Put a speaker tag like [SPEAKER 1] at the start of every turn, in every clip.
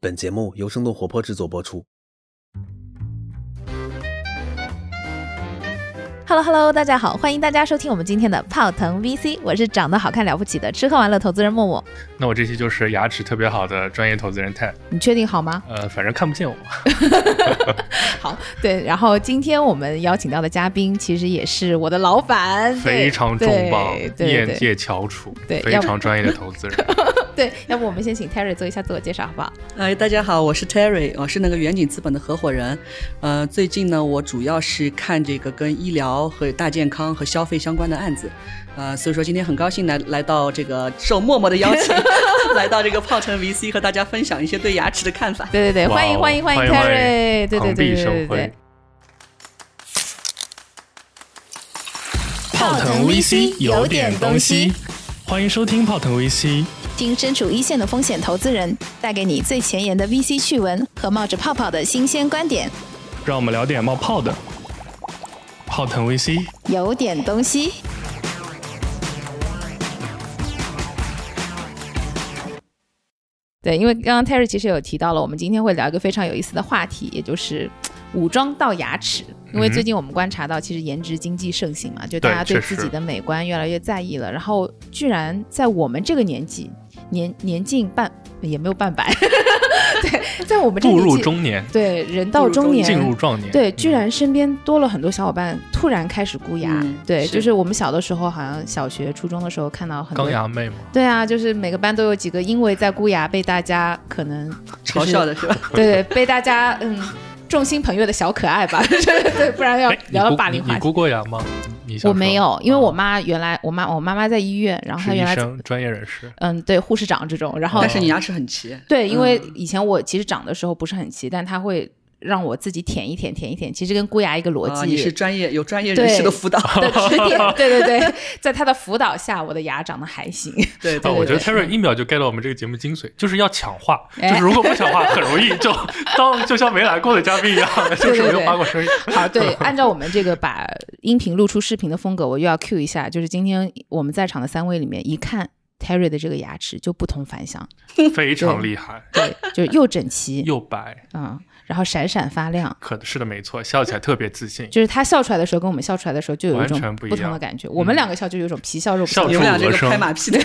[SPEAKER 1] 本节目由生动活泼制作播出。
[SPEAKER 2] Hello Hello，大家好，欢迎大家收听我们今天的泡腾 VC，我是长得好看了不起的吃喝玩乐投资人默默。
[SPEAKER 3] 那我这期就是牙齿特别好的专业投资人泰，
[SPEAKER 2] 你确定好吗？
[SPEAKER 3] 呃，反正看不见我。
[SPEAKER 2] 好，对，然后今天我们邀请到的嘉宾其实也是我的老板，
[SPEAKER 3] 非常重磅
[SPEAKER 2] 对，对
[SPEAKER 3] 业
[SPEAKER 2] 对
[SPEAKER 3] 界翘楚，
[SPEAKER 2] 对
[SPEAKER 3] 非
[SPEAKER 2] 要不
[SPEAKER 3] 常专业的投资人。
[SPEAKER 2] 对，要不我们先请 Terry 做一下自我介绍好不好？
[SPEAKER 4] 哎，大家好，我是 Terry，我是那个远景资本的合伙人。呃，最近呢，我主要是看这个跟医疗和大健康和消费相关的案子。呃，所以说今天很高兴来来到这个受默默的邀请，来到这个泡腾 VC 和大家分享一些对牙齿的看法。
[SPEAKER 2] 对对对，
[SPEAKER 3] 哇 哦
[SPEAKER 2] 欢迎欢迎欢迎
[SPEAKER 3] 欢迎
[SPEAKER 2] Terry，对对对
[SPEAKER 3] 蓬
[SPEAKER 2] 对
[SPEAKER 3] 荜
[SPEAKER 2] 对
[SPEAKER 3] 生
[SPEAKER 2] 对
[SPEAKER 3] 辉。。
[SPEAKER 5] 泡腾 VC 有点东西，
[SPEAKER 3] 欢迎收听泡腾 VC。
[SPEAKER 5] 听身处一线的风险投资人带给你最前沿的 VC 趣闻和冒着泡泡的新鲜观点，
[SPEAKER 3] 让我们聊点冒泡的。泡腾 VC，
[SPEAKER 5] 有点东西。
[SPEAKER 2] 对，因为刚刚 Terry 其实有提到了，我们今天会聊一个非常有意思的话题，也就是嘖武装到牙齿。因为最近我们观察到，其实颜值经济盛行嘛，就大
[SPEAKER 3] 嗯对
[SPEAKER 2] 家对
[SPEAKER 3] 确
[SPEAKER 2] 自
[SPEAKER 3] 实
[SPEAKER 2] 己的美观越来越在意了。然后，居然在我们这个年纪，年年近半也没有半百， 对，在我们这个
[SPEAKER 3] 步
[SPEAKER 2] 年纪，
[SPEAKER 3] 入中年，
[SPEAKER 2] 对人到
[SPEAKER 4] 步入
[SPEAKER 2] 中
[SPEAKER 4] 中
[SPEAKER 2] 年，
[SPEAKER 4] 年
[SPEAKER 3] 进入壮年，
[SPEAKER 2] 对，居然身边多了很多小伙伴突然开始箍牙。
[SPEAKER 4] 嗯
[SPEAKER 2] 对，
[SPEAKER 4] 是
[SPEAKER 2] 就是我们小的时候，好像小学、初中的时候看到很多
[SPEAKER 3] 钢牙妹嘛。
[SPEAKER 2] 对啊，就是每个班都有几个因为在箍牙被大家可能
[SPEAKER 4] 嘲笑，的是吧？
[SPEAKER 2] 就是对对，被大家嗯众星捧月的小可爱吧， 就是对，不然要
[SPEAKER 3] 哎，你
[SPEAKER 2] 聊到
[SPEAKER 3] 箍
[SPEAKER 2] 霸凌
[SPEAKER 3] 你
[SPEAKER 2] 话题。
[SPEAKER 3] 你箍过牙吗？你小
[SPEAKER 2] 我
[SPEAKER 3] 时候
[SPEAKER 2] 没有，因为我
[SPEAKER 3] 啊
[SPEAKER 2] 妈原来我妈我妈妈在医院，然后她
[SPEAKER 3] 是
[SPEAKER 2] 原
[SPEAKER 3] 医
[SPEAKER 2] 来
[SPEAKER 3] 生，哦专业人士。
[SPEAKER 2] 嗯对护士长这种，然后
[SPEAKER 4] 但是你牙齿很齐，
[SPEAKER 2] 对，因
[SPEAKER 3] 嗯
[SPEAKER 2] 为以前我其实长的时候不是很齐，但她会让我自己舔一舔舔一舔，其实跟箍牙一个逻
[SPEAKER 4] 啊、
[SPEAKER 3] 哦
[SPEAKER 2] 辑。
[SPEAKER 4] 你是专业有专业人士的辅导。
[SPEAKER 2] 对 指点，对对对，在他的辅导下，我的牙长得还行。
[SPEAKER 4] 对
[SPEAKER 3] 啊，
[SPEAKER 4] 对，
[SPEAKER 3] 我觉得
[SPEAKER 2] 对
[SPEAKER 3] Terry 一秒就 get 到我们这个节目精髓，就是要抢话，
[SPEAKER 2] 哎
[SPEAKER 3] 就是如果不抢话，很容易就当就像没来过的嘉宾一样，就是没有发过声音。
[SPEAKER 2] 好，对， 哎按照我们这个把音频录出视频的风格，我又要 Q 一下，就是今天我们在场的三位里面，一看 Terry 的这个牙齿就不同凡响，
[SPEAKER 3] 非常厉害，
[SPEAKER 2] 对，就是又整齐，
[SPEAKER 3] 又白，
[SPEAKER 2] 嗯，然后闪闪发亮。
[SPEAKER 3] 可是的没错，笑起来特别自信，
[SPEAKER 2] 就是他笑出来的时候，跟我们笑出来的时候就有一种
[SPEAKER 3] 完全不一
[SPEAKER 2] 不同的
[SPEAKER 3] 样
[SPEAKER 2] 感觉。我们两个笑就有一种皮笑肉不
[SPEAKER 3] 笑
[SPEAKER 2] 笑
[SPEAKER 3] 出
[SPEAKER 4] 你
[SPEAKER 2] 人
[SPEAKER 4] 们俩这个
[SPEAKER 3] 我生
[SPEAKER 4] 拍马屁的，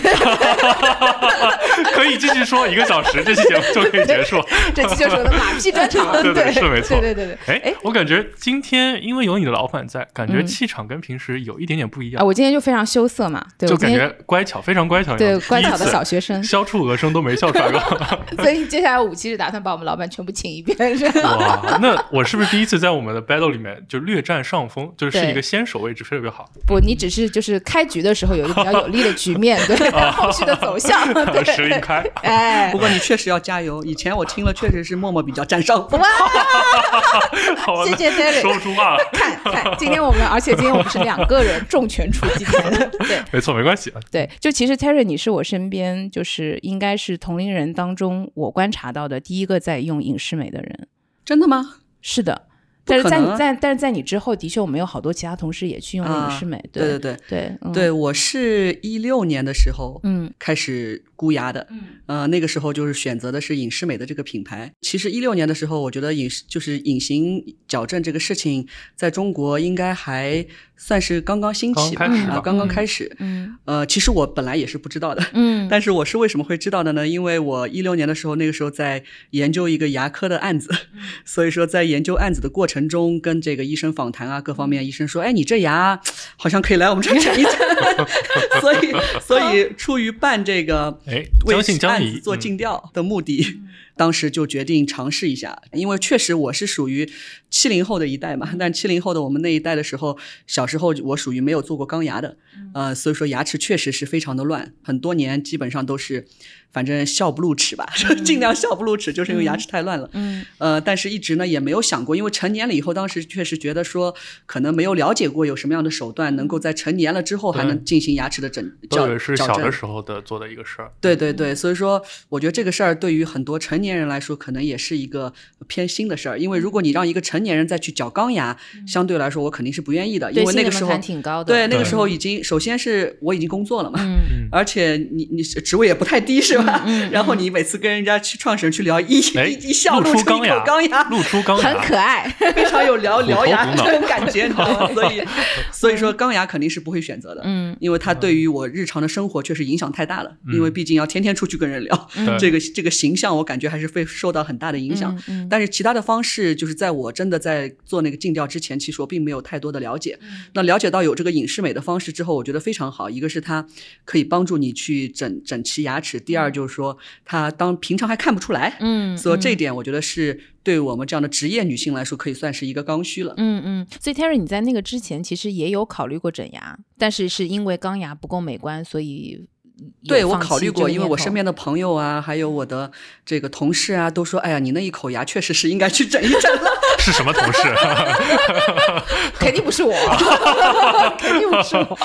[SPEAKER 3] 可以继续说一个小时，这期节目就可以结束。
[SPEAKER 2] 这期就是我的马屁专场。
[SPEAKER 3] 对对
[SPEAKER 2] 对，
[SPEAKER 3] 是没错
[SPEAKER 2] 对对对
[SPEAKER 3] 哎，我感觉今天因为有你的老板在，感觉
[SPEAKER 2] 嗯
[SPEAKER 3] 气场跟平时有一点点不一
[SPEAKER 2] 对。啊，
[SPEAKER 3] 样，
[SPEAKER 2] 我今天就非常羞涩嘛，对
[SPEAKER 3] 就
[SPEAKER 2] 我今
[SPEAKER 3] 感觉
[SPEAKER 2] 天
[SPEAKER 3] 乖巧，非常乖巧。
[SPEAKER 2] 对乖巧的小
[SPEAKER 3] 学
[SPEAKER 2] 学生，
[SPEAKER 3] 笑出鹅声都没笑出来过。
[SPEAKER 2] 所以接下来五期是打算把我们老板全部请一 遍，是 吧？
[SPEAKER 3] 哇，那我是不是第一次在我们的 battle 里面就略占上风，就是是
[SPEAKER 2] 对
[SPEAKER 3] 一个先手位置特别好？
[SPEAKER 2] 不，你只是就是开局的时候有一个比较有利的局 面，对后续的走向， 对，
[SPEAKER 3] 实力开，
[SPEAKER 2] 哦哎
[SPEAKER 4] 不，过你确实要加油。以前我听了，确实是默默比较占上 风。
[SPEAKER 3] 好，
[SPEAKER 2] 谢谢 Terry
[SPEAKER 3] 说不出话了。
[SPEAKER 2] 看看，今天我们，而且今天我们是两个人重拳出击，对
[SPEAKER 3] 没错，没关系啊。
[SPEAKER 2] 对，就其实 Terry，你是我身边就是应该是同龄人当中我观察到的第一个在用隐适美的人，
[SPEAKER 4] 真的吗？
[SPEAKER 2] 是的。但是
[SPEAKER 4] 不可
[SPEAKER 2] 在你
[SPEAKER 4] 能啊
[SPEAKER 2] 在但是在你之后，的确我们有好多其他同事也去用了隐适美，
[SPEAKER 4] 对
[SPEAKER 2] 对
[SPEAKER 4] 对对，
[SPEAKER 2] 对嗯
[SPEAKER 4] 对，我是一六年的时候，
[SPEAKER 2] 嗯，
[SPEAKER 4] 开始箍牙的，
[SPEAKER 2] 嗯，
[SPEAKER 4] 呃，那个时候就是选择的是隐适美的这个品牌。其实一六年的时候，我觉得隐就是隐形矫正这个事情，在中国应该还算是刚刚兴起吧，
[SPEAKER 3] 刚开始吧
[SPEAKER 4] 啊，刚刚开始。
[SPEAKER 2] 嗯
[SPEAKER 4] 呃，其实我本来也是不知道的，
[SPEAKER 2] 嗯
[SPEAKER 4] 但是我是为什么会知道的呢？因为我一六年的时候，那个时候在研究一个牙科的案子， 所以说在研究案子的过程中，跟这个医生访谈啊，各方面，医生说，哎，你这牙好像可以来我们这儿诊一诊， 所以所以出于办这个
[SPEAKER 3] 哎，
[SPEAKER 4] 为
[SPEAKER 3] 将信将
[SPEAKER 4] 案
[SPEAKER 3] 疑，
[SPEAKER 4] 子做
[SPEAKER 3] 嗯
[SPEAKER 4] 尽调的目的。 当时就决定尝试一下，因为确实我是属于七零后的一代嘛。但七零后的我们那一代的时候，小时候我属于没有做过钢牙的，呃，所以说牙齿确实是非常的乱，很多年基本上都是，反正笑不露齿吧， 尽量笑不露齿，就是因为牙齿太乱了。
[SPEAKER 2] 嗯
[SPEAKER 4] 呃，但是一直呢也没有想过，因为成年了以后，当时确实觉得说可能没有了解过有什么样的手段能够在成年了之后还
[SPEAKER 3] 对
[SPEAKER 4] 能进行牙齿的整
[SPEAKER 3] 都以
[SPEAKER 4] 矫
[SPEAKER 3] 为是
[SPEAKER 4] 矫
[SPEAKER 3] 小
[SPEAKER 4] 正
[SPEAKER 3] 的。时候的做的一个事儿，
[SPEAKER 4] 对对对，所以说我觉得这个事儿对于很多成年人来说，可能也是一个偏新的事儿，因为如果
[SPEAKER 2] 嗯
[SPEAKER 4] 你让一个成年人再去嚼钢牙，相对来说我肯定是不愿意的，因
[SPEAKER 2] 对
[SPEAKER 4] 为
[SPEAKER 2] 心理
[SPEAKER 4] 那个
[SPEAKER 2] 门
[SPEAKER 4] 时候
[SPEAKER 2] 槛挺高的。
[SPEAKER 4] 对那个
[SPEAKER 3] 对
[SPEAKER 4] 时候已经首先是我已经工作了嘛，
[SPEAKER 2] 嗯，
[SPEAKER 3] 嗯
[SPEAKER 4] 而且你你职位也不太低是吧？
[SPEAKER 2] 嗯嗯
[SPEAKER 4] 然后你每次跟人家去创始人去聊，一
[SPEAKER 3] 哎
[SPEAKER 4] 一一笑
[SPEAKER 3] 露
[SPEAKER 4] 露
[SPEAKER 3] 出
[SPEAKER 4] 出一口
[SPEAKER 3] 钢牙
[SPEAKER 4] 钢牙，
[SPEAKER 3] 露出钢
[SPEAKER 2] 很
[SPEAKER 3] 牙，
[SPEAKER 2] 可爱。
[SPEAKER 4] 非常有聊聊牙
[SPEAKER 3] 虎头虎脑
[SPEAKER 4] 这种感觉，你知道吗？所 以所以说钢牙肯定是不会选择的。
[SPEAKER 2] 嗯，
[SPEAKER 4] 因为它对于我日常的生活确实影响太大了，
[SPEAKER 3] 嗯
[SPEAKER 4] 因为毕竟要天天出去跟人聊，
[SPEAKER 2] 嗯
[SPEAKER 4] 这个这个形象我感觉还是会受到很大的影响。
[SPEAKER 2] 嗯，嗯
[SPEAKER 4] 但是其他的方式，就是在我真的在做那个尽调之前，其实我并没有太多的了解。
[SPEAKER 2] 嗯
[SPEAKER 4] 那了解到有这个隐适美的方式之后，我觉得非常好。一个是它可以帮助你去整整齐牙齿，第二就是说它当平常还看不出来，
[SPEAKER 2] 嗯，
[SPEAKER 4] 所以这一
[SPEAKER 2] 嗯
[SPEAKER 4] 点我觉得是对我们这样的职业女性来说，可以算是一个刚需了。
[SPEAKER 2] 嗯嗯，所以 Terry，你在那个之前其实也有考虑过整牙，但是是因为钢牙不够美观，所以也
[SPEAKER 4] 对我
[SPEAKER 2] 放
[SPEAKER 4] 考
[SPEAKER 2] 弃这
[SPEAKER 4] 虑过，
[SPEAKER 2] 个
[SPEAKER 4] 因为
[SPEAKER 2] 念
[SPEAKER 4] 我
[SPEAKER 2] 头
[SPEAKER 4] 身边的朋友啊，还有我的这个同事啊，都说，哎呀，你那一口牙确实是应该去 整一整了。
[SPEAKER 3] 是什么同 事？哎
[SPEAKER 2] 肯定不是我，肯定不是我。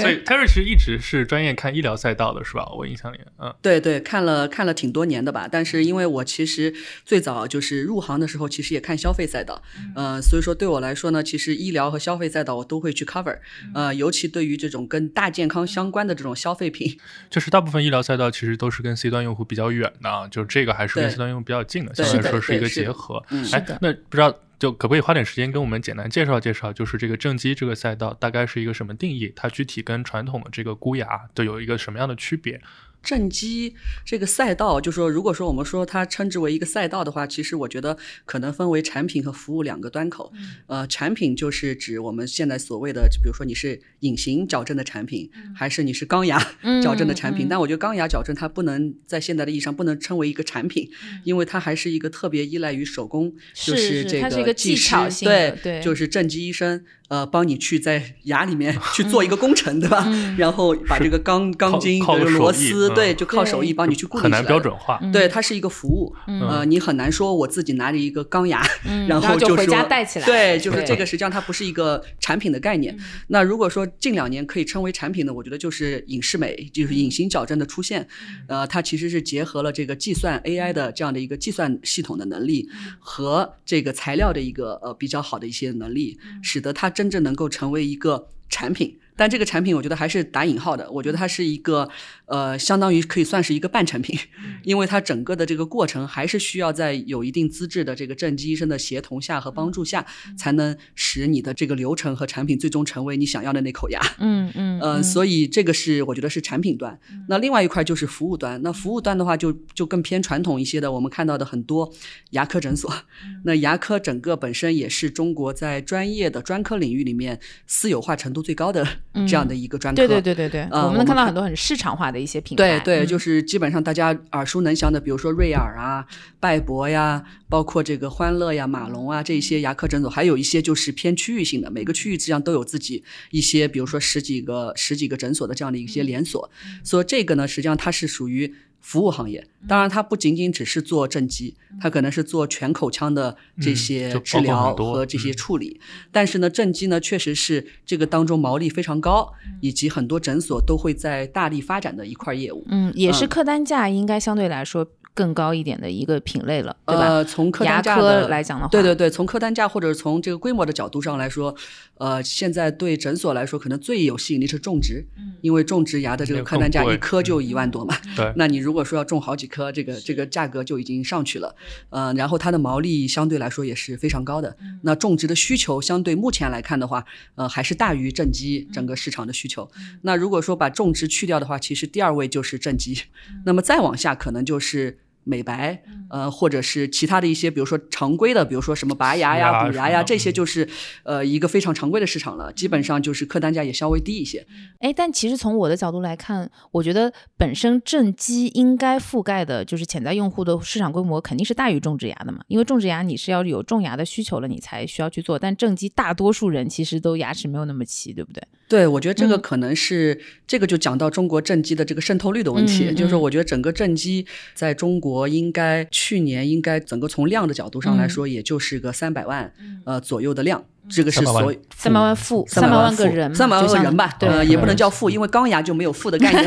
[SPEAKER 3] 所以 Terry 其实一直是专业看医疗赛道的，是吧？我印象里，嗯，
[SPEAKER 4] 对对，看了看了挺多年的吧，但是因为我其实最早就是入行的时候，其实也看消费赛道，呃，所以说对我来说呢，其实医疗和消费赛道我都会去 cover，呃，尤其对于这种跟大健康相关的这种消费品，
[SPEAKER 3] 就是大部分医疗赛道其实都是跟 C 端用户比较远的啊，就是这个还是跟
[SPEAKER 4] 对
[SPEAKER 3] C 端用户比较近的，
[SPEAKER 4] 对
[SPEAKER 3] 相对来
[SPEAKER 4] 是的
[SPEAKER 3] 说是一
[SPEAKER 4] 对
[SPEAKER 3] 个
[SPEAKER 4] 是的
[SPEAKER 3] 结合。
[SPEAKER 4] 嗯，
[SPEAKER 3] 哎
[SPEAKER 2] 的，
[SPEAKER 3] 那不知道就可不可以花点时间跟我们简单介绍介绍，就是这个正畸这个赛道大概是一个什么定义？它具体跟传统的这个箍牙都有一个什么样的区别？
[SPEAKER 4] 正畸这个赛道，就说如果说我们说它称之为一个赛道的话，其实我觉得可能分为产品和服务两个端口。呃，产品就是指我们现在所谓的，比如说你是隐形矫正的产品，还是你是钢牙
[SPEAKER 2] 嗯
[SPEAKER 4] 矫正的产品。
[SPEAKER 2] 嗯
[SPEAKER 4] 但我觉得钢牙矫正它不能在现在的意义上不能称为一个产品，因为它还是一个特别依赖于手工，就是这
[SPEAKER 2] 它嗯是一
[SPEAKER 4] 个
[SPEAKER 2] 个
[SPEAKER 4] 技
[SPEAKER 2] 技
[SPEAKER 4] 师
[SPEAKER 2] 巧性的
[SPEAKER 4] 对
[SPEAKER 2] 对
[SPEAKER 4] 就是正畸医生。呃，帮你去在牙里 面去做一个工程，对吧？
[SPEAKER 2] 嗯
[SPEAKER 4] 然后把这个钢钢
[SPEAKER 3] 靠
[SPEAKER 4] 筋、
[SPEAKER 3] 靠
[SPEAKER 4] 这个
[SPEAKER 3] 手
[SPEAKER 4] 螺
[SPEAKER 3] 艺
[SPEAKER 4] 丝，
[SPEAKER 3] 嗯
[SPEAKER 4] 对，就靠手艺
[SPEAKER 2] 对
[SPEAKER 4] 哦帮你去固定
[SPEAKER 3] 很
[SPEAKER 4] 起
[SPEAKER 3] 难
[SPEAKER 4] 来
[SPEAKER 3] 标
[SPEAKER 4] 的。
[SPEAKER 3] 准化。
[SPEAKER 4] 对，它是一个服务，
[SPEAKER 2] 嗯
[SPEAKER 4] 呃，你很难说我自己拿着一个钢牙，
[SPEAKER 2] 嗯
[SPEAKER 4] 然
[SPEAKER 2] 后
[SPEAKER 4] 就说
[SPEAKER 2] 回家戴起来。
[SPEAKER 4] 对，就是
[SPEAKER 2] 对嗯
[SPEAKER 4] 这个，实际上它不是一个产品的概念。那如果说近两年可以称为产品的，我觉得就是隐适美，就是隐形矫正的出现。
[SPEAKER 2] 嗯
[SPEAKER 4] 呃，它其实是结合了这个计算 AI 的这样的一个计算系统的能力
[SPEAKER 2] 嗯
[SPEAKER 4] 和这个材料的一个呃比较好的一些能力，
[SPEAKER 2] 嗯
[SPEAKER 4] 使得它真正能够成为一个产品。但这个产品，我觉得还是打引号的。我觉得它是一个，呃，相当于可以算是一个半成品，因为它整个的这个过程还是需要在有一定资质的这个正畸医生的协同下和帮助下，
[SPEAKER 2] 嗯
[SPEAKER 4] 才能使你的这个流程和产品最终成为你想要的那口牙。
[SPEAKER 2] 嗯 嗯
[SPEAKER 4] 呃，
[SPEAKER 2] 以
[SPEAKER 4] 所以这个是我觉得是产品端。那另外一块就是服务端。那服务端的话就，就更偏传统一些的。我们看到的很多牙科诊所，
[SPEAKER 2] 嗯
[SPEAKER 4] 那牙科整个本身也是中国在专业的专科领域里面私有化程度最高的
[SPEAKER 2] 嗯
[SPEAKER 4] 这样的一个专科。
[SPEAKER 2] 对对对对对，
[SPEAKER 4] 呃
[SPEAKER 2] 我们能
[SPEAKER 4] 我们
[SPEAKER 2] 看到
[SPEAKER 4] 看
[SPEAKER 2] 很多很市场化的一些品牌。
[SPEAKER 4] 对对，
[SPEAKER 2] 嗯
[SPEAKER 4] 就是基本上大家耳熟能详的，比如说瑞尔啊、拜博呀，包括这个欢乐呀、马龙啊这一些牙科诊所，还有一些就是偏区域性的，每个区域实际上都有自己一些，比如说十几个、十几个诊所的这样的一
[SPEAKER 2] 嗯
[SPEAKER 4] 些连锁。所以这个呢，实际上它是属于。服务行业，
[SPEAKER 2] 嗯
[SPEAKER 4] 当然它不仅仅只是做正畸，它可能是做全口腔的这
[SPEAKER 3] 嗯
[SPEAKER 4] 些
[SPEAKER 3] 就
[SPEAKER 4] 治
[SPEAKER 3] 包括
[SPEAKER 4] 疗
[SPEAKER 3] 很多
[SPEAKER 4] 和这些
[SPEAKER 3] 嗯
[SPEAKER 4] 处理。但是呢，正畸呢确实是这个当中毛利非常高，
[SPEAKER 2] 嗯
[SPEAKER 4] 以及很多诊所都会在大力发展的一块业务。
[SPEAKER 2] 嗯，也是
[SPEAKER 4] 嗯
[SPEAKER 2] 客单价应该相对来说更高一点的一个品类了，对吧？
[SPEAKER 4] 呃，从客
[SPEAKER 2] 牙
[SPEAKER 4] 单价
[SPEAKER 2] 科
[SPEAKER 4] 的
[SPEAKER 2] 来讲的话，
[SPEAKER 4] 对对对，从客单价或者从这个规模的角度上来说，呃，现在对诊所来说可能最有吸引力是种植，因为种植牙的这个
[SPEAKER 3] 那个
[SPEAKER 4] 客单价
[SPEAKER 3] 更贵
[SPEAKER 4] 一颗就一万多嘛，
[SPEAKER 3] 对，
[SPEAKER 4] 那你如果说要种好几颗，这个这个价格就已经上去了，呃，然后它的毛利相对来说也是非常高的。那种植的需求相对目前来看的话，呃，还是大于正畸整个市场的需求。那如果说把种植去掉的话，其实第二位就是正畸，那么再往下可能就是。美白，
[SPEAKER 2] 嗯
[SPEAKER 4] 呃，或者是其他的一些，比如说常规的，比如说什么拔牙
[SPEAKER 3] 是
[SPEAKER 4] 呀、
[SPEAKER 3] 啊
[SPEAKER 4] 补牙
[SPEAKER 3] 是
[SPEAKER 4] 呀，
[SPEAKER 3] 的
[SPEAKER 4] 这些就是，呃，一个非常常规的市场了。基本上就是客单价也稍微低一些。
[SPEAKER 2] 哎，但其实从我的角度来看，我觉得本身正畸应该覆盖的就是潜在用户的市场规模肯定是大于种植牙的嘛，因为种植牙你是要有种牙的需求了，你才需要去做，但正畸大多数人其实都牙齿没有那么齐，对不对？
[SPEAKER 4] 对，我觉得这个
[SPEAKER 2] 嗯
[SPEAKER 4] 可能是、这个就讲到中国正畸的这个渗透率的问题，
[SPEAKER 2] 嗯
[SPEAKER 4] 就是
[SPEAKER 2] 嗯
[SPEAKER 4] 我觉得整个正畸在中国应
[SPEAKER 2] 嗯
[SPEAKER 4] 该去年应该整个从量的角度上来说，也就是个三百万、呃左右的量。这个是
[SPEAKER 3] 300万
[SPEAKER 4] 所有
[SPEAKER 2] 三百万富
[SPEAKER 4] 三百
[SPEAKER 2] 百
[SPEAKER 4] 万
[SPEAKER 2] 万个
[SPEAKER 4] 富
[SPEAKER 2] 人嘛，
[SPEAKER 4] 三百万
[SPEAKER 2] 就
[SPEAKER 4] 个
[SPEAKER 2] 像
[SPEAKER 4] 人吧，
[SPEAKER 2] 对，
[SPEAKER 4] 呃，
[SPEAKER 2] 对
[SPEAKER 4] 也不能叫富，因为钢牙就没有富 的概念，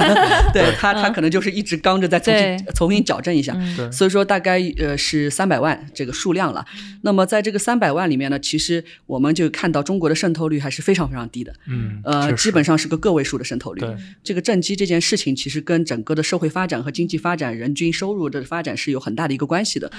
[SPEAKER 4] 对他他可能就是一直刚着再重
[SPEAKER 2] 嗯对
[SPEAKER 4] 新重新矫正一下，
[SPEAKER 2] 嗯
[SPEAKER 3] 对
[SPEAKER 4] 所以说大概呃是三百万这个数量了。
[SPEAKER 2] 嗯
[SPEAKER 4] 那么在这个三百万里面呢，其实我们就看到中国的渗透率还是非常非常低的，
[SPEAKER 3] 嗯，
[SPEAKER 4] 呃，
[SPEAKER 3] 确
[SPEAKER 4] 基本
[SPEAKER 3] 实
[SPEAKER 4] 上是个个位数的渗透率。
[SPEAKER 3] 对，
[SPEAKER 4] 这个正畸这件事情，其实跟整个的社会发展和经济发展、人均收入的发展是有很大的一个关系的。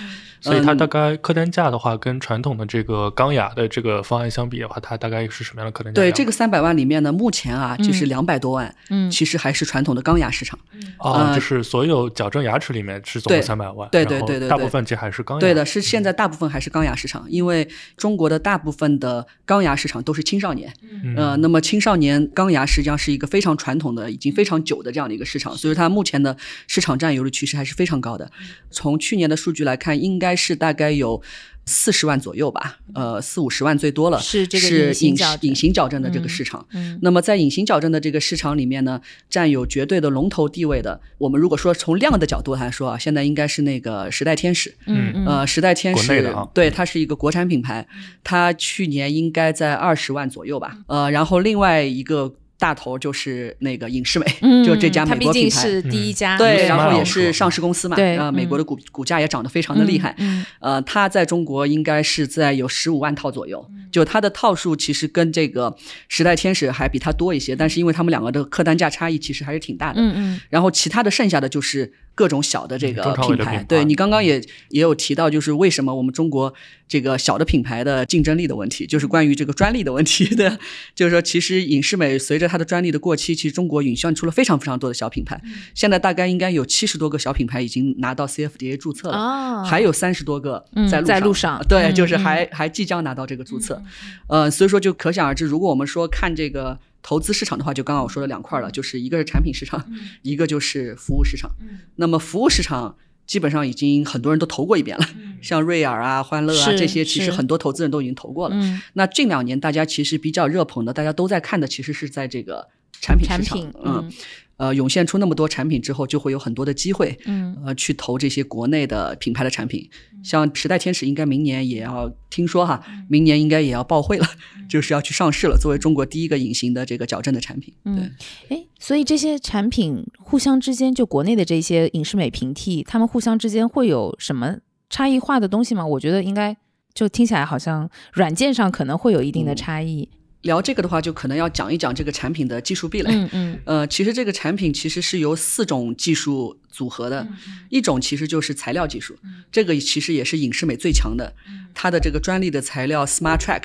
[SPEAKER 3] 所以它
[SPEAKER 4] 嗯
[SPEAKER 3] 大概客单价的话，跟传统的这个钢牙的这个方案相比的话，它大概是什么样的客单价
[SPEAKER 4] 对
[SPEAKER 3] 量？
[SPEAKER 4] 这个三百万里面呢，目前啊就是
[SPEAKER 2] 嗯
[SPEAKER 4] 两百多万，
[SPEAKER 2] 嗯
[SPEAKER 4] 其实还是传统的钢牙市场。
[SPEAKER 3] 啊，
[SPEAKER 4] 呃
[SPEAKER 3] 就是所有矫正牙齿里面是总共
[SPEAKER 4] 对
[SPEAKER 3] 三百万，
[SPEAKER 4] 对
[SPEAKER 3] 然
[SPEAKER 4] 对
[SPEAKER 3] 后
[SPEAKER 4] 对对
[SPEAKER 3] 大
[SPEAKER 4] 对
[SPEAKER 3] 部分其实还是钢牙。
[SPEAKER 4] 对的，是现在大部分还是钢牙市场，因为中国的大部分的钢牙市场都是青少年。
[SPEAKER 3] 嗯，
[SPEAKER 4] 呃，那么青少年钢牙实际上是一个非常传统的、已经非常久的这样的一个市
[SPEAKER 2] 嗯
[SPEAKER 4] 场，所以它目前的市场占有率其实还是非常高的。从去年的数据来看，应该是大概有。四十万左右吧，呃，四五十万最多了，
[SPEAKER 2] 是这个隐
[SPEAKER 4] 是
[SPEAKER 2] 形
[SPEAKER 4] 隐
[SPEAKER 2] 矫
[SPEAKER 4] 隐
[SPEAKER 2] 正
[SPEAKER 4] 形矫正的这个
[SPEAKER 2] 嗯
[SPEAKER 4] 市场。
[SPEAKER 2] 嗯
[SPEAKER 4] 那么在隐形矫正的这个市场里面呢，占有绝对的龙头地位的，我们如果说从量的角度来说啊，现在应该是那个时代天使，
[SPEAKER 2] 嗯嗯
[SPEAKER 4] 呃，时代天
[SPEAKER 3] 国内
[SPEAKER 4] 使
[SPEAKER 3] 的啊，
[SPEAKER 4] 对，它是一个国产品牌，它去年应该在二十万左右吧。
[SPEAKER 2] 嗯
[SPEAKER 4] 呃，然后另外一个大头就是那个影视美，
[SPEAKER 2] 嗯，
[SPEAKER 4] 就这家
[SPEAKER 2] 它
[SPEAKER 4] 美国
[SPEAKER 2] 毕
[SPEAKER 4] 品
[SPEAKER 2] 竟
[SPEAKER 4] 牌。
[SPEAKER 2] 是第一家，
[SPEAKER 4] 对，
[SPEAKER 3] 嗯
[SPEAKER 4] 然后也
[SPEAKER 3] Smile
[SPEAKER 4] 是上市公司嘛，
[SPEAKER 2] 对
[SPEAKER 4] 啊，美国的股股价也涨得非常的厉害，
[SPEAKER 2] 嗯
[SPEAKER 4] 呃，它在中国应该是在有十五万套左右，
[SPEAKER 2] 嗯
[SPEAKER 4] 就它的套数其实跟这个时代天使还比它多一些，但是因为他们两个的客单价差异其实还是挺大的，
[SPEAKER 2] 嗯嗯
[SPEAKER 4] 然后其他的剩下的就是各种小的这个
[SPEAKER 3] 嗯中长
[SPEAKER 4] 品
[SPEAKER 3] 尾的
[SPEAKER 4] 牌。
[SPEAKER 3] 品牌
[SPEAKER 4] 对你刚刚也也有提到，就是为什么我们中国这个小的品牌的竞争力的问题，就是关于这个专利的问题的。 就是说，其实影视美随着它的专利的过期，其实中国涌现出了非常非常多的小品牌，现在大概应该有七十多个小品牌已经拿到 CFDA 注册
[SPEAKER 2] 嗯
[SPEAKER 4] 了。
[SPEAKER 2] 啊，
[SPEAKER 4] 还有三十多个
[SPEAKER 2] 嗯
[SPEAKER 4] 在路上，呃
[SPEAKER 2] 在路上
[SPEAKER 4] 对，
[SPEAKER 2] 嗯
[SPEAKER 4] 就是
[SPEAKER 2] 嗯
[SPEAKER 4] 还、还即将拿到这个注册，呃，所以说就可想而知，如果我们说看这个投资市场的话，就刚刚我说的两块了，就是一个是产品市场，
[SPEAKER 2] 嗯
[SPEAKER 4] 一个就是服务市场。那么服务市场基本上已经很多人都投过一遍了， 像瑞尔啊、欢乐啊
[SPEAKER 2] 是
[SPEAKER 4] 这些，其实
[SPEAKER 2] 是
[SPEAKER 4] 很多投资人都已经投过了。
[SPEAKER 2] 嗯
[SPEAKER 4] 那近两年大家其实比较热捧的，大家都在看的，其实是在这个产品
[SPEAKER 2] 产
[SPEAKER 4] 市场，
[SPEAKER 2] 品，
[SPEAKER 4] 嗯，呃，涌现出那么多产品之后，就会有很多的机会，
[SPEAKER 2] 嗯
[SPEAKER 4] 呃，去投这些国内的品牌的产品，像时代天使应该明年也要听说哈，明年应该也要报会了，就是要去上市了，作为中国第一个隐形的这个矫正的产品。对
[SPEAKER 2] 嗯，哎，所以这些产品互相之间，就国内的这些影视美平替，他们互相之间会有什么差异化的东西吗？我觉得应该就听起来好像软件上可能会有一定的
[SPEAKER 4] 嗯
[SPEAKER 2] 差异。
[SPEAKER 4] 聊这个的话，就可能要讲一讲这个产品的技术壁垒。
[SPEAKER 2] 嗯嗯
[SPEAKER 4] 呃，其实这个产品其实是由四种技术组合的，
[SPEAKER 2] 嗯
[SPEAKER 4] 一种其实就是材料技术，这个其实也是影视美最强的，
[SPEAKER 2] 嗯
[SPEAKER 4] 它的这个专利的材料 Smart Track，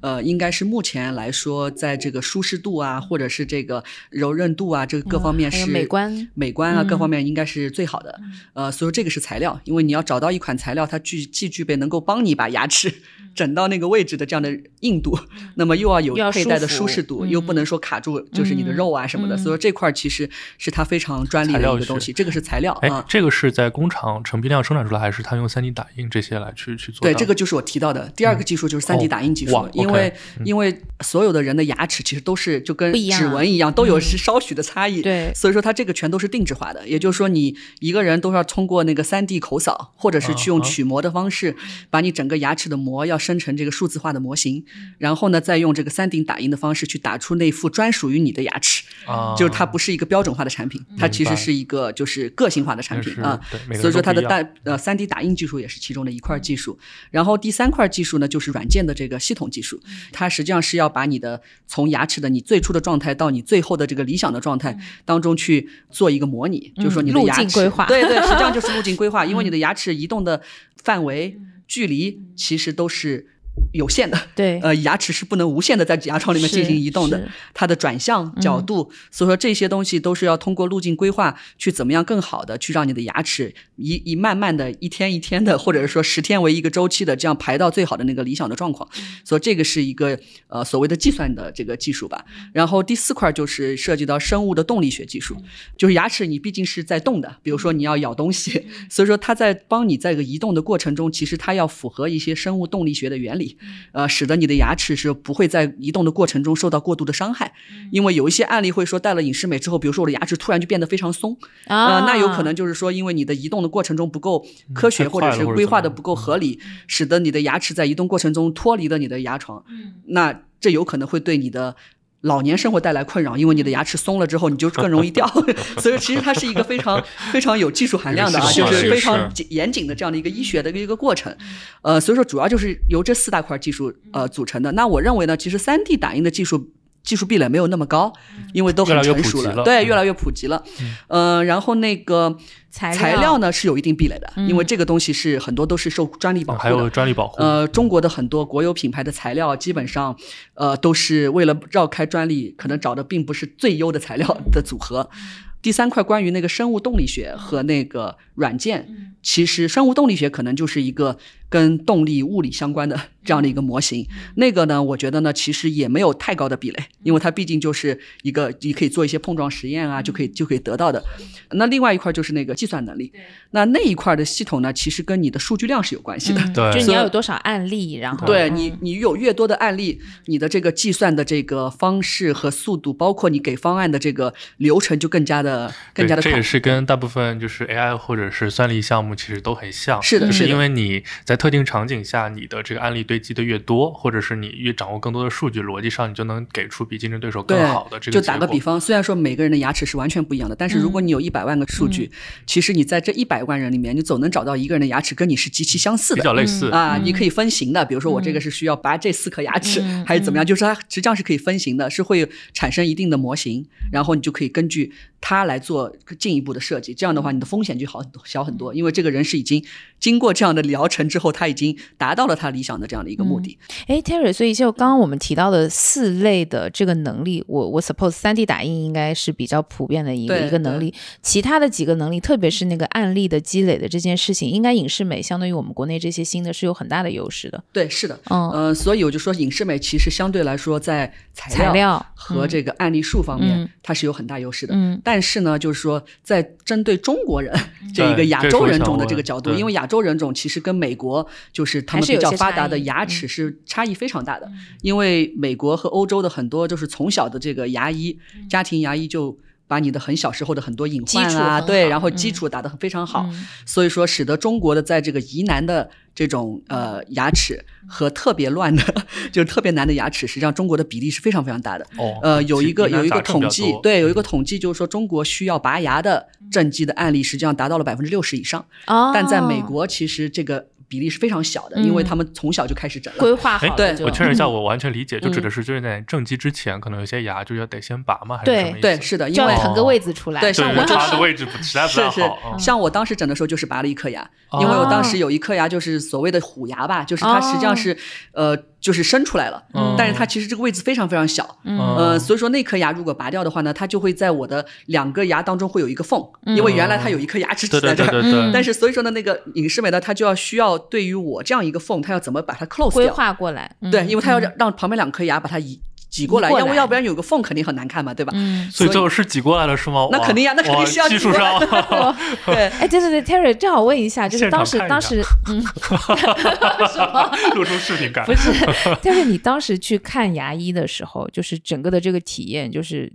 [SPEAKER 4] 呃，应该是目前来说，在这个舒适度啊，或者是这个柔韧度啊，这个各方面
[SPEAKER 2] 嗯还
[SPEAKER 4] 是
[SPEAKER 2] 有美观
[SPEAKER 4] 美观啊，各
[SPEAKER 2] 嗯
[SPEAKER 4] 方面应该是最好的。呃，所以这个是材料，因为你要找到一款材料，它具既具备能够帮你把牙齿整到那个位置的这样的硬度，那么又要有
[SPEAKER 2] 嗯又要
[SPEAKER 4] 佩
[SPEAKER 2] 舒
[SPEAKER 4] 戴的
[SPEAKER 2] 服
[SPEAKER 4] 舒适度，又不
[SPEAKER 2] 嗯
[SPEAKER 4] 能说卡住就是你的
[SPEAKER 2] 嗯
[SPEAKER 4] 肉啊什么的。
[SPEAKER 2] 嗯
[SPEAKER 4] 所以这块儿其实是它非常专利
[SPEAKER 3] 材
[SPEAKER 4] 的
[SPEAKER 3] 料
[SPEAKER 4] 一个东
[SPEAKER 3] 是
[SPEAKER 4] 西，这个是材料
[SPEAKER 3] 哎
[SPEAKER 4] 啊，。
[SPEAKER 3] 这个是在工厂成批量生产出来，还是它用 3D 打印这些来去去做到
[SPEAKER 4] 对，
[SPEAKER 3] 的？
[SPEAKER 4] 这个就是我提到的第二个技术，就是三 D
[SPEAKER 3] 哦
[SPEAKER 4] 打印技术。
[SPEAKER 3] 哇
[SPEAKER 4] 因
[SPEAKER 3] OK，嗯
[SPEAKER 4] 为、因为所有的人的牙齿其实都是就跟
[SPEAKER 2] 不一样啊
[SPEAKER 4] 指纹一样，都
[SPEAKER 3] 嗯
[SPEAKER 4] 有是稍许的差异。
[SPEAKER 2] 对
[SPEAKER 4] 所以说它这个全都是定制化的，也就是说你一个人都是要通过那个三 D 口扫，或者是去用
[SPEAKER 3] 啊啊
[SPEAKER 4] 取模的方式，把你整个牙齿的模要生成这个数字化的模型，
[SPEAKER 2] 嗯
[SPEAKER 4] 然后呢再用这个三 D 打印的方式去打出那副专属于你的牙齿。
[SPEAKER 3] 啊，
[SPEAKER 4] 就是它不是一个标准化的产品，它其实是一个就是个性化的产品
[SPEAKER 3] 就是
[SPEAKER 4] 啊
[SPEAKER 3] 对每。个人
[SPEAKER 4] 所以说它的
[SPEAKER 3] 都不一
[SPEAKER 4] 大呃三 D 打印技术也是其中的一块技术。然后第三块技术呢，就是软件的这个系统技术，
[SPEAKER 2] 嗯
[SPEAKER 4] 它实际上是要把你的从牙齿的你最初的状态到你最后的这个理想的状态当中去做一个模拟，就是说你的
[SPEAKER 2] 嗯路
[SPEAKER 4] 牙
[SPEAKER 2] 径
[SPEAKER 4] 齿
[SPEAKER 2] 规划嗯
[SPEAKER 4] 对对，实际上就是路径规划，因为你的牙齿移动的范围、距离其实都是有限的。
[SPEAKER 2] 对，
[SPEAKER 4] 呃，牙齿是不能无限的在牙床里面进行
[SPEAKER 2] 是
[SPEAKER 4] 移动的
[SPEAKER 2] 是，嗯
[SPEAKER 4] 它的转向、角度，所以说这些东西都是要通过路径规划去怎么样更好的去让你的牙齿一一慢慢的一天一天的，或者是说十天为一个周期的这样排到最好的那个理想的状况。
[SPEAKER 2] 嗯
[SPEAKER 4] 所以这个是一个呃所谓的计算的这个技术吧。然后第四块就是涉及到生物的动力学技术，就是牙齿你毕竟是在动的，比如说你要咬东西，所以说它在帮你在这个移动的过程中，其实它要符合一些生物动力学的原理。理，呃，使得你的牙齿是不会在移动的过程中受到过度的伤害。因为有一些案例会说戴了隐适美之后，比如说我的牙齿突然就变得非常松，
[SPEAKER 2] 啊、
[SPEAKER 4] 呃，那有可能就是说，因为你的移动的过程中不够科学，
[SPEAKER 3] 嗯太
[SPEAKER 4] 或
[SPEAKER 3] 快了
[SPEAKER 4] 者是
[SPEAKER 3] 或者
[SPEAKER 4] 规
[SPEAKER 3] 怎
[SPEAKER 4] 划
[SPEAKER 3] 么
[SPEAKER 4] 的
[SPEAKER 3] 样
[SPEAKER 4] 不够合理，使得你的牙齿在移动过程中脱离了你的牙床，
[SPEAKER 2] 嗯
[SPEAKER 4] 那这有可能会对你的。老年生活带来困扰，因为你的牙齿松了之后，你就更容易 掉。所以其实它是一个非常非常有技术含量的啊，
[SPEAKER 3] 是
[SPEAKER 4] 就
[SPEAKER 3] 的是
[SPEAKER 4] 是
[SPEAKER 3] 的
[SPEAKER 4] 非常
[SPEAKER 3] 是
[SPEAKER 4] 谨严谨的这样的一个医学的一个过程。
[SPEAKER 3] 嗯
[SPEAKER 4] 呃，所以说主要就是由这四大块技术呃组成的。那我认为呢，其实三 D 打印的技术技术壁垒没有那么高，因为都
[SPEAKER 3] 嗯越
[SPEAKER 4] 很
[SPEAKER 3] 来越
[SPEAKER 4] 成
[SPEAKER 3] 普
[SPEAKER 4] 熟
[SPEAKER 3] 及了
[SPEAKER 4] 对，
[SPEAKER 3] 嗯
[SPEAKER 4] 越来越普及了。呃，然后那个
[SPEAKER 2] 材
[SPEAKER 4] 材
[SPEAKER 2] 料
[SPEAKER 4] 料呢是有一定壁垒的，因为
[SPEAKER 2] 嗯
[SPEAKER 4] 这个东西是很多都是受专利保护的。
[SPEAKER 3] 还有专利保护，
[SPEAKER 4] 呃，中国的很多国有品牌的材料，啊基本上，呃，都是为了绕开专利，可能找的并不是最优的材料的组合。第三块关于那个生物动力学和那个软件，
[SPEAKER 2] 嗯
[SPEAKER 4] 其实生物动力学可能就是一个跟动力物理相关的这样的一个模型。那个呢，我觉得呢，其实也没有太高的壁垒，因为它毕竟就是一个你可以做一些碰撞实验啊，就可以就可以得到的。那另外一块就是那个计算能力，那那一块的系统呢，其实跟你的数据量是有关系的。
[SPEAKER 2] 嗯
[SPEAKER 3] 对
[SPEAKER 2] 就是
[SPEAKER 4] 所
[SPEAKER 2] 你
[SPEAKER 4] 以
[SPEAKER 2] 要有多少案例，然后
[SPEAKER 4] 对
[SPEAKER 2] 嗯
[SPEAKER 4] 你，你有越多的案例，你的这个计算的这个方式和速度，包括你给方案的这个流程，就更加的更
[SPEAKER 3] 对
[SPEAKER 4] 加的
[SPEAKER 3] 这
[SPEAKER 4] 快
[SPEAKER 3] 也。是跟大部分就是 AI 或者是算力项目其实都很像，
[SPEAKER 4] 是的
[SPEAKER 3] 就是
[SPEAKER 4] 的
[SPEAKER 3] 因为你在特定场景下，你的这个案例堆积的越多，或者是你越掌握更多的数据，逻辑上你就能给出比竞争对手更
[SPEAKER 4] 对
[SPEAKER 3] 好的这个
[SPEAKER 4] 就
[SPEAKER 3] 结
[SPEAKER 4] 打个
[SPEAKER 3] 果嗯
[SPEAKER 4] 比方，虽然说每个人的牙齿是完全不一样的，但是如果你有一百万个数据，其实你在这一百万人里面，你总能找到一个人的牙齿跟你是极其相似
[SPEAKER 3] 比较
[SPEAKER 4] 的。
[SPEAKER 3] 类似，
[SPEAKER 4] 啊，
[SPEAKER 2] 嗯
[SPEAKER 4] 你可以分型的，比如说我这个
[SPEAKER 2] 嗯
[SPEAKER 4] 是需要拔这四颗牙齿，
[SPEAKER 2] 嗯
[SPEAKER 4] 还是怎么样，就是它实际上是可以分型的，是会产生一定的模型，然后你就可以根据它来做进一步的设计。这样的话，你的风险就好很多小很多，因为这个人是已经经过这样的疗程之后，他已经达到了他理想的这样的一个目的。
[SPEAKER 2] 哎，Terry，所以就刚刚我们提到的四类的这个能力，我我 suppose 三 D 打印应该是比较普遍的一个
[SPEAKER 4] 对
[SPEAKER 2] 一个能力，其他的几个能力，特别是那个案例的积累的这件事情，应该影视美相对于我们国内这些新的是有很大的优势的。
[SPEAKER 4] 对，是的，
[SPEAKER 2] 嗯，
[SPEAKER 4] 呃，所以我就说，影视美其实相对来说在材
[SPEAKER 2] 材料
[SPEAKER 4] 和这个案例数方
[SPEAKER 2] 嗯
[SPEAKER 4] 面，它是有很大优势的。
[SPEAKER 2] 嗯
[SPEAKER 4] 但是呢，就是说，在针对中国人这一个
[SPEAKER 3] 对
[SPEAKER 4] 亚
[SPEAKER 3] 这是
[SPEAKER 4] 洲
[SPEAKER 3] 我
[SPEAKER 4] 人
[SPEAKER 3] 想
[SPEAKER 4] 种的这
[SPEAKER 3] 问
[SPEAKER 4] 个角度，
[SPEAKER 3] 对
[SPEAKER 4] 因为亚洲人种其实跟美国就是他
[SPEAKER 2] 还
[SPEAKER 4] 们
[SPEAKER 2] 是有
[SPEAKER 4] 比较
[SPEAKER 2] 些
[SPEAKER 4] 发
[SPEAKER 2] 差
[SPEAKER 4] 达的
[SPEAKER 2] 异
[SPEAKER 4] 牙
[SPEAKER 2] 嗯
[SPEAKER 4] 齿是差异非常大的，因为美国和欧洲的很多就是从小的这个牙医、家庭牙医就。把你的很小时候的很多隐
[SPEAKER 2] 嗯基
[SPEAKER 4] 患
[SPEAKER 2] 础
[SPEAKER 4] 啊，
[SPEAKER 2] 很
[SPEAKER 4] 对，
[SPEAKER 2] 好
[SPEAKER 4] 然后基
[SPEAKER 2] 嗯
[SPEAKER 4] 础打得非常好，
[SPEAKER 2] 嗯
[SPEAKER 4] 所以说使得中国的在这个疑难的这种呃牙齿和特别乱的， 就是特别难的牙齿，实际上中国的比例是非常非常大的。
[SPEAKER 3] 哦，
[SPEAKER 4] 呃，有一个
[SPEAKER 3] 疑难
[SPEAKER 4] 有一个
[SPEAKER 3] 杂症比
[SPEAKER 4] 统
[SPEAKER 3] 较
[SPEAKER 4] 计
[SPEAKER 3] 多，嗯
[SPEAKER 4] 对，有一个统计就是说，中国需要拔牙的正畸的案例，实际上达到了百分之六十以上，
[SPEAKER 2] 嗯哦，
[SPEAKER 4] 但在美国其实这个比例是非常小的，因为
[SPEAKER 2] 嗯
[SPEAKER 4] 他们从小就开始诊了。
[SPEAKER 2] 规划好
[SPEAKER 3] 哎
[SPEAKER 2] 了
[SPEAKER 4] 对
[SPEAKER 2] 就
[SPEAKER 3] 我确认一下，我完全理解，就指
[SPEAKER 2] 嗯
[SPEAKER 3] 的是就是在正畸之前，可能有些牙就要得先拔吗？还是
[SPEAKER 2] 对
[SPEAKER 3] 什么意思？
[SPEAKER 4] 对，是的，
[SPEAKER 2] 嗯就
[SPEAKER 4] 因为
[SPEAKER 2] 要腾个位子出来。
[SPEAKER 4] 对像
[SPEAKER 3] 对，
[SPEAKER 4] 我
[SPEAKER 3] 我
[SPEAKER 4] 这
[SPEAKER 3] 抓
[SPEAKER 4] 是
[SPEAKER 3] 的位置不实在不
[SPEAKER 4] 是
[SPEAKER 3] 太
[SPEAKER 4] 是
[SPEAKER 3] 好，嗯，哦
[SPEAKER 4] 像我当时诊的时候就是拔了一颗牙，因为我当时有一颗牙就是所谓的虎牙吧，就是它实际
[SPEAKER 2] 哦
[SPEAKER 4] 上是呃就是伸出来了，
[SPEAKER 3] 嗯
[SPEAKER 4] 但是它其实这个位置非常非常小，
[SPEAKER 2] 嗯
[SPEAKER 4] 呃，所以说那颗牙如果拔掉的话呢，它就会在我的两个牙当中会有一个缝，因为原来它有一颗牙齿
[SPEAKER 3] 对
[SPEAKER 4] 挤
[SPEAKER 3] 对
[SPEAKER 4] 在这
[SPEAKER 3] 对
[SPEAKER 4] 儿。
[SPEAKER 3] 对
[SPEAKER 2] 嗯
[SPEAKER 3] 对，
[SPEAKER 4] 但是所以说呢，那个隐适美呢，它就要需要对于我这样一个缝，它要怎么把它 close
[SPEAKER 2] 规
[SPEAKER 4] 掉？
[SPEAKER 2] 划过来，嗯
[SPEAKER 4] 对，因为它要
[SPEAKER 2] 嗯
[SPEAKER 4] 让让旁边两颗牙把它移挤过来，
[SPEAKER 2] 移过来
[SPEAKER 4] 要不要不然有个缝肯定很难看嘛，对吧？
[SPEAKER 2] 嗯，
[SPEAKER 3] 所以最后是挤过来了是吗？
[SPEAKER 4] 那
[SPEAKER 3] 哇
[SPEAKER 4] 肯定呀那肯定
[SPEAKER 3] 哇
[SPEAKER 4] 是要
[SPEAKER 3] 技
[SPEAKER 4] 挤
[SPEAKER 3] 术
[SPEAKER 4] 过
[SPEAKER 3] 上
[SPEAKER 4] 来， 对，
[SPEAKER 2] 哎，嗯对对对，Terry，正好问一下，就是
[SPEAKER 3] 现场
[SPEAKER 2] 当时
[SPEAKER 3] 看一
[SPEAKER 2] 当
[SPEAKER 3] 下
[SPEAKER 2] 时， 嗯， 什么？
[SPEAKER 3] 露出视频感
[SPEAKER 2] 不。 是，但是你当时去看牙医的时候，就是整个的这个体验，就是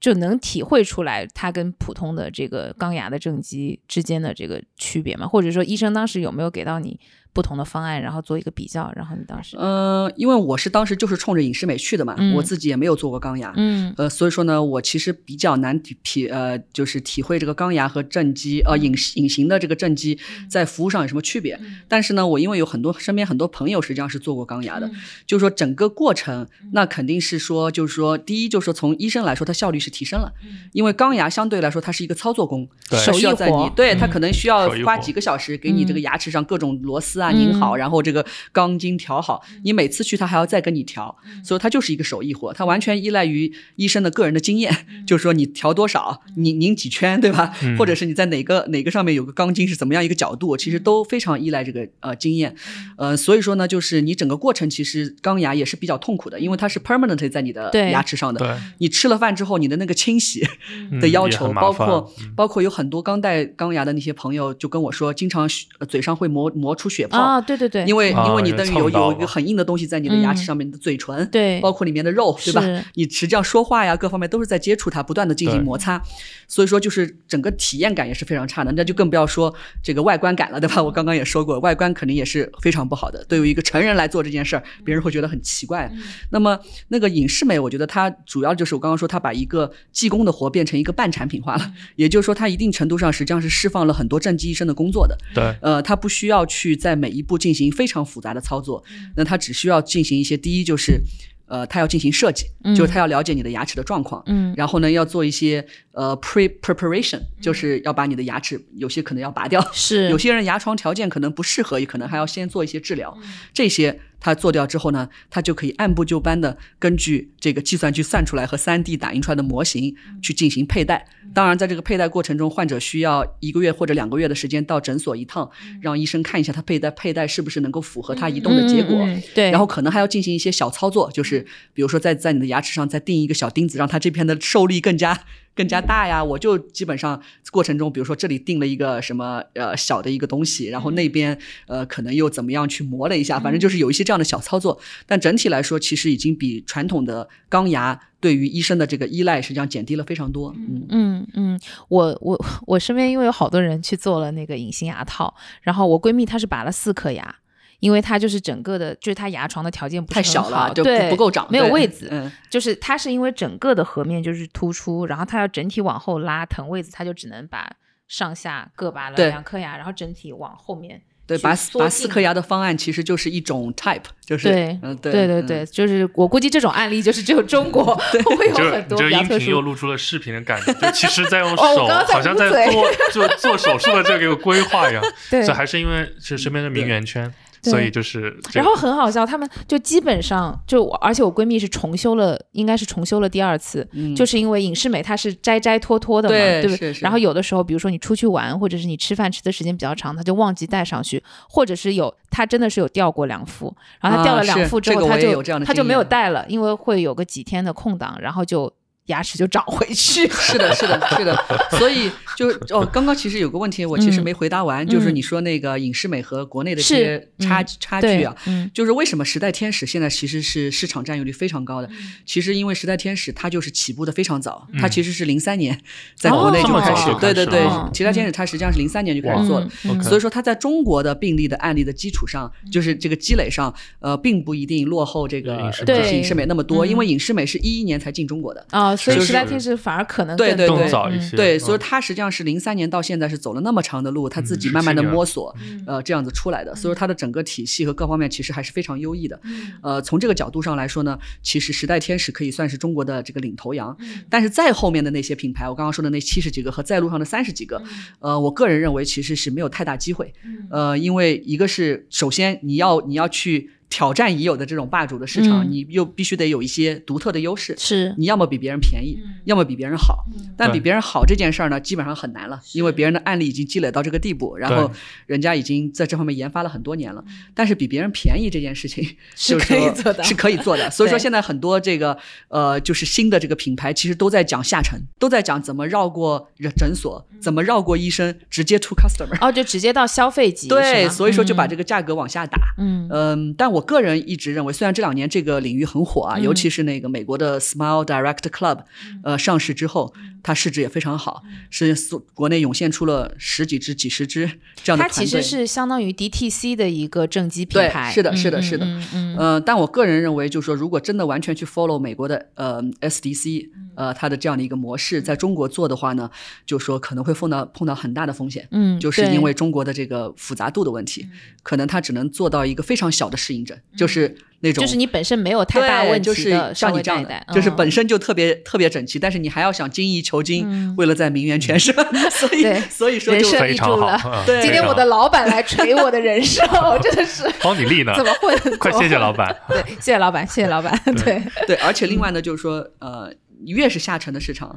[SPEAKER 2] 就能体会出来它跟普通的这个钢牙的正畸之间的这个区别吗？或者说医生当时有没有给到你不同的方案，然后做一个比较，然后你当时
[SPEAKER 4] 呃，因为我是当时就是冲着隐适美去的嘛，
[SPEAKER 2] 嗯
[SPEAKER 4] 我自己也没有做过钢牙，
[SPEAKER 2] 嗯
[SPEAKER 4] 呃，所以说呢，我其实比较难体体呃，就是体会这个钢牙和正畸呃
[SPEAKER 2] 嗯
[SPEAKER 4] 隐隐形的这个正畸在服务上有什么区别。但是呢，我因为有很多身边很多朋友实际上是做过钢牙的，就是说整个过程，
[SPEAKER 2] 嗯
[SPEAKER 4] 那肯定是说，就是说第一就是说从医生来说，它效率是提升了，
[SPEAKER 3] 嗯
[SPEAKER 4] 因为钢牙相对来说它是一个操作工，
[SPEAKER 3] 对
[SPEAKER 4] 它需要在
[SPEAKER 2] 手艺
[SPEAKER 4] 你
[SPEAKER 2] 活
[SPEAKER 4] 对它可能需要
[SPEAKER 3] 手艺
[SPEAKER 4] 花
[SPEAKER 3] 活
[SPEAKER 4] 几个小时给你这个
[SPEAKER 2] 嗯
[SPEAKER 4] 牙齿上各种螺丝啊拧好，
[SPEAKER 2] 嗯
[SPEAKER 4] 然后这个钢筋调好，你每次去它还要再跟你调。所以它就是一个手艺活，它完全依赖于医生的个人的经验， 就是说你调多少，拧拧几圈，对吧？
[SPEAKER 3] 嗯
[SPEAKER 4] 或者是你在哪个哪个上面有个钢筋是怎么样一个角度，其实
[SPEAKER 2] 嗯
[SPEAKER 4] 都非常依赖这个呃经验，呃，所以说呢，就是你整个过程其实钢牙也是比较痛苦的，因为它是 permanently 在你的
[SPEAKER 2] 嗯对
[SPEAKER 4] 牙齿上的，
[SPEAKER 3] 对
[SPEAKER 4] 你吃了饭之后，你的那个清洗
[SPEAKER 3] 嗯
[SPEAKER 4] 的要
[SPEAKER 3] 也
[SPEAKER 4] 求，
[SPEAKER 3] 很麻
[SPEAKER 4] 包
[SPEAKER 3] 烦
[SPEAKER 4] 括
[SPEAKER 3] 嗯
[SPEAKER 4] 包括有很多刚戴钢牙的那些朋友就跟我说，经常呃嘴上会磨磨出血泡，
[SPEAKER 2] 啊，对对嗯对，
[SPEAKER 4] 因为、
[SPEAKER 3] 啊
[SPEAKER 4] 因为你等于
[SPEAKER 3] 有
[SPEAKER 4] 有
[SPEAKER 3] 蹭到
[SPEAKER 4] 有一个很硬的东西在你的牙齿上面，你的嘴唇，
[SPEAKER 2] 对
[SPEAKER 4] 包括里面的肉，对吧
[SPEAKER 2] 是？
[SPEAKER 4] 你实际上说话呀，各方面都是在接触它，不断的进行
[SPEAKER 3] 对
[SPEAKER 4] 摩擦，所以说就是整个体验感也是非常差的。那就更不要说这个外观感了，对
[SPEAKER 2] 嗯
[SPEAKER 4] 吧？我刚刚也说过，外观肯定也是非常不好的。对于一个成人来做这件事儿，别人会觉得很奇怪。
[SPEAKER 2] 嗯
[SPEAKER 4] 那么那个影视美，我觉得它主要就是我刚刚说，它把一个技工的活变成一个半产品化
[SPEAKER 2] 嗯
[SPEAKER 4] 了，也就是说，它一定程度上实际上是释放了很多正畸医生的工作的。
[SPEAKER 3] 对，
[SPEAKER 4] 呃，它不需要去在每一步进行非常复杂的操作，
[SPEAKER 2] 嗯
[SPEAKER 4] 那它只需要进行一些，第一就是，呃，它要进行设计，
[SPEAKER 2] 嗯
[SPEAKER 4] 就是它要了解你的牙齿的状况。
[SPEAKER 2] 嗯
[SPEAKER 4] 然后呢，要做一些呃 pre preparation，就是要把你的牙齿有些可能要拔掉，
[SPEAKER 2] 是
[SPEAKER 4] 有些人牙床条件可能不适合，也可能还要先做一些治疗。这些他做掉之后呢，他就可以按部就班的根据这个计算机算出来和 3D 打印出来的模型
[SPEAKER 2] 嗯
[SPEAKER 4] 去进行佩戴。当然，在这个佩戴过程中，患者需要一个月或者两个月的时间到诊所一趟，让医生看一下他佩戴佩戴是不是能够符合他移动的结果。
[SPEAKER 2] 嗯嗯嗯嗯对，
[SPEAKER 4] 然后可能还要进行一些小操作，就是比如说在在你的牙齿上再钉一个小钉子，让它这边的受力更加 更加大
[SPEAKER 2] 嗯
[SPEAKER 4] 呀。我就基本上过程中，比如说这里钉了一个什么呃小的一个东西，然后那边
[SPEAKER 2] 嗯
[SPEAKER 4] 呃可能又怎么样去磨了一下，反正就是有一些这样的小操作。但整体来说，其实已经比传统的钢牙对于医生的这个依赖实际上减低了非常多。嗯，
[SPEAKER 2] 嗯嗯，我我我身边因为有好多人去做了那个隐形牙套，然后我闺蜜她是拔了四颗牙，因为她就是整个的，就是她牙床的条件不是
[SPEAKER 4] 太
[SPEAKER 2] 很
[SPEAKER 4] 小了
[SPEAKER 2] 好
[SPEAKER 4] 就不
[SPEAKER 2] 对
[SPEAKER 4] 不够长
[SPEAKER 2] 没有
[SPEAKER 4] 对
[SPEAKER 2] 位子，
[SPEAKER 4] 嗯
[SPEAKER 2] 就是她是因为整个的颌面就是突出，然后她要整体往后拉腾位子，她就只能把上下各拔了
[SPEAKER 4] 对
[SPEAKER 2] 两颗牙，然后整体往后面
[SPEAKER 4] 对，
[SPEAKER 2] 去
[SPEAKER 4] 拔
[SPEAKER 2] 缩
[SPEAKER 4] 拔
[SPEAKER 2] 进
[SPEAKER 4] 四颗牙的方案其实就是一种 type，就是
[SPEAKER 2] 对，
[SPEAKER 4] 嗯
[SPEAKER 2] 对
[SPEAKER 4] 对
[SPEAKER 2] 对
[SPEAKER 4] 嗯
[SPEAKER 2] 对就是我估计这种案例就是只有中 国会有
[SPEAKER 3] 这
[SPEAKER 2] 很
[SPEAKER 3] 你
[SPEAKER 2] 多
[SPEAKER 3] 这
[SPEAKER 2] 比
[SPEAKER 3] 个
[SPEAKER 2] 较
[SPEAKER 3] 音
[SPEAKER 2] 特
[SPEAKER 3] 频又
[SPEAKER 2] 殊。
[SPEAKER 3] 露出了视频的感觉，就其实在用
[SPEAKER 2] 哦
[SPEAKER 3] 手
[SPEAKER 2] 我刚，才
[SPEAKER 3] 好像
[SPEAKER 2] 捂
[SPEAKER 3] 在
[SPEAKER 2] 嘴
[SPEAKER 3] 做做做手术的这个规划一样。
[SPEAKER 2] 对
[SPEAKER 3] 所以还是因为是身边的名媛圈，
[SPEAKER 2] 对
[SPEAKER 3] 所以就是这
[SPEAKER 2] 然
[SPEAKER 3] 个
[SPEAKER 2] 后很好笑，他们就基本上就我，而且我闺蜜是重修了，应该是重修了第二次，
[SPEAKER 4] 嗯
[SPEAKER 2] 就是因为影视美它是摘摘脱脱的嘛，
[SPEAKER 4] 对
[SPEAKER 2] 对不对
[SPEAKER 4] 是？是
[SPEAKER 2] 然后有的时候，比如说你出去玩，或者是你吃饭吃的时间比较长，她就忘记带上去，或者是有她真的是有掉过两副，然后她
[SPEAKER 4] 啊
[SPEAKER 2] 掉了两
[SPEAKER 4] 是
[SPEAKER 2] 副之
[SPEAKER 4] 这
[SPEAKER 2] 后，
[SPEAKER 4] 个
[SPEAKER 2] 她
[SPEAKER 4] 我也
[SPEAKER 2] 就
[SPEAKER 4] 有这样的
[SPEAKER 2] 她就
[SPEAKER 4] 经
[SPEAKER 2] 没有
[SPEAKER 4] 验
[SPEAKER 2] 带了，因为会有个几天的空档，然后就牙齿就长回去。
[SPEAKER 4] 是的，是的，是的，所以就是哦，刚刚其实有个问题，我其实
[SPEAKER 2] 嗯
[SPEAKER 4] 没回答完，就是
[SPEAKER 2] 嗯
[SPEAKER 4] 你说那个影视美和国内的这
[SPEAKER 2] 是
[SPEAKER 4] 些差、
[SPEAKER 2] 嗯
[SPEAKER 4] 差距
[SPEAKER 2] 对
[SPEAKER 4] 啊，，
[SPEAKER 2] 嗯
[SPEAKER 4] 就是为什么时代天使现在其实是市场占有率非常高的？
[SPEAKER 2] 嗯
[SPEAKER 4] 其实因为时代天使它就是起步的非常早，它
[SPEAKER 3] 嗯
[SPEAKER 4] 其实是零三年在国内就
[SPEAKER 2] 哦
[SPEAKER 4] 开始，
[SPEAKER 2] 这么早就
[SPEAKER 4] 对对
[SPEAKER 3] 开始
[SPEAKER 4] 对
[SPEAKER 2] 了，
[SPEAKER 4] 时代天使它实际上是零三年就开始做了。
[SPEAKER 2] 嗯嗯
[SPEAKER 4] 所以说，它在中国的病例的案例的基础上，就是这个积累上，呃，并不一定落后这个
[SPEAKER 3] 影视
[SPEAKER 2] 美
[SPEAKER 4] 就是影视美那么多，
[SPEAKER 2] 对嗯
[SPEAKER 4] 因为影视美是一一年才进中国的，
[SPEAKER 2] 啊，所以
[SPEAKER 4] 就
[SPEAKER 2] 时代
[SPEAKER 3] 是
[SPEAKER 2] 天使反而可能
[SPEAKER 4] 对
[SPEAKER 2] 更
[SPEAKER 4] 对
[SPEAKER 2] 多
[SPEAKER 4] 对
[SPEAKER 3] 更早一
[SPEAKER 2] 嗯
[SPEAKER 3] 些。
[SPEAKER 4] 对，所以
[SPEAKER 3] 嗯
[SPEAKER 4] 他实际上是零三年到现在是走了那么长的路，他自己
[SPEAKER 3] 嗯
[SPEAKER 4] 慢慢的
[SPEAKER 3] 17年嗯
[SPEAKER 4] 摸索，呃，这样子出来的。
[SPEAKER 2] 嗯
[SPEAKER 4] 所以说他的整个体系和各方面其实还是非常优异的。呃，从这个角度上来说呢，其实时代天使可以算是中国的这个领头羊。但是再后面的那些品牌，我刚刚说的那七十几个和在路上的三十几个，
[SPEAKER 2] 嗯
[SPEAKER 4] 呃，我个人认为其实是没有太大机会。呃，因为一个是首先你要你要去挑战已有的这种霸主的市场，
[SPEAKER 2] 嗯
[SPEAKER 4] 你又必须得有一些独特的优势。
[SPEAKER 2] 是嗯
[SPEAKER 4] 你要么比别人便宜，要么比别人好。但比
[SPEAKER 3] 对
[SPEAKER 4] 别人好这件事儿呢，基本上很难了，因为别人的案例已经积累到这个地步，然后人家已经在这方面研发了很多年了。但是比别人便宜这件事情
[SPEAKER 2] 嗯是
[SPEAKER 4] 就是
[SPEAKER 2] 可以
[SPEAKER 4] 说
[SPEAKER 2] 做到
[SPEAKER 4] 是可以做的。所以说
[SPEAKER 2] 对
[SPEAKER 4] 现在很多这个呃，就是新的这个品牌，其实都在讲下沉，都在讲怎么绕过人诊所，怎么绕过医生，直接 to customer。
[SPEAKER 2] 嗯哦，就直接到消费级，
[SPEAKER 4] 对，所以说就把这
[SPEAKER 2] 个，
[SPEAKER 4] 个价格往下打。
[SPEAKER 2] 嗯
[SPEAKER 4] 嗯，但我个人一直认为，虽然这两年这个领域很火啊，
[SPEAKER 2] 嗯
[SPEAKER 4] 尤其是那个美国的 Smile Direct Club，呃，上市之后，
[SPEAKER 2] 嗯
[SPEAKER 4] 它市值也非常好，是所国内涌现出了十几只、几十只这样的
[SPEAKER 2] 它
[SPEAKER 4] 团队。
[SPEAKER 2] 其实是相当于 DTC 的一个正畸品
[SPEAKER 4] 对
[SPEAKER 2] 牌，
[SPEAKER 4] 是的
[SPEAKER 2] 嗯
[SPEAKER 4] 是的
[SPEAKER 2] 嗯
[SPEAKER 4] 是的
[SPEAKER 2] 嗯嗯
[SPEAKER 4] 呃，但我个人认为，就是说，如果真的完全去 follow 美国的呃 SDC，呃，
[SPEAKER 2] 嗯
[SPEAKER 4] 它的这样的一个模式，在中国做的话呢，就说可能会碰到碰到很大的风险。
[SPEAKER 2] 嗯，
[SPEAKER 4] 就是因
[SPEAKER 2] 对嗯
[SPEAKER 4] 为中国的这个复杂度的问题，可能它只能做到一个非常小的适应症，就是那种
[SPEAKER 2] 就是你本身没有太大
[SPEAKER 4] 对
[SPEAKER 2] 问
[SPEAKER 4] 就
[SPEAKER 2] 题
[SPEAKER 4] 是
[SPEAKER 2] 的，稍
[SPEAKER 4] 像
[SPEAKER 2] 微
[SPEAKER 4] 你这
[SPEAKER 2] 带
[SPEAKER 4] 样
[SPEAKER 2] 一
[SPEAKER 4] 的
[SPEAKER 2] 带，，
[SPEAKER 4] 就是
[SPEAKER 2] 嗯
[SPEAKER 4] 本身就特别特别整齐，但是你还要想精益求精，
[SPEAKER 2] 嗯
[SPEAKER 4] 为了在名媛圈上， 所以
[SPEAKER 2] 对
[SPEAKER 4] 所以说
[SPEAKER 2] 人
[SPEAKER 4] 就
[SPEAKER 2] 设
[SPEAKER 3] 非常
[SPEAKER 2] 立住
[SPEAKER 3] 好。嗯
[SPEAKER 4] 对啊
[SPEAKER 2] 今天我的老板来锤我的人设，我真的是
[SPEAKER 3] 帮你立呢，
[SPEAKER 2] 怎么 混？
[SPEAKER 3] 啊快
[SPEAKER 2] 怎么
[SPEAKER 3] 谢谢
[SPEAKER 2] 混
[SPEAKER 3] 老 板。
[SPEAKER 2] 对，谢谢老板，谢谢老板，对，
[SPEAKER 4] 对，而且另外呢，就是说，呃，越是下沉的市场，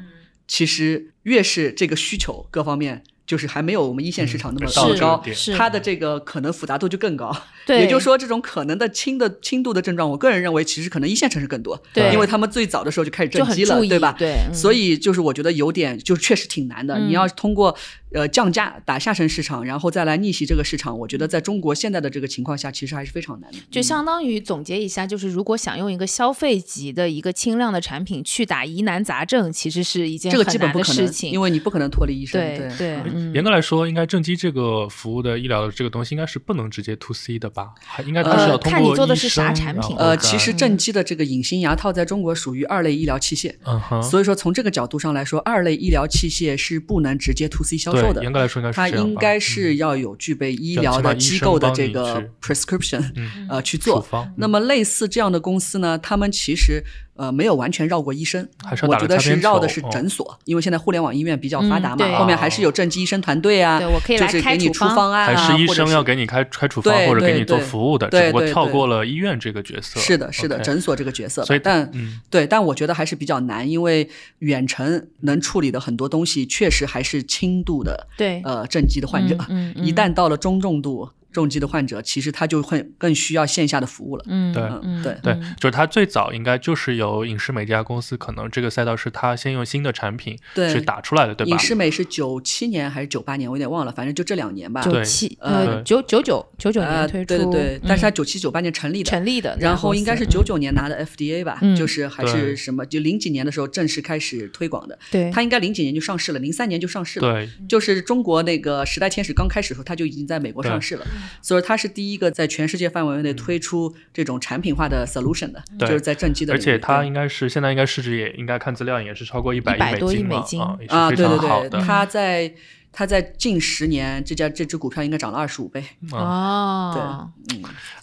[SPEAKER 4] 其实越是这个需求各方面。就是还没有我们一线市场那么
[SPEAKER 3] 嗯
[SPEAKER 2] 到这
[SPEAKER 4] 高
[SPEAKER 2] 个点，是
[SPEAKER 4] 它的这个可能复杂度就更高。
[SPEAKER 2] 对
[SPEAKER 4] 也就是说，这种可能的轻的轻度的症状，我个人认为其实可能一线城市更多，
[SPEAKER 2] 对
[SPEAKER 4] 因为他们最早的时候就开始
[SPEAKER 2] 就
[SPEAKER 4] 震
[SPEAKER 2] 很
[SPEAKER 4] 机了
[SPEAKER 2] 注，意，
[SPEAKER 4] 对吧？
[SPEAKER 2] 对，嗯
[SPEAKER 4] 所
[SPEAKER 2] 以
[SPEAKER 4] 以就是我觉得有点，就确实挺难的。你要通过呃降价打下沉市场，然后再来逆袭这个市场，我觉得在中国现在的这个情况下，其实还是非常难的。
[SPEAKER 2] 就相当于总结一下，就是如果想用一个消费级的一个轻量的产品去打疑难杂症，其实是一件
[SPEAKER 4] 嗯这个基
[SPEAKER 2] 很
[SPEAKER 4] 本
[SPEAKER 2] 难
[SPEAKER 4] 不
[SPEAKER 2] 的
[SPEAKER 4] 可
[SPEAKER 2] 事
[SPEAKER 4] 能，
[SPEAKER 2] 情。
[SPEAKER 4] 因为你不可能脱离医生。
[SPEAKER 2] 对
[SPEAKER 4] 对
[SPEAKER 2] 对，嗯
[SPEAKER 3] 严格来说，应该正畸这个服务的医疗的这个东西，应该是不能直接 to C 的吧？还应该它是要
[SPEAKER 2] 呃
[SPEAKER 3] 通
[SPEAKER 2] 看你
[SPEAKER 3] 过
[SPEAKER 2] 做的
[SPEAKER 3] 医
[SPEAKER 2] 是啥
[SPEAKER 3] 生
[SPEAKER 2] 产
[SPEAKER 3] 然
[SPEAKER 2] 品
[SPEAKER 3] 后
[SPEAKER 4] 呃，
[SPEAKER 3] 再
[SPEAKER 4] 其实正畸的这个隐形牙套在中国属于二类医疗器械，
[SPEAKER 3] 嗯哼，
[SPEAKER 4] 所以说从这个角度上来说，二类医疗器械是不能直接 to C 销售
[SPEAKER 3] 对，
[SPEAKER 4] 的
[SPEAKER 3] 严。格来说应该是
[SPEAKER 4] 它
[SPEAKER 3] 这样
[SPEAKER 4] 应
[SPEAKER 3] 吧
[SPEAKER 4] 该
[SPEAKER 3] 嗯
[SPEAKER 4] 是要有具备医
[SPEAKER 3] 要
[SPEAKER 4] 疗
[SPEAKER 3] 起码
[SPEAKER 4] 的
[SPEAKER 3] 医
[SPEAKER 4] 机
[SPEAKER 3] 生
[SPEAKER 4] 构的
[SPEAKER 3] 帮
[SPEAKER 4] 这
[SPEAKER 3] 你
[SPEAKER 4] 个
[SPEAKER 3] 去
[SPEAKER 4] prescription，
[SPEAKER 3] 嗯
[SPEAKER 4] 呃去
[SPEAKER 3] 处
[SPEAKER 4] 做。
[SPEAKER 3] 方。
[SPEAKER 4] 那么类似这样的公司呢，他们其实呃没有完全绕过医生，
[SPEAKER 3] 还是要
[SPEAKER 4] 我
[SPEAKER 3] 打
[SPEAKER 4] 觉
[SPEAKER 3] 着
[SPEAKER 4] 得
[SPEAKER 3] 擦
[SPEAKER 4] 是
[SPEAKER 3] 边
[SPEAKER 4] 绕的
[SPEAKER 3] 球
[SPEAKER 4] 是
[SPEAKER 3] 哦
[SPEAKER 4] 诊所，因为现在互联网医院比较发达
[SPEAKER 2] 嗯
[SPEAKER 4] 嘛，
[SPEAKER 2] 对
[SPEAKER 4] 后面还是有正畸医生团队啊，
[SPEAKER 2] 对我可以
[SPEAKER 4] 就
[SPEAKER 2] 来
[SPEAKER 4] 是
[SPEAKER 2] 开
[SPEAKER 4] 给你
[SPEAKER 2] 处
[SPEAKER 4] 出
[SPEAKER 2] 方
[SPEAKER 4] 方案
[SPEAKER 3] 还
[SPEAKER 4] 啊，
[SPEAKER 3] 是医
[SPEAKER 4] 或者
[SPEAKER 3] 生要给你开开处方
[SPEAKER 4] 对
[SPEAKER 3] 或者给
[SPEAKER 4] 对
[SPEAKER 3] 你做
[SPEAKER 4] 对
[SPEAKER 3] 服务的，
[SPEAKER 4] 对
[SPEAKER 3] 只不过
[SPEAKER 4] 对
[SPEAKER 3] 跳
[SPEAKER 4] 对
[SPEAKER 3] 过了医院这个角色。
[SPEAKER 4] 是的，是的，
[SPEAKER 3] OK
[SPEAKER 4] 诊所这个角色吧，
[SPEAKER 3] 所以
[SPEAKER 4] 但
[SPEAKER 3] 嗯
[SPEAKER 4] 对，但我觉得还是比较难，因为远程能处理的很多东西，确实还是轻度的
[SPEAKER 2] 对，
[SPEAKER 4] 呃正畸的患者，
[SPEAKER 2] 嗯嗯
[SPEAKER 4] 一
[SPEAKER 2] 嗯
[SPEAKER 4] 旦到了中重度重疾的患者，其实他就会更需要线下的服务了。
[SPEAKER 2] 嗯
[SPEAKER 3] 对
[SPEAKER 2] 嗯
[SPEAKER 4] 对
[SPEAKER 3] 对
[SPEAKER 2] 嗯，
[SPEAKER 3] 就是它最早应该就是由影视美这家公司，可能这个赛道是它先用新的产品
[SPEAKER 4] 对
[SPEAKER 3] 去打出来的，对吧
[SPEAKER 4] 影？视美是九七年还是九八年，我有点忘了，反正就这两年吧。
[SPEAKER 2] 九
[SPEAKER 3] 对
[SPEAKER 2] 七
[SPEAKER 4] 呃
[SPEAKER 2] 呃九九九九九
[SPEAKER 4] 呃，
[SPEAKER 2] 年推
[SPEAKER 4] 对
[SPEAKER 2] 出，
[SPEAKER 4] 对对，但是它
[SPEAKER 2] 它
[SPEAKER 4] 九七九八年成立的。
[SPEAKER 2] 成立的，
[SPEAKER 4] 然后应该是
[SPEAKER 2] 这家
[SPEAKER 4] 九
[SPEAKER 2] 公司
[SPEAKER 4] 九年拿的 FDA 吧，
[SPEAKER 2] 嗯
[SPEAKER 4] 就是还是
[SPEAKER 3] 对
[SPEAKER 4] 什么，就零几年的时候正式开始推广的。
[SPEAKER 2] 嗯对
[SPEAKER 4] 它应该零几年就上市了，零三年就上市了。
[SPEAKER 3] 对，
[SPEAKER 4] 就是中国那个时代天使刚开始的时候，它就已经在美国上市了，所以它是第一个在全世界范围内推出这种产品化的 solution 的，
[SPEAKER 3] 嗯
[SPEAKER 4] 就
[SPEAKER 3] 对
[SPEAKER 4] 是在正畸的
[SPEAKER 3] 而
[SPEAKER 4] 领域。
[SPEAKER 3] 且它
[SPEAKER 4] 对
[SPEAKER 3] 应该是现在应该市值也应该看资料也是超过一百
[SPEAKER 2] 100多亿
[SPEAKER 3] 金
[SPEAKER 2] 美
[SPEAKER 3] 了
[SPEAKER 2] 金
[SPEAKER 3] 啊，也
[SPEAKER 4] 啊，
[SPEAKER 3] 是非
[SPEAKER 4] 对
[SPEAKER 3] 常
[SPEAKER 4] 对
[SPEAKER 3] 好
[SPEAKER 4] 对，
[SPEAKER 3] 的。
[SPEAKER 4] 它在它在近十年，这家这只股票应该涨了二十五倍。嗯
[SPEAKER 3] 啊，
[SPEAKER 2] 哦，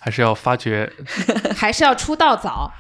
[SPEAKER 3] 还是要发掘，
[SPEAKER 2] 还是要出道早，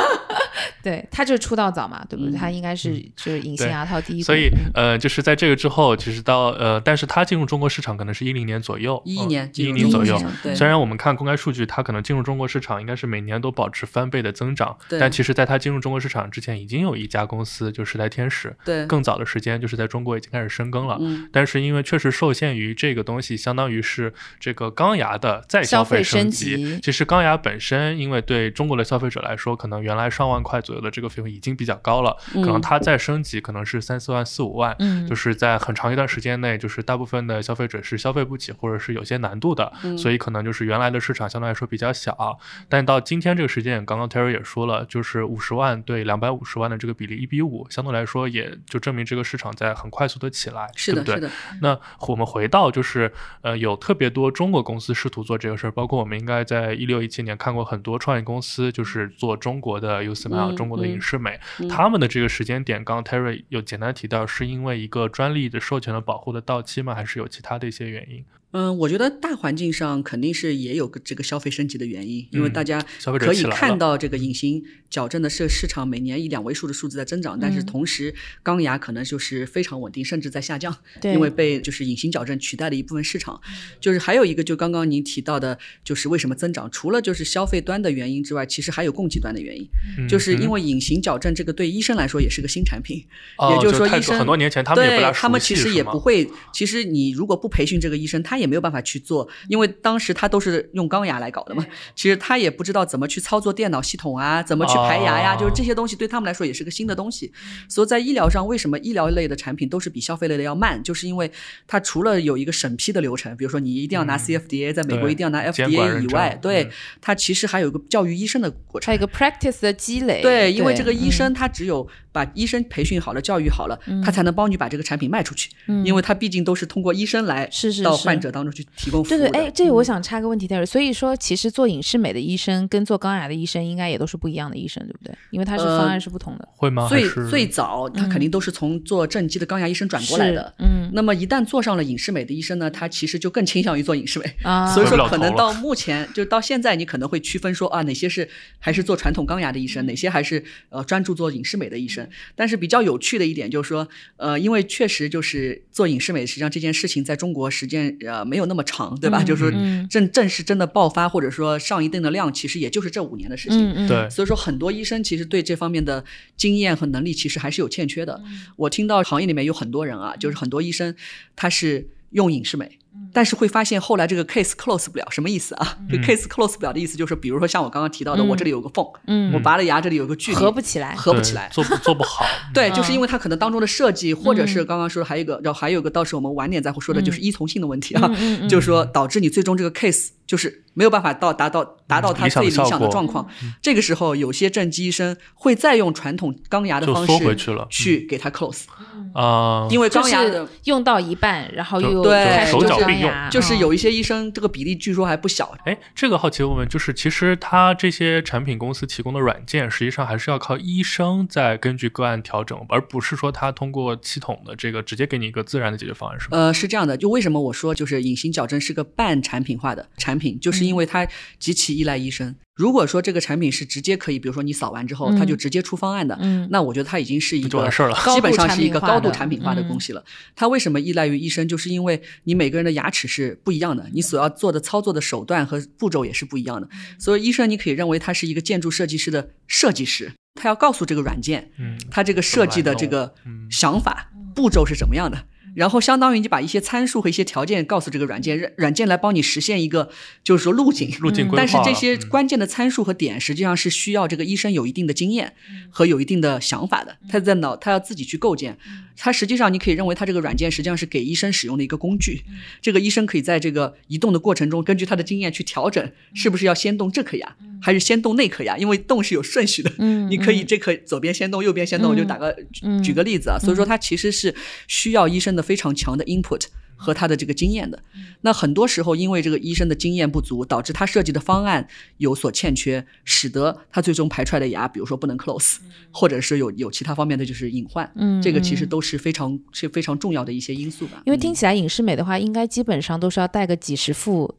[SPEAKER 2] 对，他就是出道早嘛，对不对？
[SPEAKER 4] 嗯
[SPEAKER 2] 他应该是就是隐形
[SPEAKER 3] 对
[SPEAKER 2] 牙套第一股，
[SPEAKER 3] 所以呃，就是在这个之后，其实到呃，但是它进入中国市场可能是一零年左右，呃
[SPEAKER 4] 11年
[SPEAKER 3] 哦一
[SPEAKER 4] 进
[SPEAKER 3] 零
[SPEAKER 4] 入
[SPEAKER 3] 年左
[SPEAKER 4] 中
[SPEAKER 3] 右
[SPEAKER 4] 国市场，对
[SPEAKER 3] 虽然我们看公开数据，它可能进入中国市场应该是每年都保持翻倍的增长，
[SPEAKER 4] 对
[SPEAKER 3] 但其实在它进入中国市场之前，已经有一家公司就时代天使，
[SPEAKER 4] 对
[SPEAKER 3] 更早的时间就是在中国已经开始深耕了。
[SPEAKER 4] 嗯
[SPEAKER 3] 但是因为确实受限于这个东西，相当于是这个钢牙的再
[SPEAKER 2] 消费
[SPEAKER 3] 费
[SPEAKER 2] 升
[SPEAKER 3] 级。
[SPEAKER 2] 级
[SPEAKER 3] 其实钢牙本身，因为对中国的消费者来说，可能原来上万块左右的这个费用已经比较高了，
[SPEAKER 4] 嗯
[SPEAKER 3] 可能它再升级可能是三四万、四五万，
[SPEAKER 2] 嗯
[SPEAKER 3] 就是在很长一段时间内，就是大部分的消费者是消费不起或者是有些难度的，
[SPEAKER 4] 嗯
[SPEAKER 3] 所以可能就是原来的市场相对来说比较小。但到今天这个时间，刚刚 Terry 也说了，就是五十万对两百五十万的这个比例一比五，相对来说也就证明这个市场在很快速的起来，
[SPEAKER 4] 是
[SPEAKER 3] 对
[SPEAKER 4] 的，
[SPEAKER 3] 不对
[SPEAKER 4] 是的，
[SPEAKER 3] 那我们回到就是呃，有特别多中国公司试图做这个事儿，包括我们应该在一六一七年看过很多创业公司，就是做中国的 U Smile、
[SPEAKER 4] 嗯
[SPEAKER 3] 中国的影视美，
[SPEAKER 4] 嗯
[SPEAKER 3] 他们的这个时间点，刚刚 Terry 有简单提到，是因为一个专利的授权的保护的到期吗？还是有其他的一些原因？
[SPEAKER 4] 嗯，我觉得大环境上肯定是也有个这个消费升级的原因，因为
[SPEAKER 3] 嗯
[SPEAKER 4] 大家
[SPEAKER 3] 消费者
[SPEAKER 4] 可以
[SPEAKER 3] 起来
[SPEAKER 4] 看
[SPEAKER 3] 了
[SPEAKER 4] 到这个隐形矫正的市市场每年以两位数的数字在增长，但是
[SPEAKER 2] 嗯
[SPEAKER 4] 同时钢牙可能就是非常稳定，甚至在下降，
[SPEAKER 2] 对嗯
[SPEAKER 4] 因为被就是隐形矫正取代了一部分市场。就是还有一个，就刚刚您提到的，就是为什么增长，除了就是消费端的原因之外，其实还有供给端的原因，
[SPEAKER 3] 嗯
[SPEAKER 4] 就是因
[SPEAKER 3] 嗯
[SPEAKER 4] 为隐形矫正这个对医生来说也是个新产品，
[SPEAKER 3] 哦
[SPEAKER 4] 也
[SPEAKER 3] 就是
[SPEAKER 4] 说
[SPEAKER 3] 太
[SPEAKER 4] 医生
[SPEAKER 3] 很多年前他们也不
[SPEAKER 4] 对
[SPEAKER 3] 大
[SPEAKER 4] 他们
[SPEAKER 3] 熟悉
[SPEAKER 4] 其实也
[SPEAKER 3] 是吗
[SPEAKER 4] 不会。其实你如果不培训这个医生，他也没有办法去做，因为当时他都是用钢牙来搞的嘛。其实他也不知道怎么去操作电脑系统啊，怎么去排牙呀，
[SPEAKER 3] 哦
[SPEAKER 4] 就是这些东西对他们来说也是个新的东西。所以在医疗上，为什么医疗类的产品都是比消费类的要慢？就是因为它除了有一个审批的流程，比如说你一定要拿
[SPEAKER 3] 嗯
[SPEAKER 4] CFDA，在美国
[SPEAKER 3] 对
[SPEAKER 4] 一定要拿
[SPEAKER 3] 监管
[SPEAKER 4] FDA 以
[SPEAKER 3] 认
[SPEAKER 4] 外
[SPEAKER 3] 证，
[SPEAKER 4] 对
[SPEAKER 3] 嗯
[SPEAKER 4] 它其实还有一个教育医生的过程
[SPEAKER 2] 还有。一个 practice 的积累，
[SPEAKER 4] 对，因为这个医
[SPEAKER 2] 嗯
[SPEAKER 4] 生他只有把医生培训好了、教育好了，他才能帮你把这个产品卖出去。因为他毕竟都是通过医生来
[SPEAKER 2] 嗯是是
[SPEAKER 4] 到
[SPEAKER 2] 是
[SPEAKER 4] 患者当中去提供服
[SPEAKER 2] 对
[SPEAKER 4] 务
[SPEAKER 2] 对，
[SPEAKER 4] 的。嗯
[SPEAKER 2] 哎，这个我想插个问题，但是所以说，其实做影视美的医生跟做钢牙的医生应该也都是不一样的医生，对不对？因为他是
[SPEAKER 4] 呃
[SPEAKER 2] 方案是不同的，
[SPEAKER 3] 会吗？嗯还
[SPEAKER 4] 最
[SPEAKER 3] 是
[SPEAKER 4] 最早他肯定都是从做正畸的钢牙医生转过来的。
[SPEAKER 2] 是嗯
[SPEAKER 4] 那么一旦做上了影视美的医生呢，他其实就更倾向于做影视美。
[SPEAKER 2] 啊，
[SPEAKER 4] 所以说，
[SPEAKER 3] 回不了头
[SPEAKER 4] 可能
[SPEAKER 3] 了
[SPEAKER 4] 到目前，就到现在，你可能会区分说啊，哪些是还是做传统钢牙的医
[SPEAKER 2] 嗯
[SPEAKER 4] 生，哪些还是呃专注做影视美的医生。但是比较有趣的一点就是说，呃，因为确实就是做影视美，实际上这件事情在中国时间呃没有那么长，对吧？
[SPEAKER 2] 嗯
[SPEAKER 4] 就是
[SPEAKER 2] 嗯
[SPEAKER 4] 说正正式真的爆发或者说上一定的量，其实也就是这五年的事情。
[SPEAKER 2] 嗯嗯，
[SPEAKER 3] 对
[SPEAKER 4] 所以说，很多医生其实对这方面的经验和能力其实还是有
[SPEAKER 2] 嗯
[SPEAKER 4] 欠缺的。我听到行业里面有很多人啊，就是很多医生他是用影视美，但是会发现后来这个 case close 不了，什么意思啊？
[SPEAKER 3] 嗯
[SPEAKER 4] 这个 case close 不了的意思就是，比如说像我刚刚提到的，
[SPEAKER 2] 嗯
[SPEAKER 4] 我这里有个缝，
[SPEAKER 2] 嗯
[SPEAKER 4] 我拔了牙这里有个距离，
[SPEAKER 2] 合不起来。
[SPEAKER 4] 合不
[SPEAKER 3] 对
[SPEAKER 4] 起来。
[SPEAKER 3] 做不做不好。
[SPEAKER 4] 对，
[SPEAKER 2] 嗯
[SPEAKER 4] 就是因为它可能当中的设计，或者是刚刚说的还有一个，然后还有一个，到时候我们晚点再会说的，就是依从性的问题啊，
[SPEAKER 2] 嗯嗯
[SPEAKER 4] 就是说导致你最终这个 case 就是没有办法到达到达到它
[SPEAKER 3] 理想嗯的
[SPEAKER 4] 最理想
[SPEAKER 3] 效
[SPEAKER 4] 的
[SPEAKER 3] 果嗯
[SPEAKER 4] 状况。这个时候，有些正畸医生会再用传统钢牙的
[SPEAKER 3] 就
[SPEAKER 4] 方
[SPEAKER 3] 缩回
[SPEAKER 4] 式
[SPEAKER 3] 去了嗯
[SPEAKER 4] 去给它 close，
[SPEAKER 3] 啊、
[SPEAKER 4] 因为
[SPEAKER 2] 就
[SPEAKER 4] 钢牙的
[SPEAKER 2] 是用到一半，然后
[SPEAKER 3] 就
[SPEAKER 2] 又
[SPEAKER 4] 对
[SPEAKER 2] 开始
[SPEAKER 4] 手脚
[SPEAKER 3] 并用
[SPEAKER 2] 牙
[SPEAKER 4] 就是
[SPEAKER 2] 嗯
[SPEAKER 4] 有一些医生这个比例据说还不小，
[SPEAKER 3] 哎，这个好奇问问，就是其实它这些产品公司提供的软件，实际上还是要靠医生在根据个案调整，而不是说它通过系统的这个直接给你一个自然的解决方案，是吗？
[SPEAKER 4] 呃，是这样的，就为什么我说就是隐形矫正是个半产品化的产品，就是因为
[SPEAKER 2] 嗯
[SPEAKER 4] 它极其依赖医生。如果说这个产品是直接可以，比如说你扫完之后，它就
[SPEAKER 2] 嗯
[SPEAKER 4] 直接出方案的，
[SPEAKER 2] 嗯
[SPEAKER 4] 那我觉得它已经是一
[SPEAKER 3] 那
[SPEAKER 4] 个
[SPEAKER 3] 就完事儿了
[SPEAKER 4] 基本上是一个
[SPEAKER 2] 高
[SPEAKER 4] 高
[SPEAKER 2] 度
[SPEAKER 4] 度
[SPEAKER 2] 产
[SPEAKER 4] 产
[SPEAKER 2] 品
[SPEAKER 4] 品
[SPEAKER 2] 化
[SPEAKER 4] 化
[SPEAKER 2] 的嗯
[SPEAKER 4] 的东西了。它为什么依赖于医生？就是因为你每个人的牙齿是不一样的，你所要做的操作的手段和步骤也是不一样的。
[SPEAKER 2] 嗯
[SPEAKER 4] 所以医生你可以认为他是一个建筑设计师的设计师，他要告诉这个软件，
[SPEAKER 3] 嗯，
[SPEAKER 4] 它这个设计的这个
[SPEAKER 3] 怎么来弄嗯
[SPEAKER 4] 想法、步骤是怎么样的。然后相当于你把一些参数和一些条件告诉这个软件，让软件来帮你实现一个就是说路径。
[SPEAKER 3] 路径规划了。
[SPEAKER 4] 但是这些
[SPEAKER 3] 嗯
[SPEAKER 4] 关键的参数和点，实际上是需要这个医生有一定的经验和有一定的想法的，
[SPEAKER 3] 嗯
[SPEAKER 4] 他在脑他要自己去构建。它实际上你可以认为它这个软件实际上是给医生使用的一个工具，
[SPEAKER 3] 嗯
[SPEAKER 4] 这个医生可以在这个移动的过程中，根据他的经验去调
[SPEAKER 3] 嗯
[SPEAKER 4] 整，是不是要先动这颗牙，还是先动那颗牙？因为动是有顺序的，
[SPEAKER 2] 嗯
[SPEAKER 4] 你可以
[SPEAKER 2] 嗯
[SPEAKER 4] 这颗左边先动，右边先动。我就打个
[SPEAKER 2] 嗯
[SPEAKER 4] 举个例子啊，所以说它其实是需要医生的非常强的 input 和他的这个经验的。
[SPEAKER 2] 嗯
[SPEAKER 4] 那很多时候，因为这个医生的经验不足，导致他设计的方案有所欠缺，使得他最终排出来的牙，比如说不能 close，或者是有有其他方面的就是隐患。
[SPEAKER 2] 嗯
[SPEAKER 4] 这个其实
[SPEAKER 2] 嗯
[SPEAKER 4] 都是非常是非常重要的一些因素吧。
[SPEAKER 2] 因为
[SPEAKER 4] 嗯
[SPEAKER 2] 听起来影视美的话，应该基本上都是要戴个几十副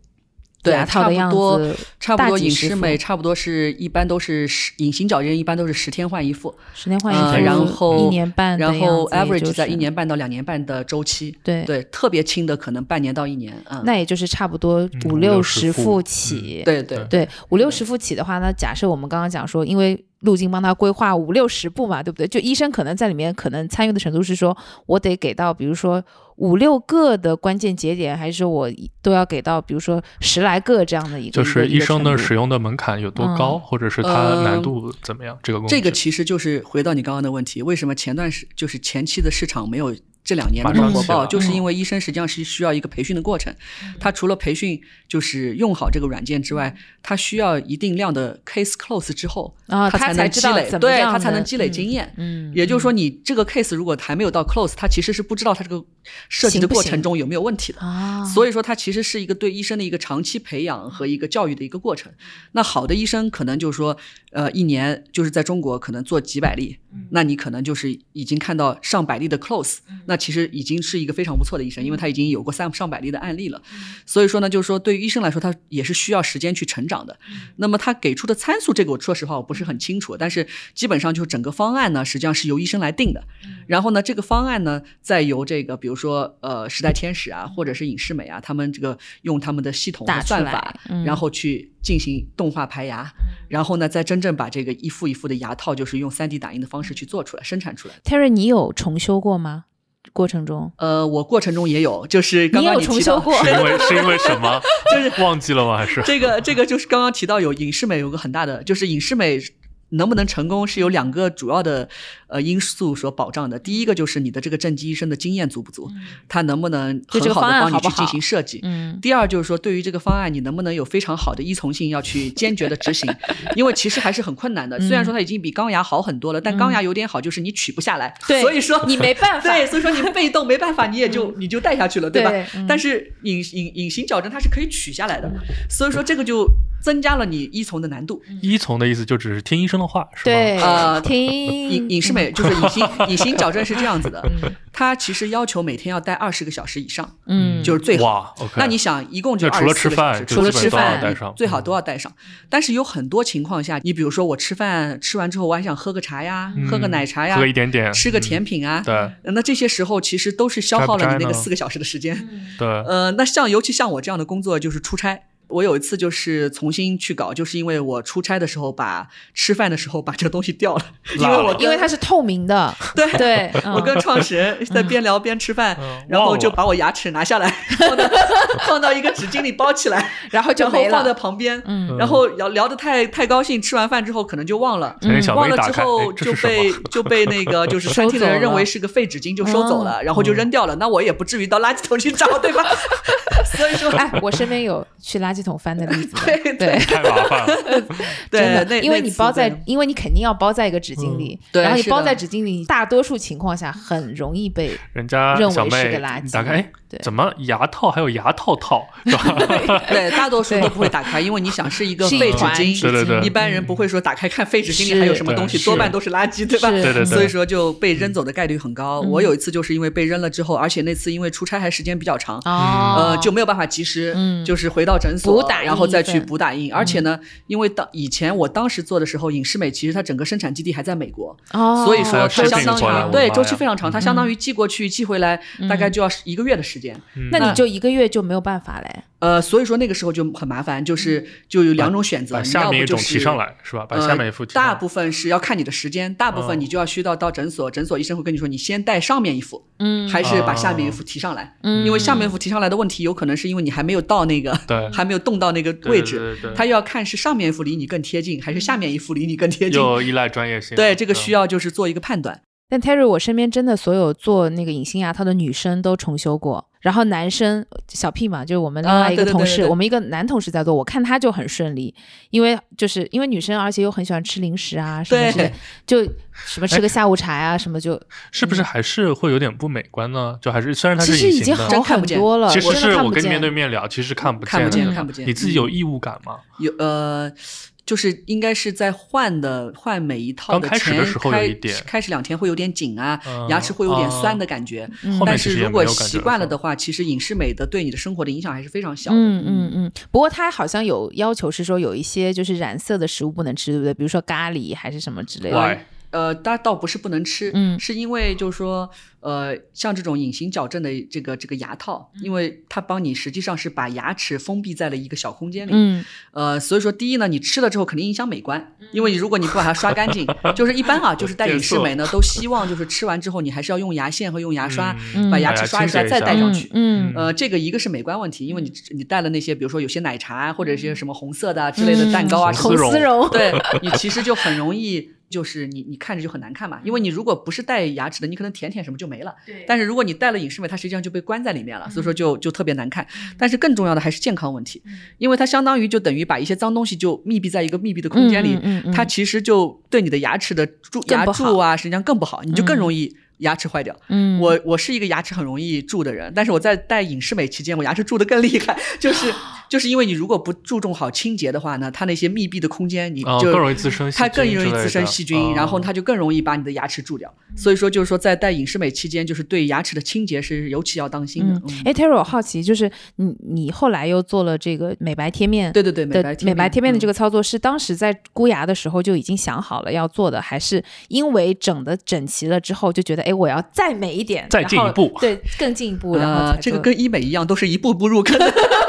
[SPEAKER 4] 对
[SPEAKER 2] 牙套
[SPEAKER 4] 差
[SPEAKER 2] 的
[SPEAKER 4] 不
[SPEAKER 2] 样
[SPEAKER 4] 多
[SPEAKER 2] 子，
[SPEAKER 4] 差不
[SPEAKER 2] 大
[SPEAKER 4] 多
[SPEAKER 2] 几
[SPEAKER 4] 隐
[SPEAKER 2] 十
[SPEAKER 4] 适
[SPEAKER 2] 副
[SPEAKER 4] 美差不多是一般都是十隐形矫正一般都是十天换一副，
[SPEAKER 2] 十年换一
[SPEAKER 4] 呃
[SPEAKER 2] 副，
[SPEAKER 4] 然后
[SPEAKER 2] 一年半的样
[SPEAKER 4] 然
[SPEAKER 2] 子，
[SPEAKER 4] 后
[SPEAKER 2] 也
[SPEAKER 4] average
[SPEAKER 2] 就
[SPEAKER 4] 在一
[SPEAKER 2] 是
[SPEAKER 4] 年半到两年半的周期。
[SPEAKER 2] 对。
[SPEAKER 4] 对，特别轻的可能半年到一年，嗯，
[SPEAKER 2] 那也就是差不多五
[SPEAKER 3] 嗯五
[SPEAKER 2] 六
[SPEAKER 3] 六
[SPEAKER 2] 十
[SPEAKER 3] 十副
[SPEAKER 2] 副
[SPEAKER 3] 嗯
[SPEAKER 2] 起，
[SPEAKER 4] 对对
[SPEAKER 2] 对，五六十副起的话呢，假设我们刚刚讲说，因为路径帮他规划五六十步嘛，对不对？就医生可能在里面可能参与的程度是说，我得给到比如说五六个的关键节点，还是说我都要给到比如说十来个这样的一个？
[SPEAKER 3] 就
[SPEAKER 2] 一个
[SPEAKER 3] 是
[SPEAKER 2] 一
[SPEAKER 3] 医
[SPEAKER 2] 个
[SPEAKER 3] 生
[SPEAKER 2] 程
[SPEAKER 3] 的
[SPEAKER 2] 度
[SPEAKER 3] 使用的门槛有多高，
[SPEAKER 2] 嗯
[SPEAKER 3] 或者是它
[SPEAKER 4] 呃
[SPEAKER 3] 难度怎么样？这个工
[SPEAKER 4] 这个
[SPEAKER 3] 具
[SPEAKER 4] 其实就是回到你刚刚的问题，为什么前段时就是前期的市场没有这两年那
[SPEAKER 3] 马
[SPEAKER 4] 么
[SPEAKER 3] 上
[SPEAKER 4] 火
[SPEAKER 3] 起
[SPEAKER 4] 爆，
[SPEAKER 3] 来嗯
[SPEAKER 4] 就是因为医生实际上是需要一个培训的过程。
[SPEAKER 2] 嗯
[SPEAKER 4] 他除了培训就是用好这个软件之外，他需要一定量的 case close 之后，
[SPEAKER 2] 啊，
[SPEAKER 4] 他
[SPEAKER 2] 他
[SPEAKER 4] 能
[SPEAKER 2] 知
[SPEAKER 4] 积
[SPEAKER 2] 道
[SPEAKER 4] 累，
[SPEAKER 2] 怎么
[SPEAKER 4] 对
[SPEAKER 2] 样
[SPEAKER 4] 他才
[SPEAKER 2] 的
[SPEAKER 4] 能积累经
[SPEAKER 2] 嗯
[SPEAKER 4] 验。
[SPEAKER 2] 嗯，
[SPEAKER 4] 也就是说，你这个 case 如果还没有到 close，他其实是不知道他这个设计
[SPEAKER 2] 行
[SPEAKER 4] 的
[SPEAKER 2] 不
[SPEAKER 4] 过
[SPEAKER 2] 行
[SPEAKER 4] 程中有没有问题的。
[SPEAKER 2] 啊，
[SPEAKER 4] 所以说，它其实是一个对医生的一个长期培养和一个教育的一个过程。那好的医生可能就是说，呃，一年就是在中国可能做几百例，那你可能就是已经看到上百例的 close，那其实已经是一个非常不错的医生，因为他已经有过三上百例的案例了。所以说呢，就是说对于医生来说，他也是需要时间去成长的。
[SPEAKER 2] 嗯
[SPEAKER 4] 那么他给出的参数，这个我说实话我不是很清楚，但是基本上就是整个方案呢，实际上是由医生来定的。
[SPEAKER 2] 嗯
[SPEAKER 4] 然后呢，这个方案呢，再由这个比如说呃时代天使啊，或者是影视美啊，他们这个用他们的系统
[SPEAKER 2] 打
[SPEAKER 4] 和
[SPEAKER 2] 出
[SPEAKER 4] 算
[SPEAKER 2] 来
[SPEAKER 4] 法，
[SPEAKER 2] 嗯
[SPEAKER 4] 然后去进行动画排牙，然后呢，再真正把这个一副一副的牙套，就是用 3D 打印的方式去做出来、生产出来。
[SPEAKER 2] Terry，你有重修过吗？过程中
[SPEAKER 4] 呃，我过程中也有，就是刚刚
[SPEAKER 2] 有
[SPEAKER 4] 你
[SPEAKER 2] 重
[SPEAKER 4] 提
[SPEAKER 2] 修
[SPEAKER 4] 到
[SPEAKER 2] 过
[SPEAKER 3] 是因为是因为什么？就是 忘记了吗？还是
[SPEAKER 4] 这个这个就是刚刚提到有影视美有个很大的，就是影视美能不能成功是有两个主要的呃因素所保障的。第一个就是你的这个正畸医生的经验足不足，他能不能
[SPEAKER 2] 就
[SPEAKER 4] 很
[SPEAKER 2] 嗯这个
[SPEAKER 4] 好的
[SPEAKER 2] 方案
[SPEAKER 4] 帮你
[SPEAKER 2] 好不
[SPEAKER 4] 去
[SPEAKER 2] 好
[SPEAKER 4] 进行设计。
[SPEAKER 2] 嗯
[SPEAKER 4] 第二就是说，对于这个方案，你能不能有非常好的依从性，要去坚决的 执行，因为其实还是很困难的。虽然说它已经比钢牙好很多了，但钢牙有点好就是你取不下来，
[SPEAKER 2] 嗯对
[SPEAKER 4] 所以说
[SPEAKER 2] 你没 办法嗯
[SPEAKER 4] 对，所以说你被动没办法，你也就你就带下去了，对吧
[SPEAKER 2] 对嗯？
[SPEAKER 4] 但是隐隐隐形矫正它是可以取下来的，所以说这个就增加了你依从的难度。
[SPEAKER 2] 嗯
[SPEAKER 3] 依从的意思就只是听医生的话，是吗？
[SPEAKER 2] 对
[SPEAKER 4] 呃
[SPEAKER 2] 听
[SPEAKER 4] 隐隐适美就是隐形隐形矫正是这样子的，它其实要求每天要戴二十个小时以上，
[SPEAKER 2] 嗯
[SPEAKER 4] 就是最好。
[SPEAKER 3] 哇，OK。
[SPEAKER 4] 那你想，一共就
[SPEAKER 3] 那除了
[SPEAKER 4] 24
[SPEAKER 3] 吃
[SPEAKER 4] 个
[SPEAKER 3] 饭
[SPEAKER 4] 小时
[SPEAKER 3] 就
[SPEAKER 4] 除了
[SPEAKER 2] 基本
[SPEAKER 4] 吃
[SPEAKER 2] 都要
[SPEAKER 4] 饭
[SPEAKER 2] 带
[SPEAKER 3] 上嗯
[SPEAKER 4] 最好都要带上。但是有很多情况下，你比如说我吃饭吃完之后，我还想喝个茶呀，
[SPEAKER 3] 嗯
[SPEAKER 4] 喝个奶茶呀，
[SPEAKER 3] 喝一点点，
[SPEAKER 4] 吃个
[SPEAKER 3] 嗯
[SPEAKER 4] 甜品啊。
[SPEAKER 3] 对
[SPEAKER 4] 那这些时候其实都是消耗了
[SPEAKER 3] 摘不摘
[SPEAKER 4] 你那个
[SPEAKER 3] 呢
[SPEAKER 4] 四个小时的时间。
[SPEAKER 3] 对，
[SPEAKER 4] 呃，那像尤其像我这样的工作就是出差，我有一次就是重新去搞，就是因为我出差的时候把吃饭的时候把这个东西掉 了，因为我跟
[SPEAKER 2] 因为它是透明 的，
[SPEAKER 4] 对
[SPEAKER 2] 对，
[SPEAKER 4] 我
[SPEAKER 2] 嗯
[SPEAKER 4] 跟 创始人在边聊边吃饭，
[SPEAKER 3] 嗯
[SPEAKER 4] 呃然
[SPEAKER 3] 忘
[SPEAKER 4] 后
[SPEAKER 3] 了
[SPEAKER 4] 就把我牙齿拿下 来，放到放到一个纸巾里包起来，
[SPEAKER 2] 然后就
[SPEAKER 4] 然后
[SPEAKER 2] 没
[SPEAKER 4] 放在
[SPEAKER 2] 了，
[SPEAKER 4] 旁边。
[SPEAKER 2] 嗯
[SPEAKER 4] 然后聊聊得太太高兴，吃完饭之后可能就忘了，
[SPEAKER 2] 嗯
[SPEAKER 3] 那小
[SPEAKER 4] 嗯忘
[SPEAKER 3] 梅
[SPEAKER 4] 了
[SPEAKER 3] 打
[SPEAKER 4] 之
[SPEAKER 3] 开，
[SPEAKER 4] 后
[SPEAKER 3] 哎
[SPEAKER 4] 就
[SPEAKER 3] 这是
[SPEAKER 4] 被
[SPEAKER 3] 什么？
[SPEAKER 4] 就被那个就是餐厅的人认为是个废纸巾，就收
[SPEAKER 2] 嗯
[SPEAKER 4] 走了，
[SPEAKER 3] 嗯
[SPEAKER 4] 然后就扔掉了。那我也不至于到垃圾桶去找，对 吧？所以说，
[SPEAKER 2] 哎，我身边有去垃圾桶翻的例子的，
[SPEAKER 4] 对对
[SPEAKER 2] 对，
[SPEAKER 3] 太麻烦了，
[SPEAKER 4] 对
[SPEAKER 2] 真，的，
[SPEAKER 4] 那
[SPEAKER 2] 因为
[SPEAKER 4] 那
[SPEAKER 2] 你
[SPEAKER 4] 次
[SPEAKER 2] 包在
[SPEAKER 4] 对，嗯
[SPEAKER 2] 因为你肯定要包在一个纸巾里，
[SPEAKER 4] 对
[SPEAKER 2] 然后你
[SPEAKER 4] 是
[SPEAKER 2] 包
[SPEAKER 4] 的
[SPEAKER 2] 在纸巾里，大多数情况下很容易被
[SPEAKER 3] 人家
[SPEAKER 2] 认为
[SPEAKER 3] 小
[SPEAKER 2] 是
[SPEAKER 3] 妹
[SPEAKER 2] 个垃圾
[SPEAKER 3] 打开，哎
[SPEAKER 2] 对
[SPEAKER 3] 怎么牙套还有牙套套？是 吧
[SPEAKER 4] 对大多数
[SPEAKER 2] 对
[SPEAKER 4] 都不会打开，因为你想是一个
[SPEAKER 2] 是一
[SPEAKER 4] 废纸
[SPEAKER 2] 团
[SPEAKER 4] 巾，
[SPEAKER 3] 对对对
[SPEAKER 4] 一般人不会说打开看废纸巾里还有什么东西，
[SPEAKER 3] 是
[SPEAKER 4] 多半都是垃圾，对吧？
[SPEAKER 2] 是
[SPEAKER 3] 对对对
[SPEAKER 4] 所以说就被扔走的概率很高。
[SPEAKER 2] 嗯
[SPEAKER 4] 我有一次就是因为被扔了之后，而且那次因为出差还时间比较长，
[SPEAKER 2] 哦，
[SPEAKER 4] 呃，就没有办法及时，
[SPEAKER 2] 嗯
[SPEAKER 4] 就是回到诊所
[SPEAKER 2] 补打印
[SPEAKER 4] 然后再
[SPEAKER 2] 一
[SPEAKER 4] 去
[SPEAKER 2] 份嗯
[SPEAKER 4] 补打印。而且呢，因为当以前我当时做的时候，影视美其实它整个生产基地还在美国，
[SPEAKER 2] 哦，嗯
[SPEAKER 4] 所以说
[SPEAKER 3] 还
[SPEAKER 4] 它
[SPEAKER 3] 要申
[SPEAKER 4] 相
[SPEAKER 3] 请
[SPEAKER 4] 当
[SPEAKER 3] 回来
[SPEAKER 4] 于
[SPEAKER 3] 我
[SPEAKER 4] 对
[SPEAKER 3] 的妈
[SPEAKER 4] 周期
[SPEAKER 3] 呀
[SPEAKER 4] 非常长，它相当于寄过去寄回来大概就要一个月的时间。
[SPEAKER 3] 嗯
[SPEAKER 2] 那你就一个月就没有办法嘞，
[SPEAKER 4] 呃，所以说那个时候就很麻烦，就是就有两种选择，
[SPEAKER 3] 嗯把
[SPEAKER 4] 你
[SPEAKER 3] 下
[SPEAKER 4] 要
[SPEAKER 3] 面
[SPEAKER 4] 不
[SPEAKER 3] 一
[SPEAKER 4] 就
[SPEAKER 3] 种
[SPEAKER 4] 是
[SPEAKER 3] 提上。来是吧？把
[SPEAKER 4] 呃
[SPEAKER 3] 下面一副提上来
[SPEAKER 4] 大部分是要看你的时间，大部分
[SPEAKER 3] 嗯
[SPEAKER 4] 你就要需要到诊所，诊所医生会跟你说，你先带上面一副，
[SPEAKER 2] 嗯
[SPEAKER 4] 还是把下面一
[SPEAKER 3] 哦
[SPEAKER 4] 副提上来，
[SPEAKER 2] 嗯
[SPEAKER 4] 因为下面一副提上来的问题，有可能是因为你还没有到那个，
[SPEAKER 3] 对
[SPEAKER 4] 还没有动到那个
[SPEAKER 3] 对
[SPEAKER 4] 位
[SPEAKER 3] 对
[SPEAKER 4] 置，
[SPEAKER 3] 对对
[SPEAKER 4] 它又要看是上面一幅离你更贴近，还是下面一幅离你更贴近。
[SPEAKER 3] 又依赖专业性，
[SPEAKER 4] 对，这个需
[SPEAKER 3] 要
[SPEAKER 4] 要就是做一个判断。
[SPEAKER 2] 但 Terry，我身边真的所有做那个隐形牙套的女生都重修过，然后男生小 P 嘛，就是我们另
[SPEAKER 4] 啊
[SPEAKER 2] 外一个
[SPEAKER 4] 对对
[SPEAKER 2] 同
[SPEAKER 4] 对
[SPEAKER 2] 事，
[SPEAKER 4] 对对
[SPEAKER 2] 我们一个男同事在做，我看他就很顺利，因为就是因为女生，而且又很喜欢吃零食啊什么之类
[SPEAKER 4] 对，
[SPEAKER 2] 就什么吃个下午茶啊什么就，
[SPEAKER 3] 是不是还是会有点不美观呢？就还是虽然它
[SPEAKER 2] 其
[SPEAKER 3] 是
[SPEAKER 2] 实
[SPEAKER 3] 隐
[SPEAKER 2] 已
[SPEAKER 3] 形
[SPEAKER 2] 经
[SPEAKER 3] 的，
[SPEAKER 2] 好很多了，
[SPEAKER 3] 其实
[SPEAKER 2] 真的
[SPEAKER 3] 是
[SPEAKER 2] 看
[SPEAKER 3] 我
[SPEAKER 2] 不
[SPEAKER 3] 跟你面对
[SPEAKER 2] 见。
[SPEAKER 3] 面聊，其实看不
[SPEAKER 4] 看
[SPEAKER 3] 见
[SPEAKER 4] 不
[SPEAKER 3] 的，
[SPEAKER 4] 见
[SPEAKER 3] 对吧
[SPEAKER 4] 看不见
[SPEAKER 3] 你自己有义务感吗？
[SPEAKER 4] 有呃，就是应该是在换的换每一套
[SPEAKER 3] 刚
[SPEAKER 4] 的
[SPEAKER 3] 开始
[SPEAKER 4] 前
[SPEAKER 3] 的时候有
[SPEAKER 4] 开
[SPEAKER 3] 一点
[SPEAKER 4] 开始两天会有点紧啊，
[SPEAKER 3] 嗯
[SPEAKER 4] 牙齿会有点
[SPEAKER 3] 啊
[SPEAKER 4] 酸的感觉。
[SPEAKER 2] 嗯
[SPEAKER 3] 后面嗯
[SPEAKER 4] 但
[SPEAKER 3] 其
[SPEAKER 4] 是
[SPEAKER 3] 实也
[SPEAKER 4] 如
[SPEAKER 3] 没有
[SPEAKER 4] 果
[SPEAKER 3] 感觉
[SPEAKER 4] 习惯了的话，其实隐适美的对你的生活的影响还是非常小的。
[SPEAKER 2] 嗯嗯嗯，不过他好像有要求是说有一些就是染色的食物不能吃，对不对？比如说咖喱还是什么之类的。
[SPEAKER 3] ，why？
[SPEAKER 4] 呃，它倒不是不能吃，
[SPEAKER 2] 嗯
[SPEAKER 4] 是因为就是说，呃，像这种隐形矫正的这个这个牙套，
[SPEAKER 2] 嗯
[SPEAKER 4] 因为它帮你实际上是把牙齿封闭在了一个小空间里，
[SPEAKER 2] 嗯，
[SPEAKER 4] 呃，所以说第一呢，你吃了之后肯定影响美观，因为你如果你不把它刷干净， 就是一般啊，就是戴隐适美呢，都希望就是吃完之后你还是要用牙线和用牙刷、
[SPEAKER 2] 嗯
[SPEAKER 4] 把牙齿刷一刷再戴上去。
[SPEAKER 2] 嗯，嗯嗯
[SPEAKER 4] 呃，这个一个是美观问题，因为你你戴了那些，比如说有些奶茶啊，或者一些什么红色的啊之类的蛋糕啊，
[SPEAKER 2] 嗯
[SPEAKER 4] 什
[SPEAKER 3] 红
[SPEAKER 4] 么
[SPEAKER 2] 红
[SPEAKER 4] 的
[SPEAKER 2] 丝
[SPEAKER 3] 丝
[SPEAKER 2] 绒，
[SPEAKER 4] 对你其实就很容易，就是你你看着就很难看嘛，因为你如果不是戴牙齿的，你可能舔舔什么就没了。
[SPEAKER 2] 对
[SPEAKER 4] 但是如果你戴了隐适美，它实际上就被关在里面
[SPEAKER 2] 嗯
[SPEAKER 4] 了，所以说就就特别难看。但是更重要的还是健康问
[SPEAKER 2] 嗯
[SPEAKER 4] 题，因为它相当于就等于把一些脏东西就密闭在一个密闭的空间里，
[SPEAKER 2] 嗯嗯嗯嗯
[SPEAKER 4] 它其实就对你的牙齿的蛀
[SPEAKER 2] 更
[SPEAKER 4] 牙
[SPEAKER 2] 不
[SPEAKER 4] 蛀啊，实际上更不好，你就更容易牙齿坏掉。
[SPEAKER 2] 嗯，
[SPEAKER 4] 我我是一个牙齿很容易蛀的人，但是我在戴隐适美期间，我牙齿蛀的更厉害， 就是就是因为你如果不注重好清洁的话呢，它那些密闭的空间嗯你就、
[SPEAKER 3] 哦更容易滋生细
[SPEAKER 4] 它更
[SPEAKER 3] 菌
[SPEAKER 4] 容易
[SPEAKER 3] 之类
[SPEAKER 4] 滋生
[SPEAKER 3] 的
[SPEAKER 4] 细菌，然后
[SPEAKER 3] 哦
[SPEAKER 4] 它就更容易把你的牙齿蛀掉。所以说就是说在戴隐适美期间，就是对牙齿的清洁是尤其要当心的。
[SPEAKER 2] 嗯，哎，Terry，我好奇，就是你你后来又做了这个美白贴面
[SPEAKER 4] 对对对，
[SPEAKER 2] 的
[SPEAKER 4] 白嗯贴
[SPEAKER 2] 美白贴面的这
[SPEAKER 4] 个。
[SPEAKER 2] 个操作，是当时在箍牙的时候就已经想好了要做的，还是因为整的整齐了之后就觉得，哎，我要再美一点，
[SPEAKER 3] 再
[SPEAKER 2] 然
[SPEAKER 3] 进一
[SPEAKER 2] 后
[SPEAKER 3] 步
[SPEAKER 2] 对，更进一步，然后
[SPEAKER 4] 呃，
[SPEAKER 2] 才
[SPEAKER 4] 这个
[SPEAKER 2] 做
[SPEAKER 4] 跟医美一样，都是一步步入坑。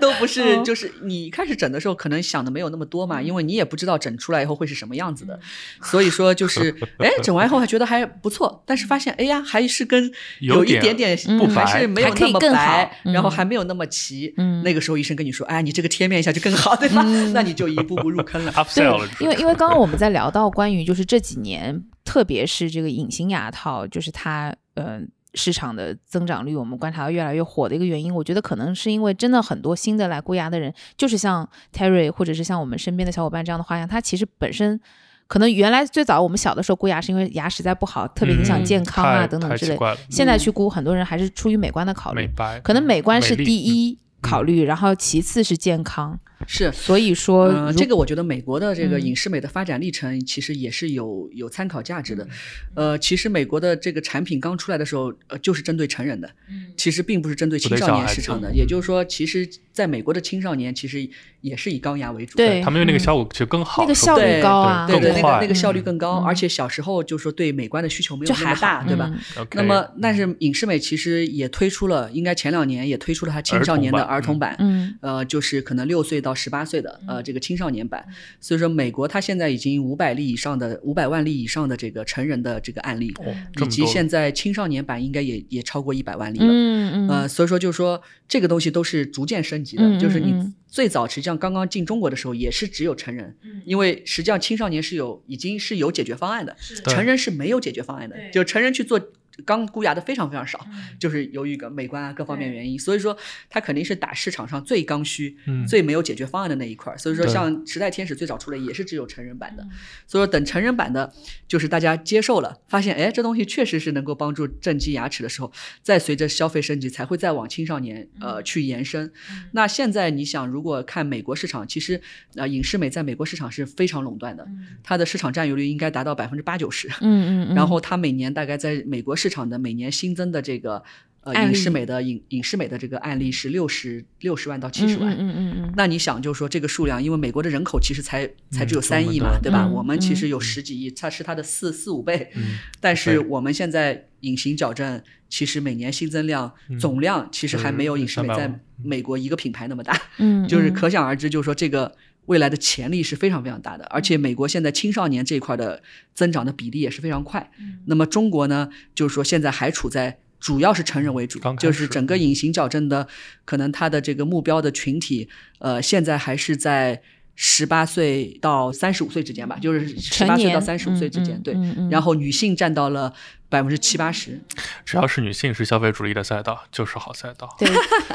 [SPEAKER 4] 都不是
[SPEAKER 2] 哦，
[SPEAKER 4] 就是你开始整的时候，可能想的没有那么多嘛，因为你也不知道整出来以后会是什么样子
[SPEAKER 2] 嗯
[SPEAKER 4] 的，所以 说就是，哎，整完以后还觉得还不错，但是发现，哎呀，还是跟
[SPEAKER 3] 有
[SPEAKER 4] 有一
[SPEAKER 3] 点
[SPEAKER 4] 点点
[SPEAKER 2] 嗯不
[SPEAKER 4] 还
[SPEAKER 3] 白
[SPEAKER 4] 是没有
[SPEAKER 2] 还可
[SPEAKER 4] 那
[SPEAKER 2] 以
[SPEAKER 4] 么
[SPEAKER 2] 更好
[SPEAKER 4] 白，
[SPEAKER 2] 嗯
[SPEAKER 4] 然后还没有那么齐。
[SPEAKER 2] 嗯
[SPEAKER 4] 那个时候医生跟你说，哎，你这个贴面一下就更好，对吧？那你就一步步入坑了。
[SPEAKER 3] upsell 了，
[SPEAKER 2] 因为因为刚刚我们在聊到关于就是这几年，特别是这个隐形牙套，就是它呃市场的增长率，我们观察到越来越火的一个原因，我觉得可能是因为真的很多新的来箍牙的人，就是像 Terry 或者是像我们身边的小伙伴这样的花样，他其实本身。可能原来最早我们小的时候箍牙是因为牙实在不好，特别影响
[SPEAKER 3] 嗯
[SPEAKER 2] 健康啊
[SPEAKER 3] 太
[SPEAKER 2] 等等
[SPEAKER 3] 太
[SPEAKER 2] 之
[SPEAKER 3] 奇
[SPEAKER 2] 类
[SPEAKER 3] 怪了。
[SPEAKER 2] 现在去箍，很多人还是出于美观的考虑
[SPEAKER 3] 美，白
[SPEAKER 2] 可能美观是
[SPEAKER 3] 美丽嗯
[SPEAKER 2] 第一考虑，然后其次是健康。
[SPEAKER 4] 是。
[SPEAKER 2] 所以说，
[SPEAKER 4] 呃，
[SPEAKER 2] 如
[SPEAKER 4] 这个我觉得美国的这个
[SPEAKER 2] 嗯
[SPEAKER 4] 影视美的发展历程其实也是有、有参考价值
[SPEAKER 2] 嗯
[SPEAKER 4] 的。呃，其实美国的这个产品刚出来的时候，呃，就是针对成人的，
[SPEAKER 2] 嗯
[SPEAKER 4] 其实并不是针对青
[SPEAKER 3] 不对
[SPEAKER 4] 少
[SPEAKER 3] 小
[SPEAKER 4] 年
[SPEAKER 3] 孩
[SPEAKER 4] 市场
[SPEAKER 3] 子
[SPEAKER 4] 的。也就是说，其实在美国的青少年其实也是以钢牙为主的。
[SPEAKER 2] 对
[SPEAKER 3] 他们用那个
[SPEAKER 2] 嗯
[SPEAKER 3] 效果其实更好，
[SPEAKER 2] 那个效
[SPEAKER 3] 说不定
[SPEAKER 4] 对
[SPEAKER 2] 率高啊，
[SPEAKER 4] 对对，那
[SPEAKER 3] 更
[SPEAKER 4] 个
[SPEAKER 3] 快
[SPEAKER 4] 那个效率更高，
[SPEAKER 2] 嗯
[SPEAKER 4] 而且小时候就说对美观的需求没有
[SPEAKER 2] 就
[SPEAKER 4] 那
[SPEAKER 2] 还
[SPEAKER 4] 么
[SPEAKER 2] 好
[SPEAKER 4] 大，对吧？
[SPEAKER 2] 嗯
[SPEAKER 3] OK
[SPEAKER 4] 那么，但是影视美其实也推出了，应该前两年也推出了它青少年的儿
[SPEAKER 3] 儿
[SPEAKER 4] 童
[SPEAKER 3] 童
[SPEAKER 4] 版，
[SPEAKER 2] 嗯
[SPEAKER 4] 呃，就是可能六岁到十八岁的呃
[SPEAKER 2] 嗯
[SPEAKER 4] 这个青少年版。所以说，美国它现在已经五百例以上的五百万例以上的这个成人的这个案例，
[SPEAKER 3] 哦这
[SPEAKER 4] 以
[SPEAKER 3] 么
[SPEAKER 4] 及
[SPEAKER 3] 多
[SPEAKER 4] 现在青少年版应该也也超过一百万例了。
[SPEAKER 2] 嗯嗯，
[SPEAKER 4] 呃，所以说就是说这个东西都是逐渐升级的，
[SPEAKER 2] 嗯
[SPEAKER 4] 就是
[SPEAKER 2] 嗯
[SPEAKER 4] 你
[SPEAKER 2] 嗯
[SPEAKER 4] 最早实际上刚刚进中国的时候也是只有成人，因为实际上青少年是有已经是有解决方案的，
[SPEAKER 3] 对
[SPEAKER 4] 成人是没有解决方案的，就成人去做。钢箍牙的非常非常少，就是由于个美观啊各方面原因，所以说它肯定是打市场上最刚需、
[SPEAKER 3] 嗯
[SPEAKER 4] 最没有解决方案的那一块儿。所以说，
[SPEAKER 3] 对
[SPEAKER 4] 像时代天使最早出来也是只有成人版的，所以说等成人版的，就是大家接受了，发现哎这东西确实是能够帮助正畸牙齿的时候，再随着消费升级，才会再往青少年呃去延伸。那现在你想，如果看美国市场，其实呃影视美在美国市场是非常垄断的，它的市场占有率应该达到百分之八九十。
[SPEAKER 2] 嗯嗯，
[SPEAKER 4] 然后它每年大概在美国市场的每年新增的这个呃
[SPEAKER 2] 案例
[SPEAKER 4] 影视美的影影视美的这个案例是六十六十万到七十万。
[SPEAKER 2] 嗯嗯嗯
[SPEAKER 4] 那你想，就是说这个数量，因为美国的人口其实才才只有
[SPEAKER 3] 嗯
[SPEAKER 4] 三亿嘛，
[SPEAKER 3] 中文的
[SPEAKER 4] 对吧？
[SPEAKER 2] 嗯
[SPEAKER 4] 我们其实
[SPEAKER 2] 嗯
[SPEAKER 4] 有十几亿，它是它的四四五倍。
[SPEAKER 3] 嗯
[SPEAKER 4] 但是
[SPEAKER 3] 对
[SPEAKER 4] 我们现在隐形矫正其实每年新增量、
[SPEAKER 3] 嗯
[SPEAKER 4] 总量其实还没有影视美
[SPEAKER 3] 300万嗯
[SPEAKER 4] 在美国一个品牌那么大，
[SPEAKER 2] 嗯，
[SPEAKER 4] 就是可想而知，就是说这个未来的潜力是非常非常大的。而
[SPEAKER 2] 嗯
[SPEAKER 4] 且美国现在青少年这一块的增长的比例也是非常快。
[SPEAKER 2] 嗯
[SPEAKER 4] 那么中国呢，就是说现在还处在。主要是成人为主
[SPEAKER 3] 刚，开始嗯
[SPEAKER 4] 就是整个隐形矫正的，可能它的这个目标的群体，呃，现在还是在十八岁到三十五岁之间吧，就是十
[SPEAKER 2] 成
[SPEAKER 4] 八岁
[SPEAKER 2] 年嗯
[SPEAKER 4] 到三十五岁之间，对。然
[SPEAKER 2] 后
[SPEAKER 4] 后女性占到了百分之七八十，
[SPEAKER 3] 只要是女性是消费主义的赛道，就是好赛道。
[SPEAKER 2] 对，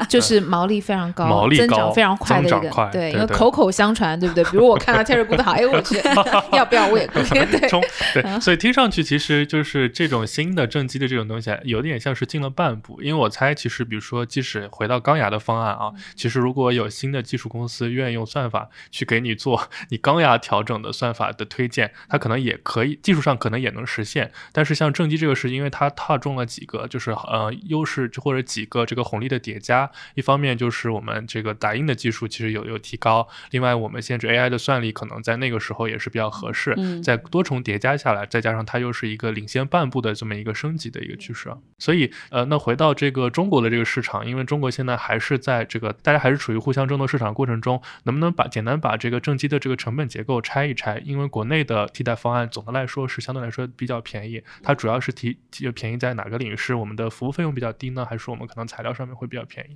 [SPEAKER 2] 就是毛利非常高，
[SPEAKER 3] 毛利
[SPEAKER 2] 增
[SPEAKER 3] 高
[SPEAKER 2] 长非常快的一
[SPEAKER 3] 增
[SPEAKER 2] 个，
[SPEAKER 3] 长快
[SPEAKER 2] 对，
[SPEAKER 3] 对
[SPEAKER 2] 因为
[SPEAKER 3] 对
[SPEAKER 2] 口口相传，对不对？比如我看到 Terry 姑 的好，哎，我去， 要不要我也姑？对，嗯
[SPEAKER 3] 冲对，所以听上去其实就是这种新的正畸的这种东西，啊有点像是进了半步。因为我猜，其实比如说，即使回到钢牙的方案
[SPEAKER 2] 嗯
[SPEAKER 3] 啊，其实如果有新的技术公司愿意用算法去给你做你钢牙调整的算法的推荐，它可能也可以，技术上可能也能实现。但是像正畸这个是因为它踏中了几个就是呃优势或者几个这个红利的叠加，一方面就是我们这个打印的技术其实有有提高，另外我们限制 AI 的算力可能在那个时候也是比较合适，
[SPEAKER 4] 嗯
[SPEAKER 3] 在多重叠加下来，再加上它又是一个领先半步的这么一个升级的一个趋势啊，所以呃，那回到这个中国的这个市场，因为中国现在还是在这个大家还是处于互相争夺市场的过程中，能不能把简单把这个正畸的这个成本结构拆一拆？因为国内的替代方案总的来说是相对来说比较便宜，它主要是提提便宜在哪个领域？是我们的服务费用比较低呢，还是我们可能材料上面会比较便宜？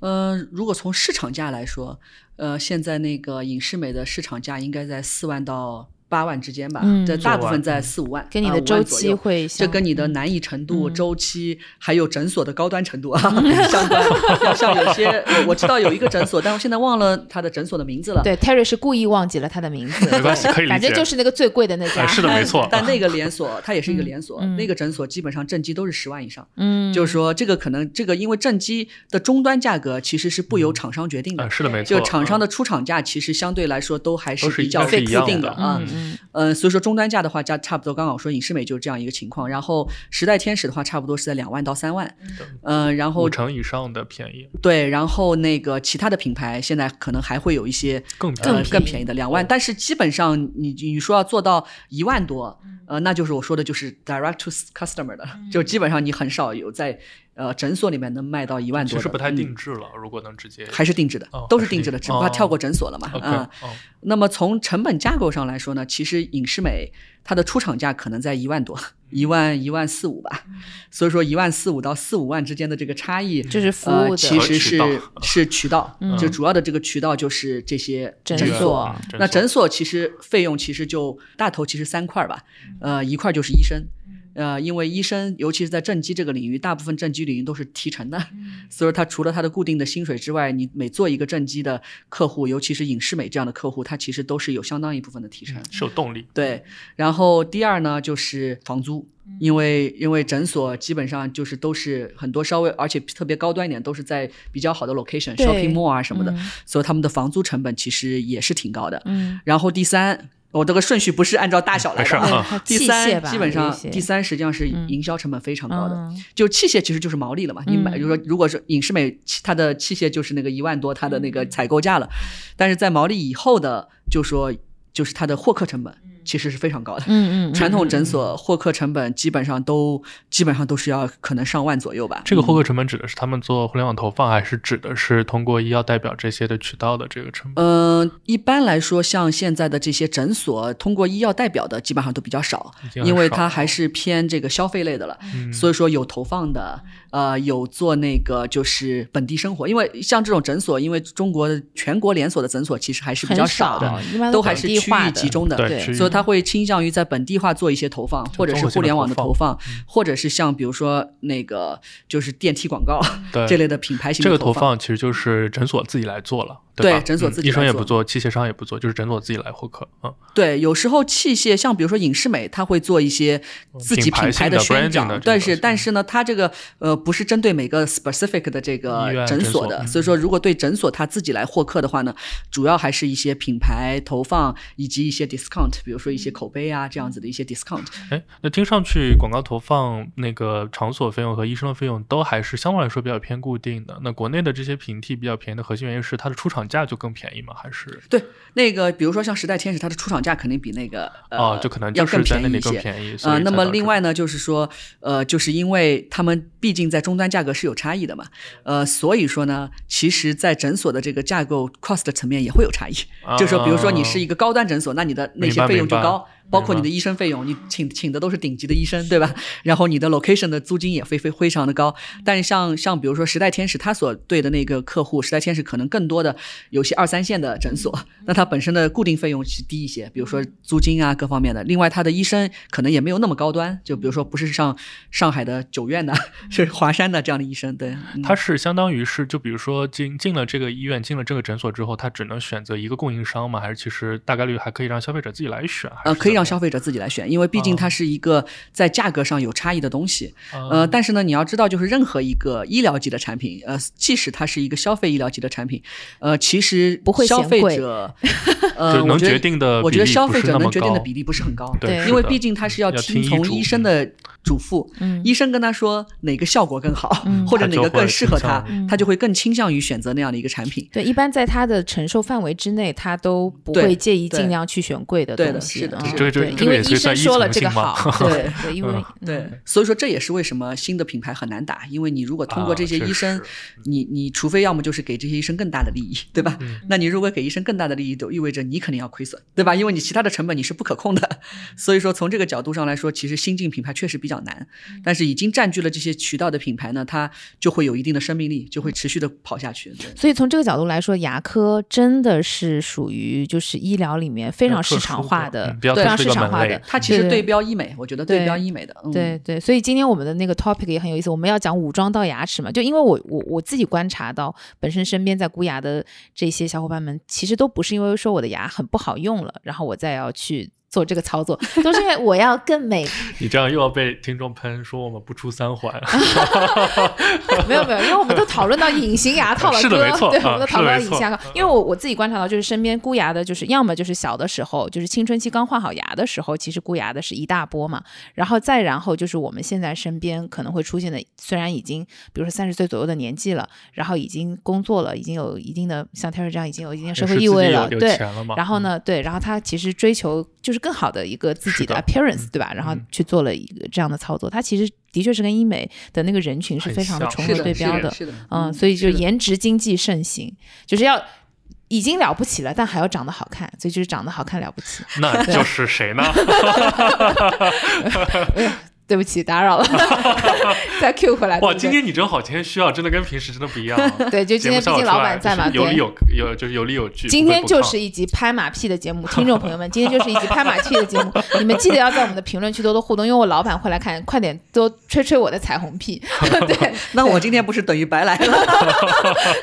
[SPEAKER 4] 呃，如果从市场价来说，呃，现在那个影视美的市场价应该在四万到八万之间吧，
[SPEAKER 2] 嗯
[SPEAKER 4] 在大部分
[SPEAKER 3] 4万
[SPEAKER 4] 在四五万，
[SPEAKER 2] 跟你的
[SPEAKER 4] 呃5
[SPEAKER 2] 周
[SPEAKER 4] 万左
[SPEAKER 2] 期
[SPEAKER 4] 右
[SPEAKER 2] 会相，
[SPEAKER 4] 这跟你的难易程度、
[SPEAKER 2] 嗯
[SPEAKER 4] 周期，还有诊所的高端程度啊 相关。要像有些，呃我知道有一个诊所，但我现在忘了它的诊所的名字了。
[SPEAKER 2] 对 Terry 是故意忘记了他的名字，
[SPEAKER 3] 没 关系可以理解
[SPEAKER 2] 反正就是那个最贵的那家，
[SPEAKER 3] 哎是的没错
[SPEAKER 4] 但那个连锁，它也是一个连锁，
[SPEAKER 2] 嗯嗯
[SPEAKER 4] 那个诊所基本上正畸都是十万以上。
[SPEAKER 2] 嗯，
[SPEAKER 4] 就是说，这个可能这个因为正畸的终端价格其实是不由厂商决定
[SPEAKER 3] 啊、
[SPEAKER 4] 的，
[SPEAKER 3] 是的，没错，
[SPEAKER 4] 就厂商
[SPEAKER 3] 嗯
[SPEAKER 4] 的出厂价其实相对来说都还是
[SPEAKER 3] 都是
[SPEAKER 4] 比较
[SPEAKER 3] 都是
[SPEAKER 4] 固
[SPEAKER 3] 一样
[SPEAKER 4] 定
[SPEAKER 3] 的
[SPEAKER 4] 啊。
[SPEAKER 2] 嗯
[SPEAKER 4] 呃，所以说终端价的话，价差不多，刚刚我说影视美就是这样一个情况。然后时代天使的话，差不多是在两万到三万。嗯，然后
[SPEAKER 3] 五成以上的便宜
[SPEAKER 4] 对，然后那个其他的品牌现在可能还会有一些
[SPEAKER 3] 更
[SPEAKER 4] 呃
[SPEAKER 3] 便宜
[SPEAKER 4] 更便宜的两万，但是基本上你你说要做到一万多，呃，那就是我说的就是 direct to customer 的，就基本上你很少有在呃诊所里面能卖到一万多
[SPEAKER 3] 其
[SPEAKER 4] 的，
[SPEAKER 3] 实不太
[SPEAKER 4] 嗯
[SPEAKER 3] 定制了，如果能直接
[SPEAKER 4] 还是定制的
[SPEAKER 3] 哦，
[SPEAKER 4] 都
[SPEAKER 3] 还
[SPEAKER 4] 是
[SPEAKER 3] 是
[SPEAKER 4] 定制
[SPEAKER 3] 定
[SPEAKER 4] 的，
[SPEAKER 3] 制
[SPEAKER 4] 只不过它跳
[SPEAKER 3] 哦
[SPEAKER 4] 过诊所了嘛。
[SPEAKER 3] OK，
[SPEAKER 4] 嗯，
[SPEAKER 3] 哦
[SPEAKER 4] 那么从成本架构上来说呢，其实影视美它的出厂价可能在一万多，一万一万四五吧，所以说一万四五到四五万之间的这个差异，
[SPEAKER 2] 嗯就是服务
[SPEAKER 4] 呃
[SPEAKER 2] 的
[SPEAKER 4] 其实
[SPEAKER 3] 和渠
[SPEAKER 4] 是
[SPEAKER 3] 道啊
[SPEAKER 4] 是渠道
[SPEAKER 2] 嗯，
[SPEAKER 4] 就主要的这个渠道就是这些
[SPEAKER 2] 诊
[SPEAKER 4] 诊
[SPEAKER 2] 所
[SPEAKER 4] 所。
[SPEAKER 3] 嗯
[SPEAKER 4] 那诊所其实费用其实就大头其实三块儿吧，呃，一块儿就是医生，
[SPEAKER 2] 嗯
[SPEAKER 4] 呃，因为医生尤其是在正畸这个领域，大部分正畸领域都是提成的，
[SPEAKER 2] 嗯
[SPEAKER 4] 所以说他除了他的固定的薪水之外，你每做一个正畸的客户，尤其是影视美这样的客户，他其实都是有相当一部分的提成。
[SPEAKER 3] 是有动力。
[SPEAKER 2] 嗯
[SPEAKER 4] 对，然后第二呢就是房租，因为因为诊所基本上就是都是很多稍微而且特别高端一点，都是在比较好的 location
[SPEAKER 2] 对
[SPEAKER 4] shopping mall 啊什么的，
[SPEAKER 2] 嗯
[SPEAKER 4] 所以他们的房租成本其实也是挺高的。
[SPEAKER 2] 嗯，
[SPEAKER 4] 然后第三，我这个顺序不是按照大小来
[SPEAKER 3] 没事
[SPEAKER 4] 的
[SPEAKER 3] 啊
[SPEAKER 4] 啊。
[SPEAKER 2] 对
[SPEAKER 3] 嗯
[SPEAKER 2] 还有
[SPEAKER 4] 第
[SPEAKER 2] 器械
[SPEAKER 4] 三
[SPEAKER 2] 吧
[SPEAKER 4] 基本
[SPEAKER 2] 有
[SPEAKER 4] 上
[SPEAKER 2] 一些
[SPEAKER 4] 第三实际上是
[SPEAKER 2] 嗯
[SPEAKER 4] 营销成本非常高的，
[SPEAKER 2] 嗯
[SPEAKER 4] 就器械其实就是毛利了嘛。你买，
[SPEAKER 2] 嗯
[SPEAKER 4] 比如说，如果是影视美，其它的器械就是那个一万多，它的那个
[SPEAKER 2] 嗯
[SPEAKER 4] 采购价了。但是在毛利以后的，就说就是它的获客成本其实是非常高的。
[SPEAKER 2] 嗯嗯嗯，嗯
[SPEAKER 4] 传统诊
[SPEAKER 2] 嗯
[SPEAKER 4] 所获客成本基本上都基本上都是要可能上万左右吧。
[SPEAKER 3] 这个获客成本指的是他们做互联网投放，还是指的是通过医药代表这些的渠道的这个成本？
[SPEAKER 4] 嗯，一般来说，像现在的这些诊所，通过医药代表的基本上都比较少，
[SPEAKER 3] 已经很
[SPEAKER 4] 呃因为
[SPEAKER 3] 少
[SPEAKER 4] 它
[SPEAKER 3] 了
[SPEAKER 4] 还是偏这个消费类的了。
[SPEAKER 3] 嗯
[SPEAKER 4] 所以说有投放的，呃，有做那个就是本地生活，因为像这种诊所，因为中国的全国连锁的诊所其实还是比
[SPEAKER 2] 很
[SPEAKER 4] 较
[SPEAKER 2] 少
[SPEAKER 4] 的，，
[SPEAKER 2] 一般
[SPEAKER 4] 都还
[SPEAKER 2] 本
[SPEAKER 4] 是
[SPEAKER 2] 地
[SPEAKER 4] 区
[SPEAKER 2] 化
[SPEAKER 4] 域
[SPEAKER 2] 的
[SPEAKER 4] 集中的。
[SPEAKER 3] 对
[SPEAKER 2] 对
[SPEAKER 3] 区域
[SPEAKER 4] 所以它会倾向啊于在本地化做一些投放，或者是互联网的投放，嗯或者是像比如说那个就是电梯广告
[SPEAKER 3] 对
[SPEAKER 4] 呃这类的品牌型
[SPEAKER 3] 这
[SPEAKER 4] 的
[SPEAKER 3] 个
[SPEAKER 4] 投
[SPEAKER 3] 投
[SPEAKER 4] 放。
[SPEAKER 3] 放其实就是诊所自己来做了，吧？
[SPEAKER 4] 对诊所
[SPEAKER 3] 嗯
[SPEAKER 4] 自己
[SPEAKER 3] 医生
[SPEAKER 4] 来
[SPEAKER 3] 也
[SPEAKER 4] 做
[SPEAKER 3] 不做，器械商也不做，就是诊所自己来获客啊。
[SPEAKER 4] 对，有时候器械像比如说影视美，它会做一些自己
[SPEAKER 3] 嗯品牌
[SPEAKER 4] 品
[SPEAKER 3] 性
[SPEAKER 4] 牌
[SPEAKER 3] 的
[SPEAKER 4] 宣
[SPEAKER 3] branding 的这，
[SPEAKER 4] 讲但
[SPEAKER 3] 种
[SPEAKER 4] 是
[SPEAKER 3] 东
[SPEAKER 4] 但
[SPEAKER 3] 西嗯
[SPEAKER 4] 是呢，它这个呃不是针对每个 specific 的这个
[SPEAKER 3] 医院
[SPEAKER 4] 诊
[SPEAKER 3] 诊
[SPEAKER 4] 所
[SPEAKER 3] 所
[SPEAKER 4] 的，
[SPEAKER 3] 嗯
[SPEAKER 4] 所以说如果对诊所它自己来获客的话呢，主要还是一些品牌投放以及一些 discount，比如说一些口碑啊这样子的一些 discount。
[SPEAKER 3] 哎，那听上去广告投放那个场所费用和医生的费用都还是相对来说比较偏固定的。那国内的这些平替比较便宜的核心原因是它的出厂价就更便宜吗？还是
[SPEAKER 4] 对，那个比如说像时代天使，它的出厂价肯定比那个呃、
[SPEAKER 3] 哦就可能就
[SPEAKER 4] 要
[SPEAKER 3] 是在
[SPEAKER 4] 便
[SPEAKER 3] 那
[SPEAKER 4] 宜
[SPEAKER 3] 里
[SPEAKER 4] 一
[SPEAKER 3] 更
[SPEAKER 4] 些。
[SPEAKER 3] 便宜？所
[SPEAKER 4] 呃，
[SPEAKER 3] 以
[SPEAKER 4] 那
[SPEAKER 3] 才
[SPEAKER 4] 么
[SPEAKER 3] 导
[SPEAKER 4] 另
[SPEAKER 3] 致
[SPEAKER 4] 外呢，就是说，呃，就是因为他们毕竟在终端价格是有差异的嘛，呃，所以说呢，其实，在诊所的这个架构 cost 的层面也会有差异。
[SPEAKER 3] 啊
[SPEAKER 4] 就是说，比如说
[SPEAKER 3] 嗯
[SPEAKER 4] 你是一个高端诊所，那你的那
[SPEAKER 3] 明
[SPEAKER 4] 些
[SPEAKER 3] 白
[SPEAKER 4] 费用就
[SPEAKER 3] 明白
[SPEAKER 4] 高，包括你
[SPEAKER 3] 明白
[SPEAKER 4] 的医生费用，你请请的都是顶级的医生，对吧？然后你的 location 的租金也非非非常的高。但是像像比如说时代天使，它所对的那个客户，时代天使可能更多的有些二三线的诊
[SPEAKER 3] 嗯
[SPEAKER 4] 所， 那它本身的固定费用是低一些，比如说租金啊各方面的。另外，它的医生可能也没有那么高端，就比如说不是像上海的九院的， 是华山的这样的医生，对，嗯
[SPEAKER 3] 它嗯是相当于是，就比如说进进了这个医院，进了这个诊所之后，它只能选择一个供应商吗？还是其实大概率还可以让消费者自己来选？还
[SPEAKER 4] 呃，
[SPEAKER 3] 是嗯
[SPEAKER 4] 可以
[SPEAKER 3] 怎
[SPEAKER 4] 让
[SPEAKER 3] 么
[SPEAKER 4] 消费者自己来选，因为毕竟它是一个在价格上有差异的东西。
[SPEAKER 3] 样嗯
[SPEAKER 4] 呃，但是呢，你要知道，就是任何一个医疗级的产品，呃，即使它是一个消费医疗级的产品，呃，其实
[SPEAKER 2] 不会
[SPEAKER 4] 消
[SPEAKER 2] 嫌
[SPEAKER 4] 费
[SPEAKER 2] 贵
[SPEAKER 4] 者，呃，
[SPEAKER 3] 就
[SPEAKER 4] 我
[SPEAKER 3] 能
[SPEAKER 4] 觉得
[SPEAKER 3] 决定的
[SPEAKER 4] 我
[SPEAKER 3] 比
[SPEAKER 4] 觉得
[SPEAKER 3] 例
[SPEAKER 4] 消
[SPEAKER 3] 不
[SPEAKER 4] 费
[SPEAKER 3] 是
[SPEAKER 4] 者
[SPEAKER 3] 那
[SPEAKER 4] 能
[SPEAKER 3] 么
[SPEAKER 4] 决定的
[SPEAKER 3] 高
[SPEAKER 4] 比例不是很高，
[SPEAKER 3] 对
[SPEAKER 2] 对，
[SPEAKER 3] 是
[SPEAKER 4] 因为
[SPEAKER 3] 的
[SPEAKER 4] 毕竟他是要
[SPEAKER 3] 要
[SPEAKER 4] 听
[SPEAKER 3] 听医
[SPEAKER 4] 从
[SPEAKER 3] 嘱
[SPEAKER 4] 医生的嘱咐，
[SPEAKER 2] 嗯
[SPEAKER 4] 医生跟他说哪个效果更好，
[SPEAKER 2] 嗯
[SPEAKER 4] 或者哪
[SPEAKER 3] 他
[SPEAKER 4] 个
[SPEAKER 3] 就会
[SPEAKER 4] 更适合
[SPEAKER 3] 倾向
[SPEAKER 4] 他
[SPEAKER 3] 于，
[SPEAKER 4] 他就会更倾向于选择那样的一个产品。
[SPEAKER 2] 对，一般在他的承受范围之内，他都不
[SPEAKER 4] 对
[SPEAKER 2] 会介意
[SPEAKER 4] 对
[SPEAKER 2] 尽量去选贵的
[SPEAKER 4] 对
[SPEAKER 2] 东
[SPEAKER 4] 的
[SPEAKER 2] 西。
[SPEAKER 4] 是的
[SPEAKER 2] 嗯
[SPEAKER 4] 是
[SPEAKER 3] 这个这个
[SPEAKER 4] 的
[SPEAKER 2] 对
[SPEAKER 3] 这
[SPEAKER 2] 因
[SPEAKER 3] 个
[SPEAKER 2] 为
[SPEAKER 3] 也
[SPEAKER 2] 医
[SPEAKER 3] 是算
[SPEAKER 2] 生
[SPEAKER 3] 依
[SPEAKER 2] 说
[SPEAKER 3] 从
[SPEAKER 2] 了这
[SPEAKER 3] 性
[SPEAKER 2] 个
[SPEAKER 3] 吗
[SPEAKER 2] 好，对对，因
[SPEAKER 3] 嗯
[SPEAKER 2] 为嗯
[SPEAKER 4] 对，所以说这也是为什么新的品牌很难打，因为你如果通过这些
[SPEAKER 3] 啊
[SPEAKER 4] 医
[SPEAKER 3] 确
[SPEAKER 4] 生，
[SPEAKER 3] 实
[SPEAKER 4] 你你除非要么就是给这些医生更大的利益，对吧？
[SPEAKER 3] 嗯
[SPEAKER 4] 那你如果给医生更大的利益，就意味着你肯定要亏损，对吧？因为你其他的成本你是不可控的。
[SPEAKER 2] 嗯
[SPEAKER 4] 所以说从这个角度上来说，其实新进品牌确实比较难，
[SPEAKER 2] 嗯
[SPEAKER 4] 但是已经占据了这些渠道的品牌呢，它就会有一定的生命力，就会持续的跑下去。对
[SPEAKER 2] 所以从这个角度来说，牙科真的是属于就是医疗里面非常市场化的、
[SPEAKER 3] 嗯比较
[SPEAKER 2] 非
[SPEAKER 3] 特
[SPEAKER 2] 常
[SPEAKER 3] 殊
[SPEAKER 2] 市
[SPEAKER 3] 的
[SPEAKER 2] 场化
[SPEAKER 3] 门
[SPEAKER 2] 的
[SPEAKER 3] 类。
[SPEAKER 4] 它其实
[SPEAKER 2] 对
[SPEAKER 4] 对标医美，我觉得对
[SPEAKER 2] 对
[SPEAKER 4] 标医美的，嗯、
[SPEAKER 2] 对对，所以今天我们的那个 topic 也很有意思，我们要讲武装到牙齿嘛，就因为我我我自己观察到，本身身边在箍牙的这些小伙伴们，其实都不是因为说我的牙很不好用了，然后我再要去做这个操作，都是因为 我要更美
[SPEAKER 3] 你这样又要被听众喷说我们不出三
[SPEAKER 4] 啊
[SPEAKER 3] 环，
[SPEAKER 2] 没有没有，因为我们都讨论到隐形牙套了，
[SPEAKER 3] 是的
[SPEAKER 2] 哥
[SPEAKER 3] 没错
[SPEAKER 2] 对，
[SPEAKER 3] 啊
[SPEAKER 2] 我们都讨论到
[SPEAKER 3] 是的没
[SPEAKER 2] 隐
[SPEAKER 3] 错
[SPEAKER 2] 形牙套。因为我我自己观察到，就是身边箍牙的，就是要么就是小的时候，就是青春期刚换好牙的时候，其实箍牙的是一大波嘛。然后再然后就是我们现在身边可能会出现的，虽然已经比如说三十岁左右的年纪了，然后已经工作了，已经有一定的像 Terry 这样已经有一定的社会
[SPEAKER 3] 也是
[SPEAKER 2] 地
[SPEAKER 3] 自己
[SPEAKER 2] 位
[SPEAKER 3] 有
[SPEAKER 2] 了，
[SPEAKER 3] 有
[SPEAKER 2] 对，
[SPEAKER 3] 钱了嘛
[SPEAKER 2] 然后呢，对，然后他其实追求就是更好的一个自己
[SPEAKER 3] 嗯是
[SPEAKER 2] 的
[SPEAKER 3] 的
[SPEAKER 2] appearance，对吧？然后
[SPEAKER 3] 嗯
[SPEAKER 2] 去做了一个这样的操作，他其实的确是跟医美的那个人群是
[SPEAKER 3] 很
[SPEAKER 2] 非常的
[SPEAKER 3] 像
[SPEAKER 2] 重
[SPEAKER 4] 是
[SPEAKER 2] 合
[SPEAKER 4] 的，
[SPEAKER 2] 对
[SPEAKER 4] 是
[SPEAKER 2] 标
[SPEAKER 4] 的，
[SPEAKER 2] 的，
[SPEAKER 4] 是的，
[SPEAKER 2] 嗯，所以就是
[SPEAKER 4] 的
[SPEAKER 2] 颜值经济盛行，就是要已经了不起了，但还要长得好看，所以
[SPEAKER 3] 嗯
[SPEAKER 2] 就是长得好看了不起。
[SPEAKER 3] 那就是谁呢？
[SPEAKER 2] 对不起，打扰 了，再 Q 回来。
[SPEAKER 3] 哇，
[SPEAKER 2] 啊对不对
[SPEAKER 3] 今天你真好谦虚啊，真的跟平时真的不一样啊。
[SPEAKER 2] 对，就今
[SPEAKER 3] 节
[SPEAKER 2] 天
[SPEAKER 3] 目
[SPEAKER 2] 毕
[SPEAKER 3] 效果
[SPEAKER 2] 竟
[SPEAKER 3] 出
[SPEAKER 2] 老
[SPEAKER 3] 来
[SPEAKER 2] 板在嘛，
[SPEAKER 3] 就是有
[SPEAKER 2] 对
[SPEAKER 3] 理。有有就是有理有据。
[SPEAKER 2] 今
[SPEAKER 3] 不卑
[SPEAKER 2] 天
[SPEAKER 3] 不
[SPEAKER 2] 就
[SPEAKER 3] 亢
[SPEAKER 2] 是一集拍马屁的节目，听众朋友们，今天就是一集拍马屁的 节目，你们记得要在我们的评论区多多互动，因为我老板会来看，快点多吹吹我的彩虹 屁。对
[SPEAKER 4] 那我 今天不是等于白来了？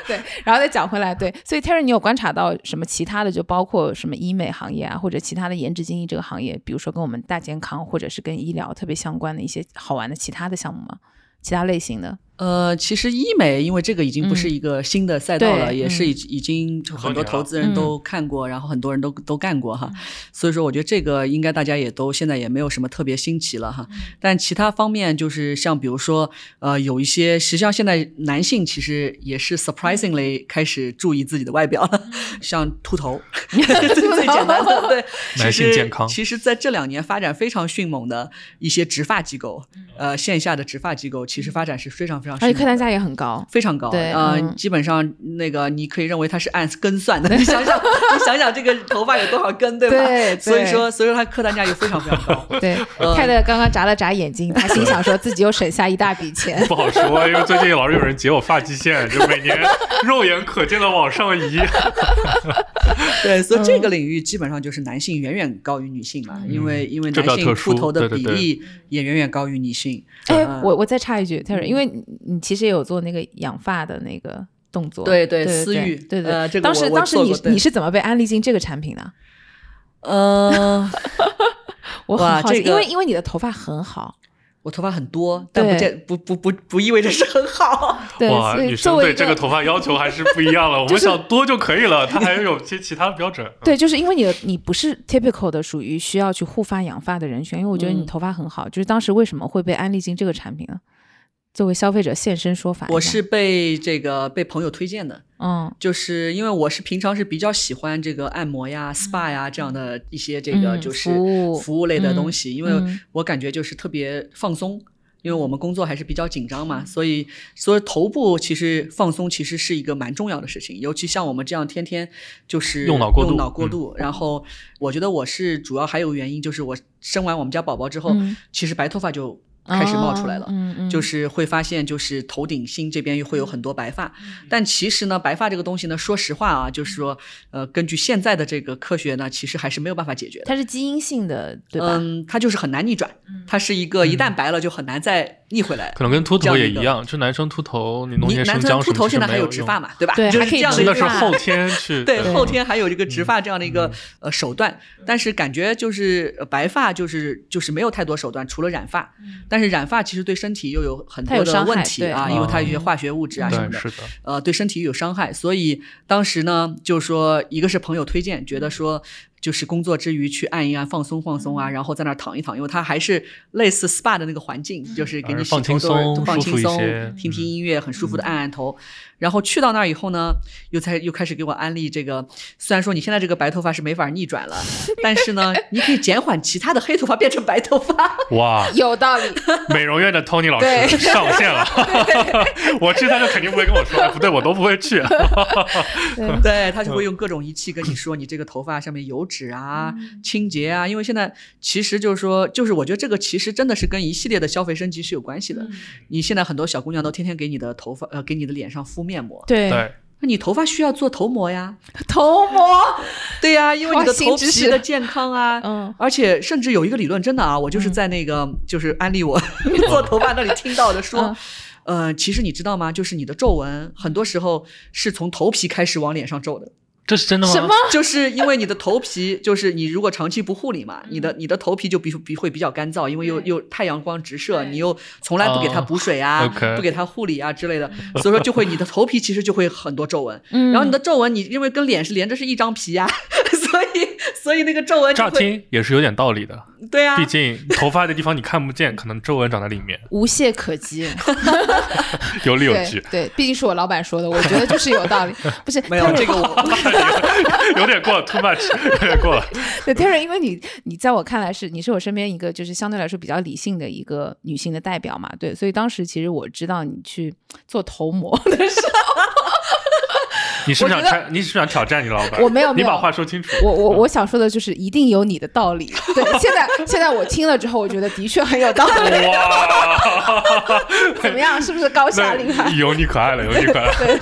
[SPEAKER 2] 对，然后再讲回来，对，所以 Terry，你有观察到什么其他的，就包括什么医美行业啊，或者其他的颜值经济这个行业，比如说跟我们大健康或者是跟医疗特别相关的一些好玩的其他的项目吗？其他类型的，
[SPEAKER 4] 呃，其实医美，因为这个已经不是一个新的赛道了，
[SPEAKER 2] 对
[SPEAKER 4] 也是已已经就很多投资人都看过，然后很多人都都干过哈，所以说我觉得这个应该大家也都现在也没有什么特别新奇了哈。但其他方面就是像比如说呃，有一些实际上现在男性其实也是 surprisingly 开始注意自己的外表了， 像秃头，最简单的对，
[SPEAKER 3] 男性
[SPEAKER 4] 其实
[SPEAKER 3] 健康
[SPEAKER 4] 其实在这两年发展非常迅猛的一些植发机构，
[SPEAKER 3] 嗯
[SPEAKER 4] 呃，线下的植发机构其实发展是非常非常迅
[SPEAKER 2] 而且
[SPEAKER 4] 猛的。
[SPEAKER 2] 客单价也很高。
[SPEAKER 4] 非常高，
[SPEAKER 2] 对
[SPEAKER 4] 呃，
[SPEAKER 2] 嗯
[SPEAKER 4] 基本上那个你可以认为它是按根 算的，你 想想，你想想这个头发有多少根，对吧？
[SPEAKER 2] 对
[SPEAKER 4] 所以
[SPEAKER 2] 对
[SPEAKER 4] 说，所以说它客单价又非常非常高。
[SPEAKER 2] 对，
[SPEAKER 4] 呃
[SPEAKER 2] 泰德刚刚眨了眨眼睛，他心想说自己又省下一大笔钱。
[SPEAKER 3] 不好说，因为最近老是有人截我发际线，就每年肉眼可见的往上移。
[SPEAKER 4] 对，所以这
[SPEAKER 2] 嗯
[SPEAKER 4] 个领域基本上就是男性远远高于女性嘛，因为因为
[SPEAKER 3] 这比较
[SPEAKER 4] 男性
[SPEAKER 3] 特殊
[SPEAKER 4] 秃头的
[SPEAKER 3] 对
[SPEAKER 4] 比
[SPEAKER 3] 对
[SPEAKER 4] 例也远远高于女性。
[SPEAKER 2] 哎
[SPEAKER 4] 嗯，
[SPEAKER 2] 我我再插一句，Terry，因为你你其实也有做那个养发的那个动作，
[SPEAKER 4] 对对
[SPEAKER 2] 对
[SPEAKER 4] 私
[SPEAKER 2] 对
[SPEAKER 4] 域
[SPEAKER 2] 对
[SPEAKER 4] 呃
[SPEAKER 2] 对对。
[SPEAKER 4] 这个
[SPEAKER 2] 当
[SPEAKER 4] 我
[SPEAKER 2] 时
[SPEAKER 4] 我
[SPEAKER 2] 当时
[SPEAKER 4] 做
[SPEAKER 2] 你
[SPEAKER 4] 过对
[SPEAKER 2] 你是怎么被安利进这个产品的？嗯
[SPEAKER 4] 呃，
[SPEAKER 2] 我
[SPEAKER 4] 哇
[SPEAKER 2] 很好奇，
[SPEAKER 4] 这个
[SPEAKER 2] 因为因为你的头发很好，
[SPEAKER 4] 我头发很多，但不
[SPEAKER 2] 对
[SPEAKER 4] 见不不不不意味着是很好。
[SPEAKER 2] 对，
[SPEAKER 3] 哇，
[SPEAKER 2] 所以
[SPEAKER 3] 女生
[SPEAKER 2] 作为
[SPEAKER 3] 对
[SPEAKER 2] 一
[SPEAKER 3] 这个头发要求还是不一样了。我们想多就可以了，它还有些其他的标准。
[SPEAKER 2] 对，就是因为你的你不是 typical 的属于需要去护发养发的人选，因为我觉得你
[SPEAKER 4] 嗯
[SPEAKER 2] 头发很好，就是当时为什么会被安利进这个产品呢？作为消费者现身说法一下，
[SPEAKER 4] 我是被这个被朋友推荐的，
[SPEAKER 2] 嗯
[SPEAKER 4] 就是因为我是平常是比较喜欢这个按摩呀、SPA 呀这样的一些这个
[SPEAKER 2] 嗯
[SPEAKER 4] 就是
[SPEAKER 2] 服务
[SPEAKER 4] 服务类的东
[SPEAKER 2] 嗯
[SPEAKER 4] 西，因为
[SPEAKER 2] 嗯
[SPEAKER 4] 我感觉就是特别放松。因为我们工作还是比较紧张嘛，所以所以头部其实放松其实是一个蛮重要的事情，尤其像我们这样天天就是
[SPEAKER 3] 用脑过度嗯
[SPEAKER 4] 用脑过度。然后我觉得我是主要还有原因就是我生完我们家宝宝之后，
[SPEAKER 2] 嗯
[SPEAKER 4] 其实白头发就开始冒出来了
[SPEAKER 2] 哦。嗯嗯，
[SPEAKER 4] 就是会发现，就是头顶心这边会有很多白发，
[SPEAKER 2] 嗯
[SPEAKER 4] 但其实呢，白发这个东西呢，说实话啊，就是说，呃，根据现在的这个科学呢，其实还是没有办法解决的。
[SPEAKER 2] 它是基因性的，对吧？
[SPEAKER 4] 嗯，它就是很难逆转，
[SPEAKER 2] 嗯
[SPEAKER 4] 它是一个一旦白了就很难再逆回来。
[SPEAKER 3] 嗯可能跟秃
[SPEAKER 4] 这
[SPEAKER 3] 头
[SPEAKER 4] 样
[SPEAKER 3] 也
[SPEAKER 4] 一个
[SPEAKER 3] 一样，就男生秃头，你弄
[SPEAKER 4] 你
[SPEAKER 3] 些生
[SPEAKER 4] 男
[SPEAKER 3] 姜
[SPEAKER 4] 生
[SPEAKER 3] 什
[SPEAKER 4] 秃
[SPEAKER 3] 么
[SPEAKER 4] 头
[SPEAKER 3] 其实
[SPEAKER 4] 现在
[SPEAKER 3] 没
[SPEAKER 4] 还有
[SPEAKER 3] 有
[SPEAKER 4] 植
[SPEAKER 3] 用
[SPEAKER 4] 发嘛，对吧？
[SPEAKER 2] 对
[SPEAKER 4] 就
[SPEAKER 2] 还
[SPEAKER 4] 是
[SPEAKER 2] 可
[SPEAKER 4] 这
[SPEAKER 2] 以
[SPEAKER 4] 样的
[SPEAKER 2] 植
[SPEAKER 4] 一
[SPEAKER 3] 那
[SPEAKER 4] 个
[SPEAKER 3] 是
[SPEAKER 2] 发
[SPEAKER 3] 后嗯天去
[SPEAKER 4] 对
[SPEAKER 2] 对嗯
[SPEAKER 4] 后天还有一个植发这样的一个、呃手段，但是感觉就是呃白发就是就是没有太多手段，除了染发，但是染发其实对身体又有很
[SPEAKER 2] 嗯它
[SPEAKER 4] 多
[SPEAKER 2] 有
[SPEAKER 4] 的
[SPEAKER 2] 伤害
[SPEAKER 4] 问题
[SPEAKER 2] 对
[SPEAKER 4] 啊，因为它有一些
[SPEAKER 2] 嗯
[SPEAKER 4] 化学物质啊什么
[SPEAKER 3] 对
[SPEAKER 4] 的，
[SPEAKER 3] 是的，
[SPEAKER 4] 呃，对身体有伤害，所以当时呢，就说一个是朋友推荐，觉得说就是工作之余去按一按，放松放松啊，然后在那儿躺一躺，因为它还是类似 SPA 的那个环境，就是给
[SPEAKER 3] 还是
[SPEAKER 4] 你洗
[SPEAKER 3] 放
[SPEAKER 4] 头
[SPEAKER 3] 轻
[SPEAKER 4] 都是
[SPEAKER 3] 松
[SPEAKER 4] 都放
[SPEAKER 3] 舒
[SPEAKER 4] 轻
[SPEAKER 3] 服一
[SPEAKER 4] 松
[SPEAKER 3] 些，
[SPEAKER 4] 听听
[SPEAKER 3] 嗯
[SPEAKER 4] 音乐，很舒服的按按头。然后去到那儿以后呢，又才又开始给我安利这个，虽然说你现在这个白头发是没法逆转了，但是呢，你可以减缓其他的黑头发变成白头发。
[SPEAKER 3] 哇，
[SPEAKER 2] 有道理，
[SPEAKER 3] 美容院的 Tony 老
[SPEAKER 2] 对
[SPEAKER 3] 师上线了， 我去他就肯定不会跟我 说，不对，我都不会去。
[SPEAKER 2] 对，
[SPEAKER 4] 对他就会用各种仪器跟你说你这个头发上面油脂啊、
[SPEAKER 2] 嗯
[SPEAKER 4] 清洁啊，因为现在其实就是说，就是我觉得这个其实真的是跟一系列的消费升级是有关系
[SPEAKER 2] 嗯
[SPEAKER 4] 的。你现在很多小姑娘都天天给你的头发呃给你的脸上敷面膜，
[SPEAKER 2] 对
[SPEAKER 3] 对，
[SPEAKER 4] 那你头发需要做头膜 呀，
[SPEAKER 2] 头膜，
[SPEAKER 4] 对呀、因为你的
[SPEAKER 2] 哇新
[SPEAKER 4] 头
[SPEAKER 2] 知
[SPEAKER 4] 皮
[SPEAKER 2] 识
[SPEAKER 4] 的健康啊。
[SPEAKER 2] 嗯，
[SPEAKER 4] 而且甚至有一个理论，真的啊，我就是在那个、就是安 利我 做头发那里听到的
[SPEAKER 2] 嗯
[SPEAKER 4] 说，呃，其实你知道吗？就是你的皱纹很多时候是从头皮开始往脸上皱的。
[SPEAKER 3] 这是真的吗？
[SPEAKER 2] 什么？
[SPEAKER 4] 就是因为你的头皮，就是你如果长期不护理嘛，你的你的头皮就比比会比较干燥，因为又又太阳光直射，你又从来不给它补水啊
[SPEAKER 3] 哦，OK，
[SPEAKER 4] 不给它护理啊之类的，所以说就会你的头皮其实就会很多皱纹，
[SPEAKER 2] 嗯，
[SPEAKER 4] 然后你的皱纹你因为跟脸是连着是一张皮呀、 所以所以那个皱纹
[SPEAKER 3] 乍
[SPEAKER 4] 就会
[SPEAKER 3] 听也是有点道理的，
[SPEAKER 4] 对啊
[SPEAKER 3] 毕，竟头发的地方你看不见，可能皱纹长在里面，
[SPEAKER 2] 无懈可 击。
[SPEAKER 3] 有理有
[SPEAKER 2] 对
[SPEAKER 3] 据，
[SPEAKER 2] 对，毕竟是我老板说的，我觉得就是有道理。不是
[SPEAKER 4] 没有
[SPEAKER 2] Terry，
[SPEAKER 4] 这个 我
[SPEAKER 3] 有点过了，too much，有 点过了。
[SPEAKER 2] 对 Terry，因为你你在我看来是你是我身边一个就是相对来说比较理性的一个女性的代表嘛，对，所以当时其实我知道你去做头模的时候。
[SPEAKER 3] 你是不是
[SPEAKER 2] 我
[SPEAKER 3] 想
[SPEAKER 2] 觉得
[SPEAKER 3] 拆？你是不是想挑战你老板？
[SPEAKER 2] 我没有
[SPEAKER 3] 你
[SPEAKER 2] 没有
[SPEAKER 3] 把话说清楚。
[SPEAKER 2] 我 我我想说的就是，一定有你的道理。 对，现在现在我听了之后，我觉得的确很有道理。
[SPEAKER 3] 哇，
[SPEAKER 2] 怎么样？是不是高下立
[SPEAKER 3] 那
[SPEAKER 2] 判？
[SPEAKER 3] 有你可爱了，有你可爱了。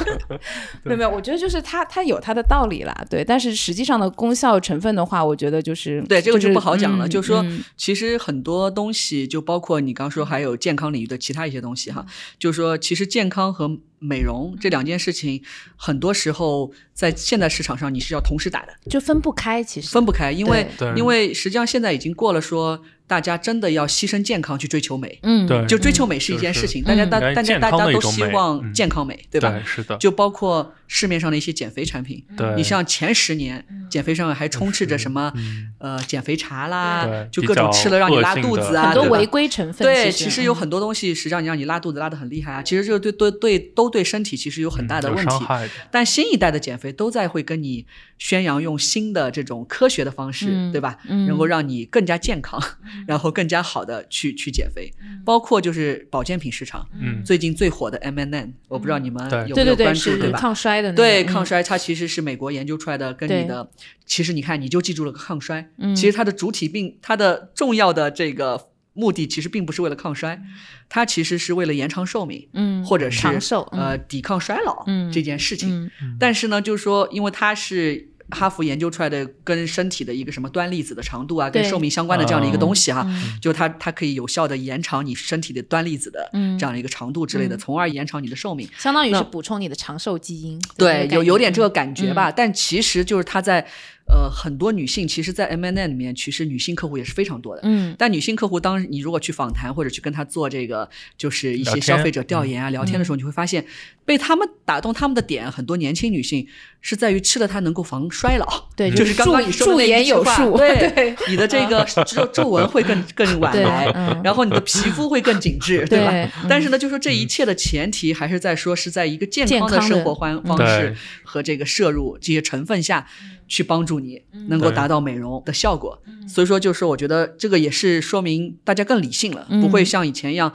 [SPEAKER 2] 没有没有，我觉得就是它它有它的道理啦，对。但是实际上的功效成分的话，我觉得就是
[SPEAKER 4] 对，这个
[SPEAKER 2] 就
[SPEAKER 4] 就是不好讲
[SPEAKER 2] 嗯
[SPEAKER 4] 了。就说
[SPEAKER 2] 嗯，
[SPEAKER 4] 其实很多东西，就包括你刚说，还有健康领域的其他一些东西哈。就说，其实健康和美容这两件事情，很多时候在现在市场上你是要同时打的，
[SPEAKER 2] 就分不开，其实
[SPEAKER 4] 分不开，因为
[SPEAKER 3] 对对
[SPEAKER 4] 因为实际上现在已经过了说大家真的要牺牲健康去追求美，
[SPEAKER 2] 嗯
[SPEAKER 3] 对，
[SPEAKER 4] 就追求美是一件事情，
[SPEAKER 2] 嗯
[SPEAKER 4] 大家
[SPEAKER 2] 嗯
[SPEAKER 4] 大
[SPEAKER 3] 应该
[SPEAKER 4] 大家
[SPEAKER 3] 健
[SPEAKER 4] 大
[SPEAKER 3] 康的
[SPEAKER 4] 家
[SPEAKER 3] 一
[SPEAKER 4] 都
[SPEAKER 3] 种
[SPEAKER 4] 希
[SPEAKER 3] 美
[SPEAKER 4] 望
[SPEAKER 3] 嗯
[SPEAKER 4] 健康美， 对吧
[SPEAKER 3] 对，？是的，
[SPEAKER 4] 就包括市面上的一些减肥产品，
[SPEAKER 3] 对
[SPEAKER 4] 你像前十年
[SPEAKER 2] 嗯
[SPEAKER 4] 减肥上还充斥着什么
[SPEAKER 3] 嗯
[SPEAKER 4] 呃减肥茶啦
[SPEAKER 3] 对，
[SPEAKER 4] 就各种吃了让你拉肚子啊，
[SPEAKER 2] 很多
[SPEAKER 4] 对吧
[SPEAKER 2] 违规成分。
[SPEAKER 4] 对，
[SPEAKER 2] 其
[SPEAKER 4] 其实有很多东西，实际上你让你拉肚子拉得很厉害啊，其实这个对对对都对身体其实有很大的
[SPEAKER 3] 嗯有
[SPEAKER 4] 问
[SPEAKER 3] 伤
[SPEAKER 4] 题。
[SPEAKER 3] 害的
[SPEAKER 4] 但新一代的减肥都在会跟你宣扬用新的这种科学的方式，
[SPEAKER 2] 嗯
[SPEAKER 4] 对吧？
[SPEAKER 2] 嗯
[SPEAKER 4] 能够让你更加健康， 然后更加好的去去减肥，
[SPEAKER 2] 嗯
[SPEAKER 4] 包括就是保健品市场
[SPEAKER 3] 嗯，
[SPEAKER 4] 最近最火的 M&M，我不知道你们
[SPEAKER 3] 对
[SPEAKER 2] 嗯
[SPEAKER 4] 有
[SPEAKER 2] 对
[SPEAKER 4] 没
[SPEAKER 2] 对
[SPEAKER 4] 有
[SPEAKER 2] 对
[SPEAKER 4] 关注，
[SPEAKER 2] 是
[SPEAKER 4] 吧？
[SPEAKER 2] 抗衰的那个，
[SPEAKER 4] 对
[SPEAKER 2] 嗯
[SPEAKER 4] 抗衰，它其实是美国研究出来的，跟
[SPEAKER 2] 对
[SPEAKER 4] 你的其实你看，你就记住了个抗衰，
[SPEAKER 2] 嗯
[SPEAKER 4] 其实它的主体并它的重要的这个目的其实并不是为了抗衰，它其实是为了延长寿命，
[SPEAKER 2] 嗯
[SPEAKER 4] 或者是
[SPEAKER 2] 长寿嗯
[SPEAKER 4] 呃抵抗衰老
[SPEAKER 2] 嗯
[SPEAKER 4] 这件事情。
[SPEAKER 2] 嗯
[SPEAKER 4] 但是呢，就是说，因为它是。哈佛研究出来的跟身体的一个什么端粒子的长度啊，跟
[SPEAKER 2] 对
[SPEAKER 4] 寿命相关的这样的一个
[SPEAKER 3] 哦
[SPEAKER 4] 东西哈、
[SPEAKER 2] 嗯
[SPEAKER 4] 就它它可以有效的延长你身体的端粒子的
[SPEAKER 2] 嗯
[SPEAKER 4] 这样的一个长度之类的，
[SPEAKER 2] 嗯
[SPEAKER 4] 从而延长你的寿命。
[SPEAKER 2] 相当于是
[SPEAKER 4] 那
[SPEAKER 2] 补充你的长寿基因。
[SPEAKER 4] 对，有有点这个感觉吧。
[SPEAKER 2] 嗯
[SPEAKER 4] 但其实就是他在呃很多女性，其实，在 M N N 里面，其实女性客户也是非常多的。
[SPEAKER 2] 嗯
[SPEAKER 4] 但女性客户，当你如果去访谈或者去跟她做这个，就是一
[SPEAKER 3] 聊
[SPEAKER 4] 些
[SPEAKER 3] 天嗯
[SPEAKER 4] 消费者调研啊、聊天的时候，你会发现，被他们打动他们的点，很多年轻女性是在于吃了它能够防衰老，
[SPEAKER 2] 对
[SPEAKER 4] 就
[SPEAKER 2] 就是
[SPEAKER 4] 刚刚你说的
[SPEAKER 2] 驻
[SPEAKER 4] 那
[SPEAKER 2] 驻
[SPEAKER 4] 一
[SPEAKER 2] 颜
[SPEAKER 4] 句
[SPEAKER 2] 有
[SPEAKER 4] 话
[SPEAKER 2] 术
[SPEAKER 4] 对，你的这个
[SPEAKER 3] 嗯
[SPEAKER 4] 皱皱纹会更更晚
[SPEAKER 2] 对
[SPEAKER 4] 来，
[SPEAKER 2] 嗯
[SPEAKER 4] 然后你的皮肤会更紧致，对吧？
[SPEAKER 2] 对嗯
[SPEAKER 4] 但是呢，就说这一切的前提还是在说是在一个健康
[SPEAKER 2] 健
[SPEAKER 4] 的
[SPEAKER 2] 康的
[SPEAKER 4] 生活方
[SPEAKER 2] 嗯
[SPEAKER 4] 方式
[SPEAKER 3] 对
[SPEAKER 4] 和这个摄入这些成分下，去帮助你能
[SPEAKER 3] 嗯
[SPEAKER 4] 够
[SPEAKER 3] 对嗯
[SPEAKER 4] 达到美容的效果。所以说，就是说我觉得这个也是说明大家更理性
[SPEAKER 2] 嗯
[SPEAKER 4] 了，不会像以前一样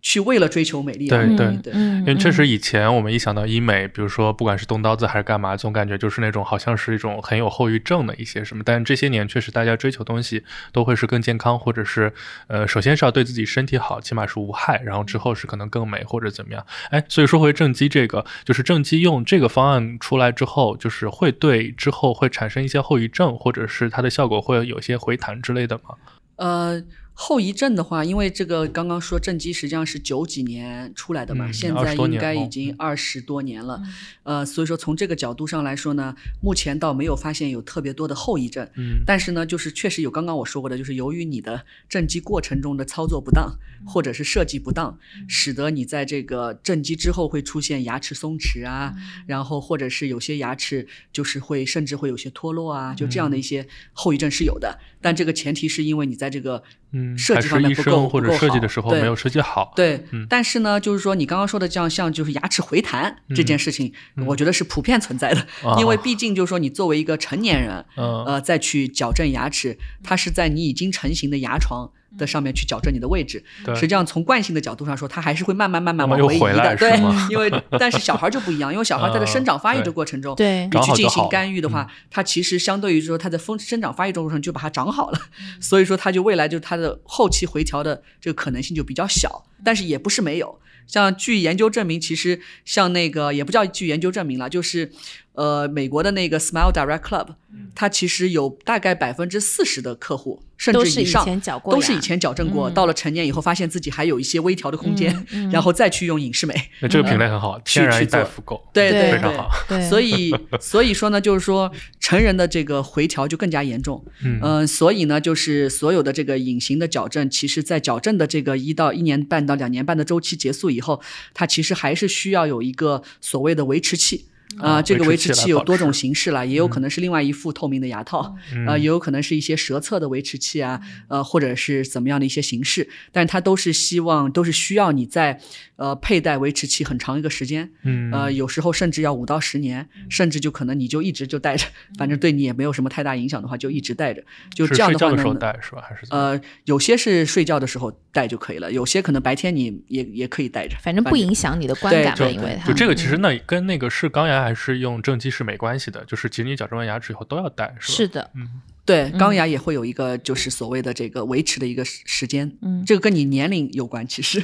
[SPEAKER 4] 去为了追求美丽而
[SPEAKER 3] 对
[SPEAKER 4] 美丽。
[SPEAKER 3] 对
[SPEAKER 4] 对
[SPEAKER 2] 嗯
[SPEAKER 3] 因为确实以前我们一想到医美，比如说不管是动刀子还是干嘛，总感觉就是那种好像是一种很有后遗症的一些什么。但是这些年确实大家追求东西都会是更健康，或者是呃，首先是要对自己身体好，起码是无害，然后之后是可能更美或者怎么样。哎，所以说回正畸这个，就是正畸用这个方案出来之后，就是会对之后会产生一些后遗症，或者是它的效果会有些回弹之类的吗？
[SPEAKER 4] 呃，后遗症的话，因为这个刚刚说正畸实际上是九几年出来的嘛，
[SPEAKER 3] 嗯
[SPEAKER 4] 现
[SPEAKER 3] 20
[SPEAKER 4] 在
[SPEAKER 3] 多
[SPEAKER 4] 应
[SPEAKER 3] 年嗯
[SPEAKER 4] 该
[SPEAKER 3] 了
[SPEAKER 4] 已经二十多年了。呃，所以说从这个角度上来说呢，目前倒没有发现有特别多的后遗症。
[SPEAKER 3] 嗯，
[SPEAKER 4] 但是呢，就是确实有刚刚我说过的，就是由于你的正畸过程中的操作不当，
[SPEAKER 3] 嗯
[SPEAKER 4] 或者是设计不当，使得你在这个正畸之后会出现牙齿松弛啊，
[SPEAKER 3] 嗯
[SPEAKER 4] 然后或者是有些牙齿就是会甚至会有些脱落啊，就
[SPEAKER 3] 嗯
[SPEAKER 4] 这样的一些后遗症是有的。但这个前提是因为你在这个
[SPEAKER 3] 嗯，
[SPEAKER 4] 设
[SPEAKER 3] 还
[SPEAKER 4] 计方
[SPEAKER 3] 是
[SPEAKER 4] 面
[SPEAKER 3] 医
[SPEAKER 4] 不够，
[SPEAKER 3] 生或者
[SPEAKER 4] 不够
[SPEAKER 3] 设计
[SPEAKER 4] 好
[SPEAKER 3] 的时候
[SPEAKER 4] 对
[SPEAKER 3] 没有设计好。
[SPEAKER 4] 对，
[SPEAKER 3] 嗯
[SPEAKER 4] 但是呢，就是说你刚刚说的这样，像就是牙齿回弹这件事情，
[SPEAKER 3] 嗯
[SPEAKER 4] 我觉得是普遍存在的，
[SPEAKER 3] 啊
[SPEAKER 4] 因为毕竟就是说你作为一个成年人，
[SPEAKER 3] 嗯
[SPEAKER 4] 呃，再去矫正牙齿，它是在你已经成型的牙床。的上面去矫正你的位置，
[SPEAKER 3] 嗯对
[SPEAKER 4] 实际上从惯性的角度上说，它还是会慢慢慢慢
[SPEAKER 3] 慢慢
[SPEAKER 4] 往
[SPEAKER 3] 又
[SPEAKER 4] 回移
[SPEAKER 3] 回
[SPEAKER 4] 的，
[SPEAKER 3] 来
[SPEAKER 4] 对
[SPEAKER 3] 是吗，
[SPEAKER 4] 因为但是小孩就不一样，因为小孩在的生长发育
[SPEAKER 3] 嗯
[SPEAKER 4] 的过程中，
[SPEAKER 2] 对
[SPEAKER 4] 你
[SPEAKER 3] 长
[SPEAKER 4] 哎去
[SPEAKER 3] 好就嗯
[SPEAKER 4] 进行
[SPEAKER 3] 好
[SPEAKER 4] 干预的话，它其实相对于说它在风生长发育过程中就把它长好了，
[SPEAKER 2] 嗯
[SPEAKER 4] 所以说它就未来就它的后期回调的这个可能性就比较小，
[SPEAKER 2] 嗯
[SPEAKER 4] 但是也不是没有。像据研究证明，其实像那个也不叫据研究证明了，就是呃美国的那个 Smile Direct Club，它
[SPEAKER 2] 嗯
[SPEAKER 4] 其实有大概百分之四十的客户甚
[SPEAKER 2] 都
[SPEAKER 4] 至
[SPEAKER 2] 是以
[SPEAKER 4] 上
[SPEAKER 2] 前矫过
[SPEAKER 4] 都是以
[SPEAKER 2] 牙
[SPEAKER 4] 前矫正过，
[SPEAKER 2] 嗯
[SPEAKER 4] 到了成年以后发现自己还有一些微调的空间，
[SPEAKER 2] 嗯嗯
[SPEAKER 4] 然后再去用隐适美。
[SPEAKER 3] 那这个品类很好，天然一代复购，
[SPEAKER 4] 对
[SPEAKER 2] 对
[SPEAKER 3] 非常好。
[SPEAKER 2] 对，
[SPEAKER 4] 所以， 所以说呢，就是说成人的这个回调就更加严重。
[SPEAKER 3] 嗯
[SPEAKER 4] 呃，所以呢，就是所有的这个隐形的矫正，其实在矫正的这个一到一年半到两年半的周期结束以后，它其实还是需要有一个所谓的维持器。啊、
[SPEAKER 3] 啊
[SPEAKER 4] 这个维
[SPEAKER 3] 维
[SPEAKER 4] 持
[SPEAKER 3] 持器
[SPEAKER 4] 器
[SPEAKER 3] 来
[SPEAKER 4] 有
[SPEAKER 3] 保
[SPEAKER 4] 多种
[SPEAKER 3] 持
[SPEAKER 4] 形式啦，也有可能是另外一副透明的牙套，
[SPEAKER 3] 嗯
[SPEAKER 4] 呃，也有可能是一些舌侧的维持器啊，呃，或者是怎么样的一些形式，但它都是希望，都是需要你在呃佩戴维持器很长一个时间，
[SPEAKER 3] 嗯
[SPEAKER 4] 呃，有时候甚至要五到十年，
[SPEAKER 2] 嗯
[SPEAKER 4] 甚至就可能你就一直就戴着，反正对你也没有什么太大影响的话，就一直戴着。就是这样
[SPEAKER 3] 睡
[SPEAKER 4] 的
[SPEAKER 3] 觉
[SPEAKER 4] 话呢，
[SPEAKER 3] 的时候戴是吧？还是怎么
[SPEAKER 4] 呃，有些是睡觉的时候戴就可以了，有些可能白天你也也可以戴着，
[SPEAKER 2] 反正不
[SPEAKER 4] 影。
[SPEAKER 2] 影响你的观
[SPEAKER 4] 对
[SPEAKER 2] 感嘛，
[SPEAKER 4] 就
[SPEAKER 2] 因为它嗯
[SPEAKER 3] 就这个其实呢，跟那个是钢牙该还是用正畸是没关系的，就是其实你矫正完牙齿以后都要戴，是吧？
[SPEAKER 2] 是的，
[SPEAKER 3] 嗯，
[SPEAKER 4] 对，钢牙也会有一个就是所谓的这个维持的一个时时间，
[SPEAKER 2] 嗯
[SPEAKER 4] 这个跟你年龄有关，其实。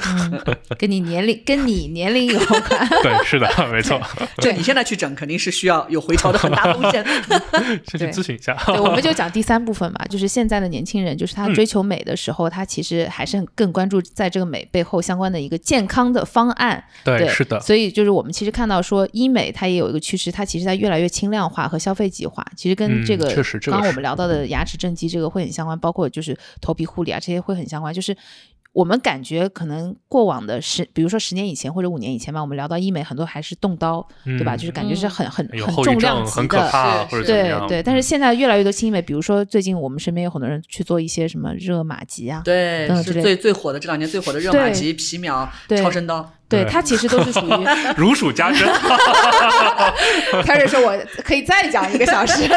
[SPEAKER 2] 跟你年龄跟你年龄有关。
[SPEAKER 3] 对，是的，没错，
[SPEAKER 4] 就你现在去整，肯定是需要有回潮的很大 风险。
[SPEAKER 3] 先去
[SPEAKER 2] 对
[SPEAKER 3] 咨询一下。
[SPEAKER 2] 对，我们就讲第三部分吧，就是现在的年轻人，就是他
[SPEAKER 3] 嗯
[SPEAKER 2] 追求美的时候，他其实还是很更关注在这个美背后相关的一个健康的方案。
[SPEAKER 3] 对，是的，
[SPEAKER 2] 所以就是我们其实看到说，医美它也有一个趋势，它其实在越来越轻量化和消费级化，其实跟
[SPEAKER 3] 嗯
[SPEAKER 2] 这个、
[SPEAKER 3] 确实这个
[SPEAKER 2] 刚刚我
[SPEAKER 3] 是
[SPEAKER 2] 们聊到的牙齿正畸这个会很相关，包括就是头皮护理啊这些会很相关，就是。我们感觉啊可能过往的十，比如说十年以前或者五年以前吧，我们聊到医美很多还是动刀，对吧？
[SPEAKER 3] 嗯
[SPEAKER 2] 就是感觉是很很
[SPEAKER 3] 有
[SPEAKER 2] 很
[SPEAKER 3] 后遗
[SPEAKER 2] 重量
[SPEAKER 3] 症
[SPEAKER 2] 级的，
[SPEAKER 3] 很可怕，
[SPEAKER 4] 是
[SPEAKER 3] 或者
[SPEAKER 4] 是
[SPEAKER 3] 怎么
[SPEAKER 2] 对
[SPEAKER 3] 样？
[SPEAKER 2] 对，但是现在越来越多轻医美，比如说最近我们身边有很多人去做一些什么热玛吉啊，
[SPEAKER 4] 对
[SPEAKER 2] 嗯，之
[SPEAKER 4] 是
[SPEAKER 2] 类的
[SPEAKER 4] 最最火的这两年最火的热玛吉、皮秒、
[SPEAKER 2] 对
[SPEAKER 4] 超声刀。
[SPEAKER 2] 对
[SPEAKER 3] 对
[SPEAKER 2] 它其实都是属 于。
[SPEAKER 3] 如数家珍，
[SPEAKER 2] 开始说我可以再讲一个小时，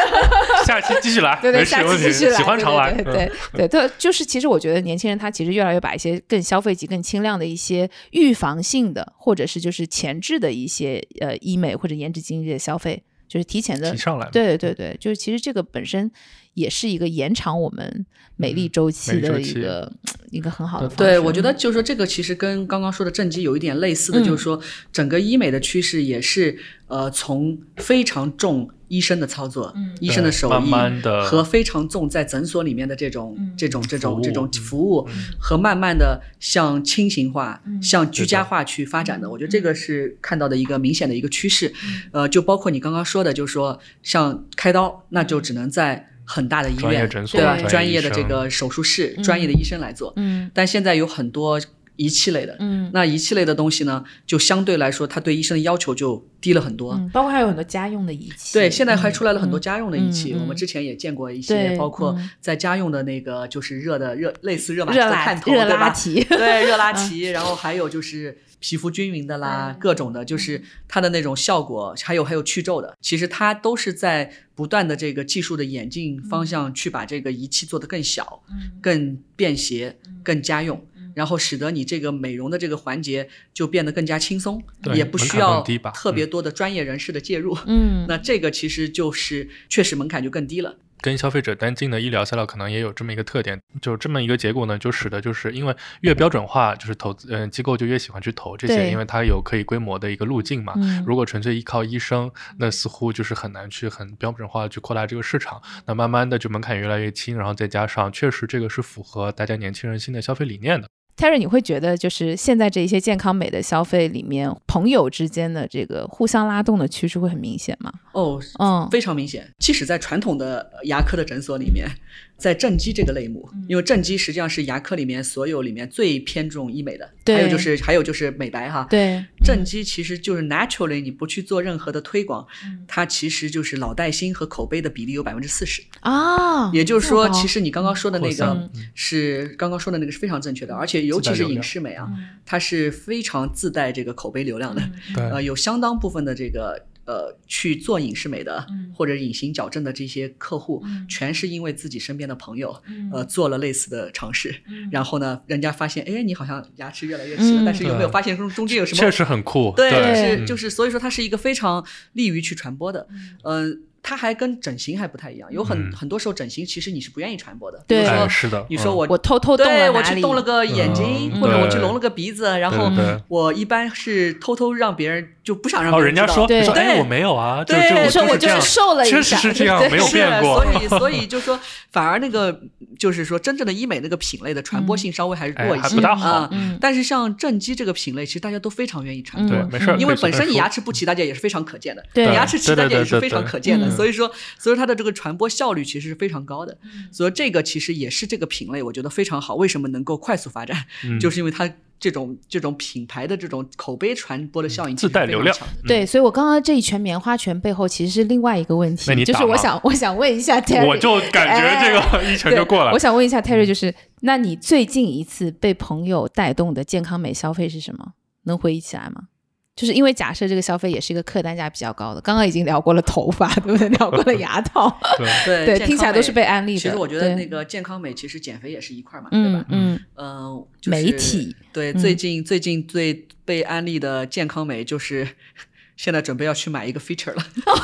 [SPEAKER 3] 下期继续来，
[SPEAKER 2] 对
[SPEAKER 3] 没
[SPEAKER 2] 对，
[SPEAKER 3] 事
[SPEAKER 2] 下
[SPEAKER 3] 问
[SPEAKER 2] 期
[SPEAKER 3] 题
[SPEAKER 2] 继续来，
[SPEAKER 3] 喜欢常来，
[SPEAKER 2] 对
[SPEAKER 3] 嗯
[SPEAKER 2] 对对对对，就是其实我觉得年轻人他其实越来越把一些更消费级、更轻量的一些预防性的，或者是就是前置的一些呃医美或者颜值经济的消费，就是提前的
[SPEAKER 3] 提上来嘛，
[SPEAKER 2] 对对对，就是其实这个本身也是一个延长我们美丽周期
[SPEAKER 3] 嗯美丽周
[SPEAKER 2] 的
[SPEAKER 3] 期
[SPEAKER 2] 一个、一个很好的方式。
[SPEAKER 4] 对，我觉得就是说这个其实跟刚刚说的正畸有一点类似的，
[SPEAKER 2] 嗯
[SPEAKER 4] 就是说整个医美的趋势也是呃从非常重医生的操作、医生的手艺
[SPEAKER 3] 慢慢地
[SPEAKER 4] 和非常重在诊所里面的这种、这种这
[SPEAKER 3] 服
[SPEAKER 4] 种
[SPEAKER 3] 务
[SPEAKER 4] 这种服务、
[SPEAKER 3] 嗯
[SPEAKER 4] 和慢慢的向轻型化、向居家化去发展的。我觉得这个是看到的一个明显的一个趋势。呃，就包括你刚刚说的，就是说像开刀，那就只能在很大的医
[SPEAKER 3] 专业
[SPEAKER 4] 院，
[SPEAKER 3] 诊所
[SPEAKER 4] 对吧？
[SPEAKER 2] 专业
[SPEAKER 4] 专
[SPEAKER 3] 医
[SPEAKER 4] 业的这
[SPEAKER 3] 生
[SPEAKER 4] 个手术室、专业的医生来做。
[SPEAKER 2] 嗯
[SPEAKER 4] 但现在有很多仪器类的，
[SPEAKER 2] 嗯
[SPEAKER 4] 那仪器类的东西呢，就相对来说，它对医生的要求就低了很多。
[SPEAKER 2] 嗯，包括还有很多家用的仪器，
[SPEAKER 4] 对，现在还出来了很多
[SPEAKER 2] 嗯
[SPEAKER 4] 家用的仪器，
[SPEAKER 2] 嗯嗯
[SPEAKER 4] 我们之前也见过一些，
[SPEAKER 2] 对
[SPEAKER 4] 包括
[SPEAKER 2] 嗯
[SPEAKER 4] 在家用的那个就是热的热，类似热玛吉
[SPEAKER 2] 热
[SPEAKER 4] 的
[SPEAKER 2] 拉
[SPEAKER 4] 探头，
[SPEAKER 2] 热
[SPEAKER 4] 对
[SPEAKER 2] 拉
[SPEAKER 4] 吧？
[SPEAKER 2] 提，嗯
[SPEAKER 4] 对，热拉提，然后还有就是皮肤均匀的啦，各种的，就是它的那种效果，还有还有去皱的，其实它都是在不断的这个技术的演进方
[SPEAKER 2] 嗯
[SPEAKER 4] 向去把这个仪器做得更小、更便携、
[SPEAKER 2] 嗯
[SPEAKER 4] 更家用。然后使得你这个美容的这个环节就变得更加轻松，
[SPEAKER 3] 对
[SPEAKER 4] 也不需
[SPEAKER 3] 门槛
[SPEAKER 4] 要
[SPEAKER 3] 更低吧嗯
[SPEAKER 4] 特别多的专业人士的介入。
[SPEAKER 2] 嗯，
[SPEAKER 4] 那这个其实就是确实门槛就更低了。
[SPEAKER 3] 跟消费者单进的医疗材料可能也有这么一个特点，就这么一个结果呢，就使得就是因为越标准化，就是投资嗯、机构就越喜欢去投这
[SPEAKER 2] 对
[SPEAKER 3] 些，因为它有可以规模的一个路径嘛。
[SPEAKER 2] 嗯
[SPEAKER 3] 如果纯粹依靠医生，那似乎就是很难去很标准化地去扩大这个市场。那慢慢的就门槛越来越轻，然后再加上确实这个是符合大家年轻人新的消费理念的。
[SPEAKER 2] Terry，你会觉得就是现在这一些健康美的消费里面，朋友之间的这个互相拉动的趋势会很明显吗？
[SPEAKER 4] 哦，
[SPEAKER 2] 嗯，
[SPEAKER 4] 非常明显。即使在传统的呃牙科的诊所里面，在正畸这个类目，
[SPEAKER 2] 嗯
[SPEAKER 4] 因为正畸实际上是牙科里面所有里面最偏重医美的，
[SPEAKER 2] 对
[SPEAKER 4] 还有就是还有就是美白哈。
[SPEAKER 2] 对，嗯
[SPEAKER 4] 正畸其实就是 naturally，你不去做任何的推广，它其实就是老带新和口碑的比例有百分之四十。
[SPEAKER 2] 啊，
[SPEAKER 4] 也就是说，
[SPEAKER 2] 这么高
[SPEAKER 4] 其实你刚刚说的那
[SPEAKER 3] 扩
[SPEAKER 4] 个
[SPEAKER 3] 散嗯
[SPEAKER 4] 是刚刚说的那个是非常正确的，而且尤其是影视美
[SPEAKER 2] 嗯
[SPEAKER 4] 啊，它是非常自带这个口碑流量的。呃，
[SPEAKER 3] 对，
[SPEAKER 4] 有相当部分的这个呃去做影视美的、
[SPEAKER 2] 嗯
[SPEAKER 4] 或者隐形矫正的这些客户，全是因为自己身边的朋友、
[SPEAKER 2] 嗯
[SPEAKER 4] 呃做了类似的尝试，然后呢，人家发现，哎，你好像牙齿越来越齐了，
[SPEAKER 2] 嗯
[SPEAKER 4] 但是有没有
[SPEAKER 3] 对
[SPEAKER 4] 发现中中间有什么
[SPEAKER 3] 确实很酷。
[SPEAKER 4] 对，
[SPEAKER 2] 对
[SPEAKER 3] 嗯
[SPEAKER 4] 就是就是，所以说它是一个非常利于去传播的，嗯、它还跟整形还不太一样，有很、
[SPEAKER 3] 嗯
[SPEAKER 4] 很多时候整形其实你是不愿意传播的，
[SPEAKER 2] 对
[SPEAKER 4] 比如
[SPEAKER 3] 哎
[SPEAKER 4] 说
[SPEAKER 3] 是的，
[SPEAKER 4] 你说
[SPEAKER 3] 嗯
[SPEAKER 4] 我
[SPEAKER 2] 我偷偷动
[SPEAKER 4] 对
[SPEAKER 2] 了
[SPEAKER 4] 我
[SPEAKER 2] 哪
[SPEAKER 4] 去
[SPEAKER 2] 里
[SPEAKER 4] 动了个眼睛，
[SPEAKER 3] 嗯
[SPEAKER 4] 或者我去
[SPEAKER 3] 对
[SPEAKER 4] 隆了个鼻子，然
[SPEAKER 3] 对
[SPEAKER 4] 后
[SPEAKER 3] 对对
[SPEAKER 4] 我一般是偷偷让别人就不想让
[SPEAKER 3] 哦，
[SPEAKER 4] 别
[SPEAKER 3] 人家
[SPEAKER 4] 知道
[SPEAKER 3] 说
[SPEAKER 2] 对
[SPEAKER 3] 说哎
[SPEAKER 4] 对
[SPEAKER 3] 我没有啊，就
[SPEAKER 4] 对
[SPEAKER 3] 就
[SPEAKER 4] 说
[SPEAKER 3] 我
[SPEAKER 4] 我
[SPEAKER 3] 就这
[SPEAKER 4] 就是
[SPEAKER 3] 样
[SPEAKER 2] 瘦了一
[SPEAKER 3] 确实
[SPEAKER 2] 下
[SPEAKER 3] 是这样
[SPEAKER 2] 对，
[SPEAKER 3] 没有
[SPEAKER 4] 是
[SPEAKER 3] 变过。
[SPEAKER 4] 所以所以就说，反而那个就是说，真正的医美那个品类的传播性稍微还是弱一
[SPEAKER 3] 哎还
[SPEAKER 4] 些，
[SPEAKER 3] 不大好
[SPEAKER 4] 啊
[SPEAKER 2] 嗯
[SPEAKER 4] 但是像正畸这个品类，其实大家都非常愿意传播。
[SPEAKER 3] 对，没事儿，
[SPEAKER 4] 因
[SPEAKER 3] 可
[SPEAKER 4] 为
[SPEAKER 3] 以随
[SPEAKER 4] 本
[SPEAKER 3] 便
[SPEAKER 4] 身你牙
[SPEAKER 3] 说
[SPEAKER 4] 齿不齐，大家也是非常可见的；
[SPEAKER 2] 对嗯
[SPEAKER 4] 你牙齿齐，
[SPEAKER 3] 对对
[SPEAKER 4] 大家也是
[SPEAKER 3] 对对
[SPEAKER 4] 非常可见的。所以说，所以它的这个传播效率其实是非常高的。
[SPEAKER 2] 嗯
[SPEAKER 4] 所以这个其实也是这个品类，我觉得非常好。为什么能够快速发展？
[SPEAKER 3] 嗯
[SPEAKER 4] 就是因为它这种这种品牌的这种口碑传播的效
[SPEAKER 3] 嗯
[SPEAKER 4] 应
[SPEAKER 3] 自带流量
[SPEAKER 4] 其实是非常强的。
[SPEAKER 2] 对，所以我刚刚这一拳棉花拳背后其实是另外一个问
[SPEAKER 3] 那
[SPEAKER 2] 题，
[SPEAKER 3] 你
[SPEAKER 2] 就是
[SPEAKER 3] 打
[SPEAKER 2] 我
[SPEAKER 3] 吗
[SPEAKER 2] 想我想问一下 Terry，
[SPEAKER 3] 我就感觉这个 一拳
[SPEAKER 2] 哎对
[SPEAKER 3] 就过来
[SPEAKER 2] 我
[SPEAKER 3] 了。嗯
[SPEAKER 2] 想问一下 Terry，就是那你最近一次被朋友带动的健康美消费是什么？能回忆起来吗？就是因为假设这个消费也是一个客单价比较高的，刚刚已经聊过了头发， 对不对？聊过了牙套，
[SPEAKER 3] 对，
[SPEAKER 4] 对
[SPEAKER 2] 对，
[SPEAKER 4] 健
[SPEAKER 2] 听起来
[SPEAKER 4] 康
[SPEAKER 2] 都是
[SPEAKER 4] 美
[SPEAKER 2] 被安利的。
[SPEAKER 4] 其实我觉得
[SPEAKER 2] 对
[SPEAKER 4] 那，个健康美其实减肥也是一块儿嘛，对
[SPEAKER 2] 嗯
[SPEAKER 4] 吧？
[SPEAKER 2] 嗯，
[SPEAKER 4] 嗯，就是
[SPEAKER 2] 媒体
[SPEAKER 4] 对
[SPEAKER 2] 嗯
[SPEAKER 4] 最近最近最被安利的健康美就是 现在准备要去买一个 feature 了。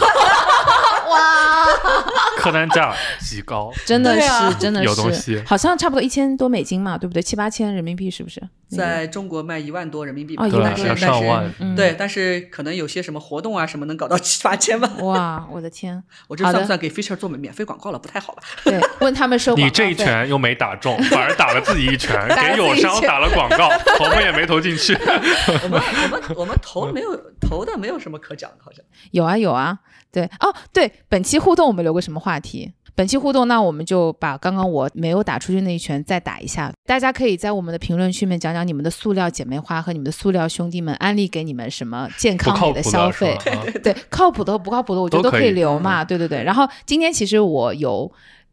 [SPEAKER 3] 客单价极高，
[SPEAKER 2] 真的
[SPEAKER 4] 对
[SPEAKER 2] 是、
[SPEAKER 4] 啊
[SPEAKER 2] 真的是
[SPEAKER 3] 有东西
[SPEAKER 2] 好像差不多一千多美金嘛，对不对？七八千人民币是不是？那个
[SPEAKER 4] 在中国卖一万多人民币吧，
[SPEAKER 2] 哦，一
[SPEAKER 3] 对
[SPEAKER 2] 万
[SPEAKER 4] 但
[SPEAKER 2] 多
[SPEAKER 4] 是
[SPEAKER 3] 要
[SPEAKER 2] 人
[SPEAKER 4] 但
[SPEAKER 2] 民
[SPEAKER 4] 是
[SPEAKER 2] 币
[SPEAKER 3] 上万
[SPEAKER 2] 嗯、
[SPEAKER 4] 对，但是可能有些什么活动啊什么能搞到七八千吧。
[SPEAKER 2] 哇，我的天！
[SPEAKER 4] 我这
[SPEAKER 2] 好的
[SPEAKER 4] 算不算给 feature 做免费广告了？不太好吧？
[SPEAKER 2] 对，问他们收广告
[SPEAKER 3] 你这一
[SPEAKER 2] 费
[SPEAKER 3] 拳又没打 中，反而打了自己一拳，
[SPEAKER 2] 打了
[SPEAKER 3] 给
[SPEAKER 2] 自己
[SPEAKER 3] 友
[SPEAKER 2] 一
[SPEAKER 3] 商
[SPEAKER 2] 拳
[SPEAKER 3] 打了广 告，投们也没投进去。
[SPEAKER 4] 我们我们我们投没有投的没有什么可讲的，好像
[SPEAKER 2] 有啊有啊，对哦对，本期互动我们留个什么话题？本期互动，那我们就把刚刚我没有打出去那一拳再打一下。大家可以在我们的评论区里面讲讲你们的塑料姐妹花和你们的塑料兄弟们安利给你们什么健
[SPEAKER 3] 不
[SPEAKER 2] 康
[SPEAKER 3] 靠
[SPEAKER 2] 里
[SPEAKER 3] 谱
[SPEAKER 2] 的
[SPEAKER 3] 的
[SPEAKER 2] 消
[SPEAKER 3] 是
[SPEAKER 2] 费
[SPEAKER 3] 吧，啊
[SPEAKER 2] 对，靠谱的和不靠谱的，我觉得
[SPEAKER 3] 都
[SPEAKER 2] 都
[SPEAKER 3] 可
[SPEAKER 2] 可
[SPEAKER 3] 以嗯
[SPEAKER 2] 以留嘛，对对对。然后今天其实我有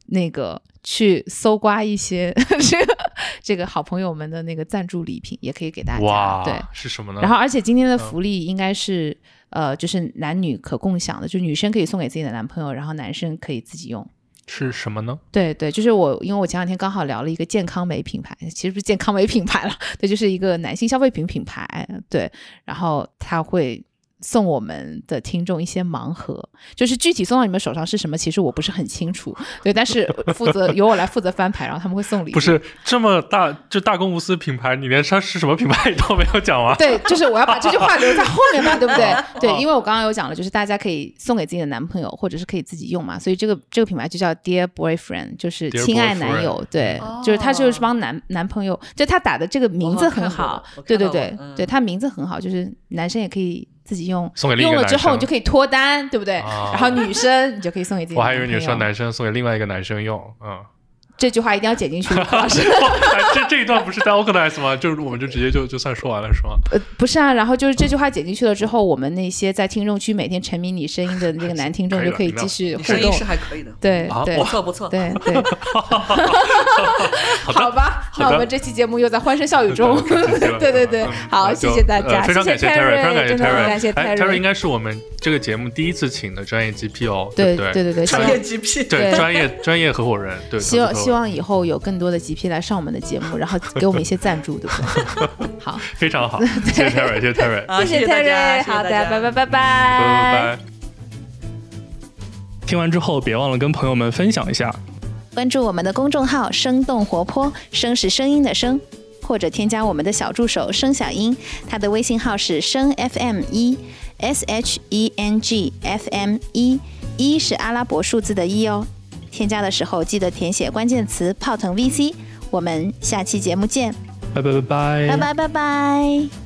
[SPEAKER 2] 那个去搜刮一些 这个这个好朋友们的那个赞助礼品，也可以给大家，
[SPEAKER 3] 哇，
[SPEAKER 2] 对。
[SPEAKER 3] 是什么呢？
[SPEAKER 2] 然后，而且今天的福利应该是、呃，就是男女可共享的，就女生可以送给自己的男朋友，然后男生可以自己用。
[SPEAKER 3] 是什么呢？
[SPEAKER 2] 对对，就是我，因为我前两天刚好聊了一个健康美品牌，其实不是健康美品牌了，对，就是一个男性消费品品牌，对，然后他会。送我们的听众一些盲盒，就是具体送到你们手上是什么，其实我不是很清楚，对，但是负责由我来负责翻牌，然后他们会送礼，
[SPEAKER 3] 不是这么大，就大公无私品牌，你连它是什么品牌 都没有讲完。
[SPEAKER 2] 对，就是我要把这句话留在后面嘛，对不对？对，因为我刚刚有讲了，就是大家可以送给自己的男朋友，或者是可以自己用嘛，所以这个这个品牌就叫 Dear Boyfriend，就是亲爱男友，对，就是他就是帮男男朋友，就他打的这个名字很好，对对对对，他名字很好，就是男生也可以。自己用
[SPEAKER 3] 送给另一个
[SPEAKER 2] 用了之
[SPEAKER 3] 男生
[SPEAKER 2] 后，你就可以脱单，对不对？
[SPEAKER 3] 啊
[SPEAKER 2] 然后女生你就可以送给自己。
[SPEAKER 3] 我还以为你说男生送给另外一个男生用， 嗯，
[SPEAKER 2] 这句话一定要剪进去，老师。
[SPEAKER 3] 哎这这一段不是在 organize 吗？就是我们就直接就就算说完了是吗？
[SPEAKER 2] 呃，不是啊，然后就是这句话剪进去了之后，我们那些在听众区每天沉迷你声音的那个男听众就可以继续
[SPEAKER 4] 你
[SPEAKER 2] 互
[SPEAKER 4] 声音
[SPEAKER 2] 动
[SPEAKER 4] 是。还可以的，
[SPEAKER 2] 对
[SPEAKER 3] 啊
[SPEAKER 2] 对
[SPEAKER 4] 不错不错。
[SPEAKER 2] 对对，
[SPEAKER 3] 的。
[SPEAKER 2] 好吧，那我们这期节目又在欢声笑语中
[SPEAKER 3] 对
[SPEAKER 2] 对对
[SPEAKER 3] 嗯
[SPEAKER 2] 对，好，谢谢大家，
[SPEAKER 3] 呃非常
[SPEAKER 2] 谢
[SPEAKER 3] 感谢
[SPEAKER 2] 谢
[SPEAKER 3] Terry，非常
[SPEAKER 2] Terry，
[SPEAKER 3] 感谢
[SPEAKER 2] 真的很感谢
[SPEAKER 3] Terry。哎，Terry
[SPEAKER 2] Terry
[SPEAKER 3] 应。该是我们这个节目第一次请的专业 GP 哦，
[SPEAKER 2] 对
[SPEAKER 3] 不
[SPEAKER 2] 对
[SPEAKER 3] 对
[SPEAKER 2] 对对，希
[SPEAKER 4] 商
[SPEAKER 2] 望
[SPEAKER 4] 业 GP
[SPEAKER 3] 对
[SPEAKER 2] 对
[SPEAKER 3] 专业专业合伙人，对，
[SPEAKER 2] 希望
[SPEAKER 3] 投资
[SPEAKER 2] 希
[SPEAKER 3] 合伙人
[SPEAKER 2] 望以后有更多的 GP 来上我们的节目，然后给我们一些赞助，对不对？好，
[SPEAKER 3] 非常好，谢谢 Terry，谢谢 Terry，
[SPEAKER 4] 啊，
[SPEAKER 2] 谢
[SPEAKER 4] 谢大家，
[SPEAKER 2] Terry，
[SPEAKER 4] 谢谢
[SPEAKER 2] 好的，
[SPEAKER 4] 大家
[SPEAKER 2] 拜拜拜拜
[SPEAKER 3] 拜拜。听完之后，别忘了跟朋友们分享一下。
[SPEAKER 5] 关注我们的公众号“生动活泼”，声是声音的声，或者添加我们的小助手“声小英”，他的微信号是声 FM 一 S H E N G F M 一，一是阿拉伯数字的一哦。添加的时候记得填写关键词“泡腾 VC”。我们下期节目见，
[SPEAKER 3] 拜拜拜拜
[SPEAKER 5] 拜拜拜拜。